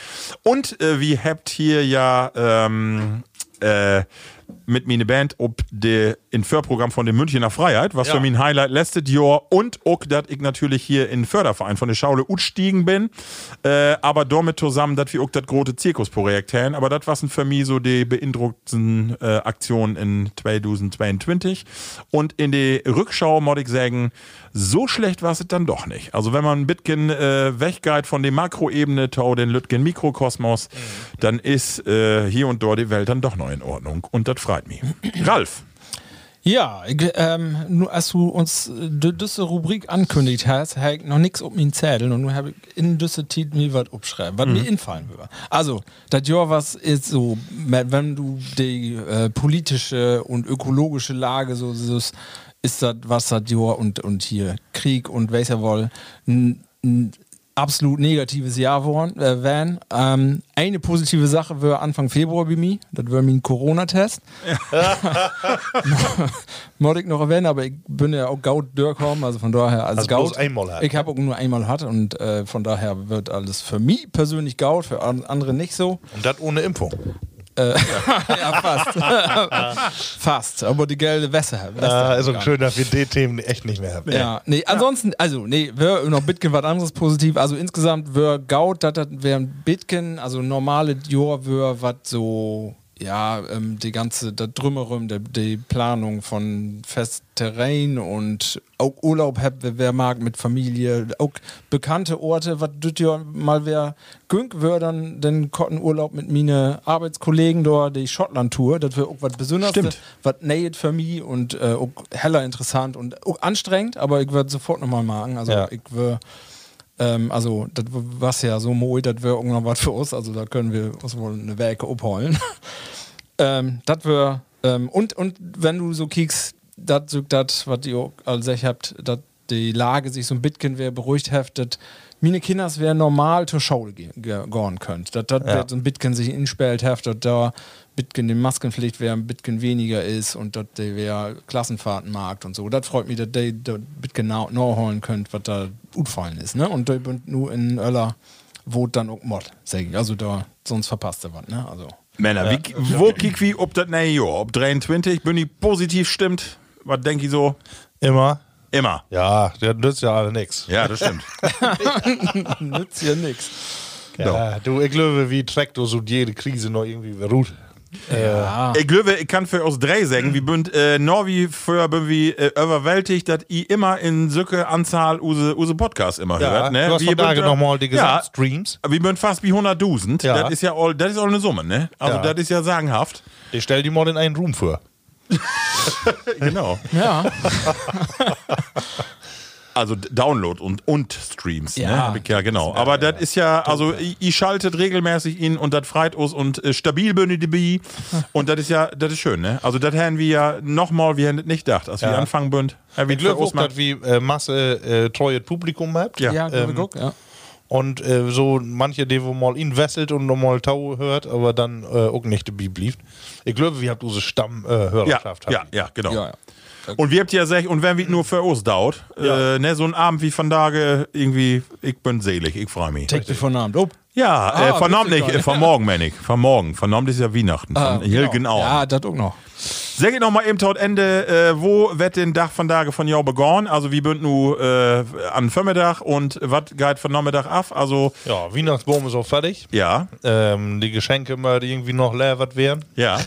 S1: Und äh, wie habt hier ja, ähm, äh, mit mir eine Band ob de in Förprogramm von dem Münchner Freiheit, was
S2: Ja.
S1: für mich ein Highlight letztes Jahr und auch, dass ich natürlich hier in Förderverein von der Schaule utstiegen bin, äh, aber damit zusammen, dass wir auch das große Zirkusprojekt haben, aber das waren für mich so die beeindruckendsten äh, Aktionen in 2022 und in der Rückschau muss ich sagen, so schlecht war es dann doch nicht. Also wenn man ein bisschen äh, weggeht von der Makroebene, tau den Lütgen Mikrokosmos,
S2: Mhm.
S1: dann ist äh, hier und dort die Welt dann doch noch in Ordnung. Und das freut
S2: (clears throat)
S1: mich. Ralf,
S3: Ja, ich, ähm, nur als du uns äh, die diese Rubrik ankündigt hast, habe ich noch nichts um ihn zählen und nur habe ich in diese Titel mir was abschreiben, was mir infallen würde. Also, das Jahr was ist so, me- wenn du die äh, politische und ökologische Lage so siehst, ist das was das Jahr und, und hier Krieg und weiß ja wohl, n- n- absolut negatives Jahr worden, äh, wären. Ähm, eine positive Sache wäre Anfang Februar bei mir, das wäre mein Corona-Test. Mod ich noch erwähnen, aber ich bin ja auch Gaut Dörkholm, also von daher als
S2: Also bloß einmal hat.
S3: Ich habe auch nur einmal hat und äh, von daher wird alles für mich persönlich Gaut, für an- andere
S2: (laughs)
S3: nicht so.
S2: Und das ohne Impfung.
S3: ja, fast. (laughs) fast, aber die gelbe Wässer.
S2: Ah, ist auch schön, dass wir die Themen echt nicht mehr haben.
S3: Ja, nee, ansonsten, also, nee, wär noch Bitcoin was anderes positiv. Also insgesamt wär Gaut, dat dat wär Bitcoin, also normale Dior wär was so, ja, ähm, die ganze, das Drümmerum, die, die Planung von Festterrain und auch Urlaub hab, wer- wer mag, mit Familie, auch bekannte Orte, was düt ja mal wer gönk wär, dann den Urlaub mit mine Arbeitskollegen dort, die Schottland-Tour, das wär auch was Besonderes
S1: Stimmt.
S3: was näht für mich und äh, auch heller interessant und auch anstrengend, aber ich würde sofort nochmal machen. Also
S2: Ja.
S3: ich würde, ähm, also das was ja so mooi, das wäre irgendwann was für uns, also da können wir uns wohl eine Werke abholen. ähm, das wäre, ähm, und, und wenn du so kiekst, das das, was ihr auch alle gesagt habt, dass die Lage sich so ein bisschen wär beruhigt heftet, meine Kinders wären normal zur Schule ge ge gehen könnt. Das das wär so ein bisschen sich insperrt heftet, da Bitcoin die Maskenpflicht wäre, ein bisschen weniger ist und dass der wäre Klassenfahrtenmarkt und so. Das freut mich, dass der Bitcoin nau- nau holen könnt, was da gut fallen ist. Ne? Und da bin nur in Öller wohnt dann auch Mod, sag ich. Also da, sonst verpasst er was, ne? Also.
S1: Männer, wie, wo kick wie, ob das neue Jahr, ob 23, bin ich positiv stimmt, was denke ich so?
S2: Immer?
S1: Immer.
S2: Ja, das nützt ja alle nix.
S1: Ja, das (laughs) stimmt.
S3: Nützt ja nix.
S1: genau.
S2: Ja, du, ich glaube, wie trägt du so jede Krise noch irgendwie beruht?
S1: Ah. Ich glaube, ich kann für aus drei sagen, wir sind äh, Norwi für bin wir äh, überwältigt, dass ich immer in Sücke Anzahl use, use Podcast immer hört. Ne?
S2: du hast
S1: Wir
S2: von da
S1: bünd, äh,
S2: nochmal die
S1: ja,
S2: Gesamtstreams.
S1: wir sind fast wie 100.000.
S2: Ja.
S1: Das ist ja all, das ist auch eine Summe, ne? Also
S2: Ja.
S1: das ist ja sagenhaft.
S2: Ich stell die mal in einen Room vor.
S1: Genau.
S3: Ja.
S1: Also D- Download und, und Streams,
S3: Ja.
S1: ne? Hab ich ja genau. Aber das ist ja, also ich, ich schaltet regelmäßig ihn und das freit uns und äh, stabil bin ich dabei. und das ist ja, das ist schön, ne? Also das hätten wir ja nochmal, wir hätten das nicht gedacht, als wir
S2: Ja.
S1: anfangen bünd.
S2: Wie Glück, auch, dass wir äh, Masse äh, treues Publikum habt.
S1: Ja.
S3: Ja, ja,
S2: Ähm,
S3: guck, ja.
S2: Und äh, so manche, die wo mal ihn wesselt und noch mal Tau hört, aber dann äh, auch nicht dabei blieb. Ich glaube, wir habt unsere
S1: ja,
S2: Stammhörerschaft.
S1: ja, ja, genau.
S3: ja, ja.
S1: Und wir habt ja gesagt, und wenn wir nur für uns dauert, äh, ne, so ein Abend wie von Tage, irgendwie, ich bin selig, ich freue mich.
S3: Take von Abend. Oh.
S1: Ja,
S3: Ah,
S1: äh, von Abend
S3: witzig,
S1: nicht, äh, von morgen, meine ich. Von morgen. Von Abend ist ja Weihnachten. Von
S3: Ah,
S1: Hilgen auch.
S3: Ja, das auch noch.
S1: Sag ich nochmal eben tot Ende, äh, wo wird den Dach von Tage von Jau begonnen? Also, wie bünd nu äh, an Vormittag und was geht von Nachmittag ab? Also,
S2: Ja, Weihnachtsbaum ist auch fertig.
S1: ja,
S2: Ähm, die Geschenke mal irgendwie noch leer was wären.
S3: (laughs)
S1: ja,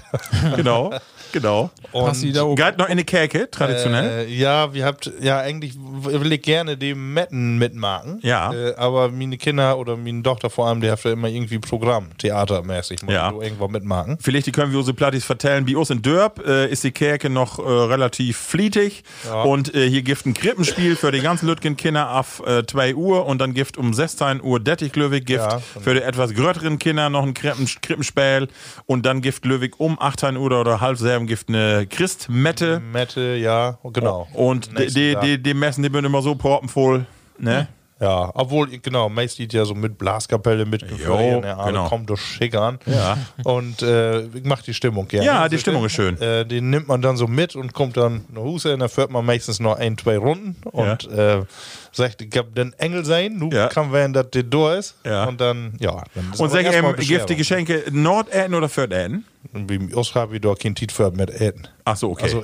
S1: genau, genau.
S3: Passt die da oben.
S1: Geht noch in die Kerke, traditionell.
S2: Äh, ja, wir habt, ja, eigentlich w- will ich gerne dem Metten mitmachen.
S1: Ja.
S2: Äh, aber meine Kinder oder meine Tochter vor allem, die habt ja immer irgendwie Programm, theatermäßig, muss
S1: Ja.
S2: so irgendwo mitmachen.
S1: Vielleicht die können wir unsere Plattis vertellen, wie uns in Dörp, äh, äh, ist die Kerke noch äh, relativ flietig. Und äh, hier gibt ein Krippenspiel für die ganzen Lütgen-Kinder auf äh, 2 Uhr und dann gibt um 16 Uhr Dettiglöwig gibt
S2: Ja. genau.
S1: für die etwas größeren Kinder noch ein Krippen, Krippenspiel und dann gibt Löwig um 18 Uhr oder halb sieben gibt eine Christmette.
S2: Mette, ja, genau.
S1: Und die,
S2: Nächsten
S1: die,
S2: Tag.
S1: die, die Messen, die sind immer so portenvoll. Ne?
S2: Ja, obwohl, genau, Mace sieht ja so mit Blaskapelle
S1: Jo,
S2: mitgeführt. Ja,
S1: genau.
S2: genau. Kommt doch schick an.
S1: Ja.
S2: Und äh, macht die Stimmung gerne.
S1: Ja, die
S2: Also
S1: Stimmung
S2: den-
S1: ist schön.
S2: Äh, den nimmt man dann so mit und kommt dann nach Hause und dann fährt man meistens noch ein, zwei Runden und äh, sagt, ich hab den Engel sein, nun
S1: Ja.
S2: kann werden, dass der da ist.
S1: Ja.
S2: Und dann, ja. Dann ist
S1: Und
S2: aber
S1: sag
S2: erstmal
S1: eben, gibt die Geschenke Nordäten oder Förderten?
S2: Beschwerung. Wie Oskar habe ich da kein Tiet für mit Äten.
S1: Ach so, okay.
S2: Also,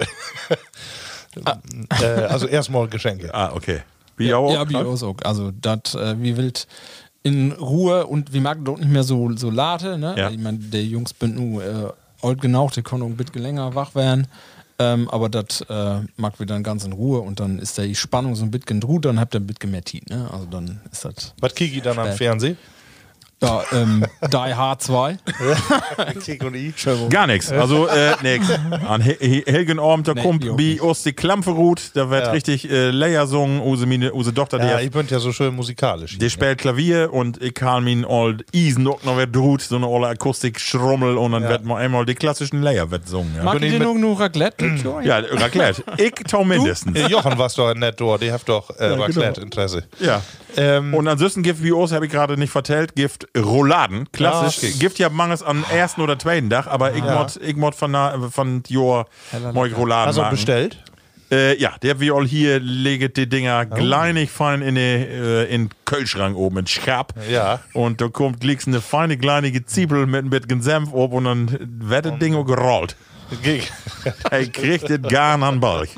S2: äh, also erstmal Geschenke.
S1: ah, okay. Wie
S3: Ja,
S1: auch?
S3: ja, wie auch so. Also, das, äh, wie wild in Ruhe und wie mag doch nicht mehr so, so late, ne?
S1: Ja.
S3: Ich meine, der Jungs bin nu äh, alt genau, die konnten auch ein bisschen länger wach werden. Ähm, aber das äh, mag wir dann ganz in Ruhe und dann ist da die Spannung so ein bisschen ruht, dann habt ihr ein bisschen mehr Tiet, ne? Also, dann ist das.
S2: Was kiki dann am
S3: Spät.
S2: Fernsehen?
S3: Ja, ähm, Die Hard 2.
S2: (laughs) Kiki und ich.
S1: Gar nichts. Also, äh, nix. An He- He- Helgen Orm, der
S3: Nee,
S1: Kump,
S3: jo.
S1: wie us die Klampfe ruht, da wird
S2: Ja.
S1: richtig äh, Layer sungen, use, mine, use Tochter,
S2: Ja,
S1: der,
S2: ich bin ja so schön musikalisch.
S1: der spielt Klavier und ich kann min old Isen noch wird ruht, so eine olle Akustik-Schrummel und dann
S2: Ja.
S1: wird mal einmal die klassischen Layer wird sungen. Ja,
S3: Mag
S2: bin
S3: ihr
S2: ich
S3: denn
S2: mit-
S3: auch nur Raclette?
S1: (clears throat)
S3: Joy?
S1: ja Raclette. Ich tau mindestens.
S2: Äh, Jochen warst doch nett dort, die habt doch äh, Raclette-Interesse.
S1: Ja.
S2: Ähm,
S1: Und ansonsten Gift wie O's habe ich gerade nicht vertellt, Gift Rouladen, klassisch.
S2: Ah, okay.
S1: Gift ja manches an ersten oder zweiten Dach, aber ich mod, ich mod von, na, von Jor Moik Rouladen
S2: hast du
S1: machen.
S2: bestellt?
S1: Äh, ja, der wie all hier legt die Dinger
S2: Oh.
S1: gleinig fein in den äh, in Kölschrank oben, in Schab.
S2: Ja.
S1: Und da kommt links eine feine, kleinige Zwiebel mit ein bisschen Senf ob und dann wird
S2: Oh.
S1: das Ding auch gerollt.
S2: (laughs) Gig.
S1: Er kriegt das gar an
S2: (laughs)
S1: Balk.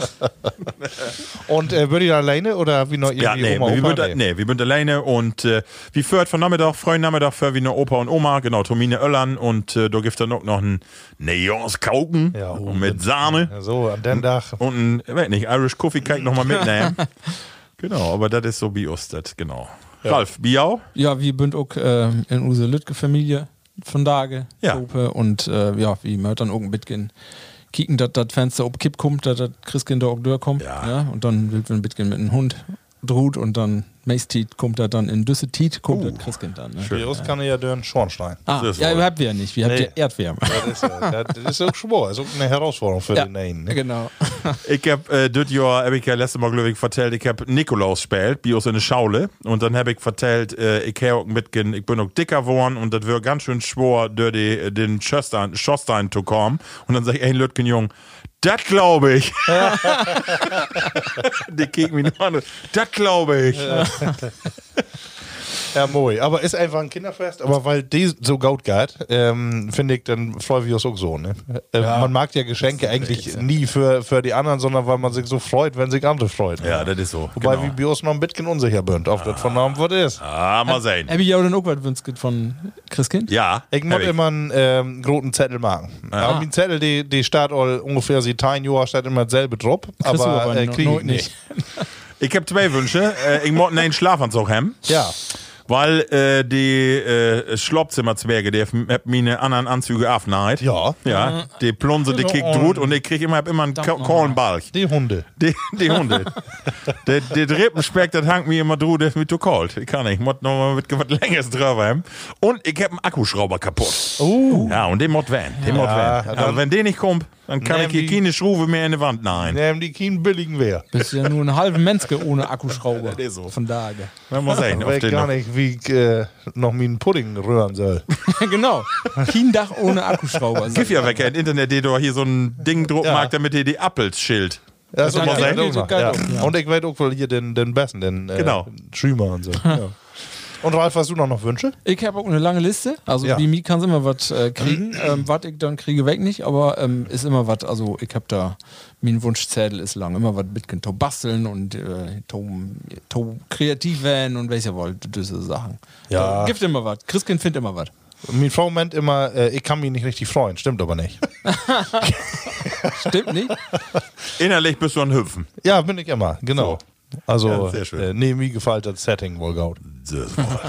S2: Und äh, bin ich da alleine oder wie noch irgendwie
S1: Ja, nee,
S2: Oma,
S1: wir
S2: Opa?
S1: sind, nee, wir sind alleine und äh, wie führt von Nachmittag, freuen Nachmittag für wie eine Opa und Oma, genau, Tomine Öllern und äh, da gibt es dann auch noch einen Neons Kauken
S2: Ja, oh,
S1: mit Sahne
S2: Ja, so, an dem Tag.
S1: und einen, weiß nicht, Irish Coffee kann ich nochmal mitnehmen. genau, aber das ist so wie uns das, genau. Ralf, Biau?
S3: Ja, wir sind auch äh, in unsere Lütke-Familie von Dage,
S1: Ja.
S3: Gruppe. Und äh, ja, wie wir dann auch ein bisschen kicken, dass das Fenster ob Kipp kommt, dass das Christkind da auch durchkommt.
S1: Ja.
S3: Und dann will wir ein bisschen mit dem Hund droht und dann Mace-Tiet kommt da dann in Düssetit, kommt das Christkind dann. Ne?
S2: Wie aus kann ich ja durch Schornstein.
S3: Ah,
S1: Uh. Das ist
S3: ja,
S1: wohl.
S3: ihr habt wir ja nicht, wir habt
S2: Nee.
S3: ja Erdwärme.
S2: Das ist, ja, das ist auch schwor, ist auch eine Herausforderung für
S3: Ja,
S2: den einen. Ne?
S3: (laughs) genau.
S1: Ich hab, äh, das Jahr hab ich ja letztes Mal, glaube ich, vertellt, ich hab Nikolaus spielt, Bios in der Schaule. Und dann hab ich vertellt, äh, ich hab auch mitgen, ich bin auch dicker geworden und das wär ganz schön schwor, durch die, den Schöstern, Schostein zu kommen. Und dann sag ich, ey, Lütgen Jung, das glaube ich. die kicken mich nur an. Das glaube ich.
S2: Ja, moi. Aber ist einfach ein Kinderfest. Aber weil die so gaut geht, ähm, finde ich, dann freue ich mich auch so. Ne? Äh, Man mag ja Geschenke eigentlich nie für, für die anderen, sondern weil man sich so freut, wenn sich andere freut.
S1: Ja, das ist so.
S2: Wobei
S1: genau.
S2: wie Bios noch ein bisschen unsicher bin, ob das von Namen was ist.
S1: Ah, mal sehen.
S3: Hab ich ja auch den auch was Wünsket von Christkind?
S1: Ja.
S2: Ich muss
S1: hab
S2: immer einen ähm, großen Zettel machen. Aber den Zettel, die, die startet all ungefähr sie ein Jahr, statt immer dasselbe Drop.
S3: Kriegst du
S2: Aber äh,
S3: no-
S2: kriege
S3: no-
S2: ich nicht.
S1: Ich hab zwei Wünsche. Äh, ich muss einen Schlafanzug haben.
S2: Ja.
S1: Weil äh, die äh, Schlopzimmerzwerge, die haben meine anderen Anzüge aufneigt.
S2: Ja.
S1: Ja, die Plunse, die kriegt gut und ich krieg immer, hab immer einen Ka- Kohlenbalch.
S2: Die Hunde.
S1: Die, die Hunde. der der Rippenspeck, das hangt mir immer drüber, der ist mir zu kalt. Ich kann nicht. Ich muss nochmal mit was Längeres drauf haben. Und ich hab einen Akkuschrauber kaputt.
S2: Uh.
S1: Ja, und den muss van. Den muss
S2: Ja,
S1: van.
S2: dann-
S1: Aber wenn der nicht kommt, dann kann
S2: Nee,
S1: ich hier
S2: wie-
S1: keine Schruve mehr in die Wand nein.
S2: Nehmen die keinen billigen Wehr.
S3: (laughs) Bist ja nur ein halber Menske ohne
S1: (laughs)
S3: Akkuschrauber.
S1: Das ist so.
S3: Von Dage. (laughs)
S1: Man muss sehen,
S2: Ich
S1: ob
S2: weiß
S1: der
S2: gar
S1: noch.
S2: nicht, wie ich äh, noch meinen Pudding rühren (laughs) soll.
S3: genau. Kindach
S1: (laughs)
S3: ohne Akkuschrauber.
S1: Gib ja weg, ein Internet, der doch hier so ein Ding druck
S2: Ja.
S1: mag, damit ihr die Appels schild.
S2: Das
S3: Ja,
S2: muss
S1: ja,
S2: ich
S1: ja,
S2: auch
S3: ja,
S2: machen,
S3: ja.
S2: ja. Und ich werde auch wohl hier den, den Besten, den äh,
S1: Genau.
S2: Streamer und so. (laughs) Ja. Und Ralf, hast du noch, noch Wünsche?
S3: Ich habe auch eine lange Liste. Also
S2: Ja.
S3: wie mir kannst immer was
S1: (clears throat)
S3: äh, kriegen. ähm, was ich dann kriege, weg nicht. Aber ähm, ist immer was. Also ich habe da mein Wunschzettel ist lang. Immer was mitgehen. To basteln und äh, to, to kreativ werden und welche wollt diese Sachen.
S2: Ja.
S3: Äh, gibt immer was. Christkind findet immer was.
S1: (laughs)
S2: Meine Frau meint immer, äh, ich kann mich nicht richtig freuen. Stimmt aber nicht.
S3: Stimmt nicht?
S1: Innerlich bist du ein Hüpfen.
S2: (laughs) ja, bin ich immer, genau. Also,
S1: Ja, sehr schön.
S2: äh, nee, mir gefällt das Setting wohl gut.
S1: Das war-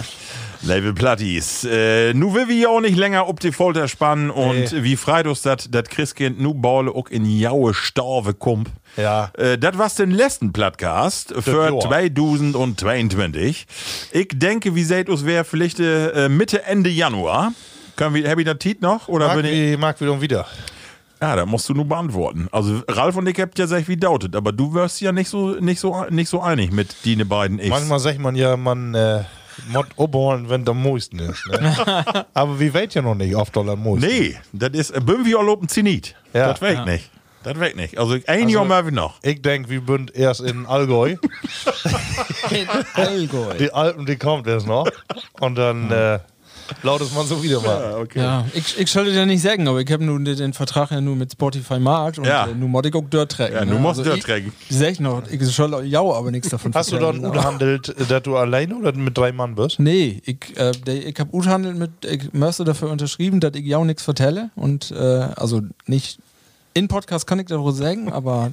S1: Label Platties. Äh, nu will wir ja auch nicht länger ob die Folter spannen und wie Freitag dat, dat Christkind nu baule auch in jaue Storve kump.
S2: Ja.
S1: Äh, das war's den letzten Podcast für
S2: Joa.
S1: 2022. Ich denke, wie seht us wär vielleicht äh, Mitte, Ende Januar. Können wir, hab ich das Tiet noch? Oder
S2: Mag,
S1: bin ich,
S2: wie, mag wieder und wieder.
S1: ja, da musst du nur beantworten. Also Ralf und ich habt ja sich wie dautet, aber du wirst ja nicht so, nicht so, nicht so einig mit den beiden Ichs.
S2: Manchmal sagt man ja, man äh, mod oberholen, wenn der Moisten ist. Ne? Aber wir weit ja noch nicht, oft Dollar Moisten.
S1: Nee, das ist äh, Böhm wie Urlaub ein Zenit.
S2: Ja.
S1: Das weg nicht. Das weg nicht. Also ein Jahr mehr wie noch.
S2: Ich denke, wir sind erst in Allgäu.
S3: In Allgäu.
S2: Die Alpen, die kommt erst noch. Und dann äh, lautet man so wieder mal.
S3: Ja, ich, ich sollte dir nicht sagen, aber ich habe nun den Vertrag ja nur mit Spotify Markt und
S1: Ja.
S3: äh, nun muss ich auch Dirt tracken. ne? Also
S1: Ja, nun musst Dirt tracken.
S3: Ich, ich sag noch, ich soll ja aber nichts davon
S2: Hast du dann
S3: vertragen, aber-
S2: unterhandelt, dass du allein oder mit drei Mann bist?
S3: Nee, ich, äh, der, ich habe Uthandel mit ich Mörster dafür unterschrieben, dass ich ja nichts vertelle. Und äh, also nicht in Podcast kann ich darüber sagen, (laughs) aber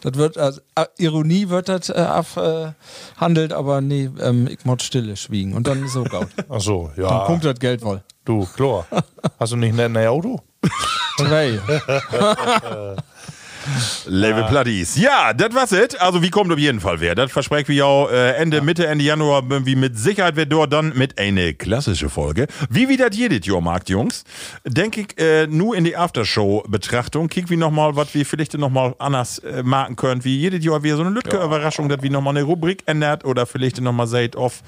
S3: das wird als äh, Ironie wird das äh, abhandelt, äh, handelt, aber nee, ähm, ich muss stille schwiegen. Und dann ist so (laughs) gaut.
S2: Ach so,
S3: Dann
S2: ja.
S3: kommt das Geld wohl.
S2: Du, Chlor. Hast du nicht ein neues Auto?
S3: (laughs) Okay. Ah.
S1: Level Platties. Ja, das war's it. Also wie kommt auf jeden Fall wer? Das versprechen wir ja äh, Ende, Mitte, Ende Januar irgendwie mit Sicherheit wird dort dann mit eine klassische Folge. Wie wie das jedes Jahr mag, Jungs. Denke ich äh, nur in die Aftershow-Betrachtung. Kick wie nochmal, was wir vielleicht nochmal anders äh, marken können. Wie jedes Jahr wir so eine Lütke-Überraschung, dass wir nochmal eine Rubrik ändert oder vielleicht nochmal seid auf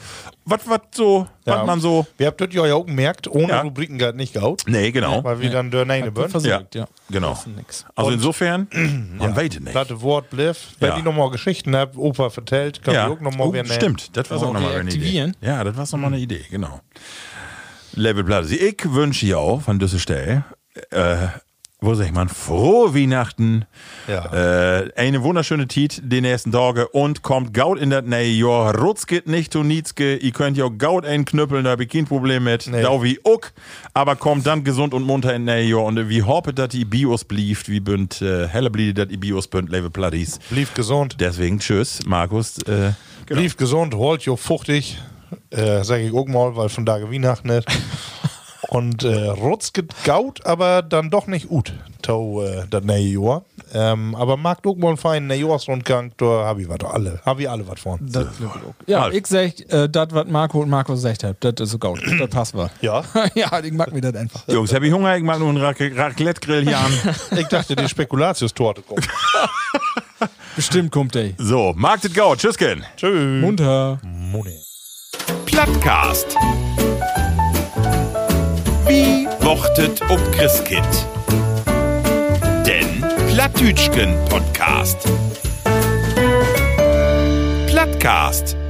S1: was was so, was man so.
S2: Wir habt das ja auch gemerkt, ohne
S1: Ja.
S2: Rubriken gerade nicht gehaut.
S1: Nee, genau.
S2: Weil wir dann der Neine
S3: Gut
S2: sind.
S3: versucht, ja.
S1: Genau.
S3: nix.
S1: Also
S3: (clears throat)
S1: insofern, man weiß es nicht.
S2: Platte Wort, Bliff. Wenn
S1: Ja.
S2: ich nochmal Geschichten hab, Opa vertellt, kann
S1: ja.
S2: ich auch nochmal
S1: Oh,
S2: wer nennen.
S1: stimmt, das war
S3: Oh,
S1: auch nochmal eine Idee.
S3: reaktivieren.
S1: Ja, das war nochmal eine Idee, genau. Level Platte. Ich wünsche ja auch von dieser Stelle, äh, wo sag ich mal, frohe Weihnachten,
S2: Ja.
S1: äh, eine wunderschöne Tiet die nächsten Tage und kommt gaut in das neue Jahr. Rutzkit nicht zu Nietzke, ihr könnt ja auch gaut einen knüppeln, da hab ich kein Problem mit.
S2: Nee.
S1: Da wie uck, aber kommt dann gesund und munter in das neue Jahr und äh, wie hoppet, dass die Bios blieft, wie bünd, äh, helle blieb, dass die Bios bünd, Level Platties.
S2: Blieb gesund.
S1: Deswegen tschüss, Markus. Äh,
S2: Blieb gesund, holt jo fuchtig. Äh, sag ich auch mal, weil von da
S1: (laughs)
S2: Weihnachten ist. Und äh, Rutz gaut, aber dann doch nicht gut. Tau, äh, das neue Jahr. Ähm, aber mag auch mal einen feinen Neujahrsrundgang, da hab ich was alle. Hab ich alle was von.
S3: Das glaub ich auch. ja,
S1: Ralf.
S3: ich sag, äh, das, was Marco und Marco gesagt haben, das ist so (clears throat) gaut. Das passt mal.
S2: Ja.
S3: (laughs) ja, ich mag mir das einfach.
S1: Jungs, hab ich Hunger? Ich mach nur einen Rac Raclette-Grill hier an.
S2: Ich dachte, die Spekulatius-Torte
S1: (laughs)
S2: kommt.
S3: Bestimmt kommt der.
S1: so, Markt it go. Tschüsschen.
S2: Tschüss.
S3: Munter.
S2: Money.
S4: Plattcast. Wie wortet ob Christkind? Den Plattütschken Podcast. Plattcast.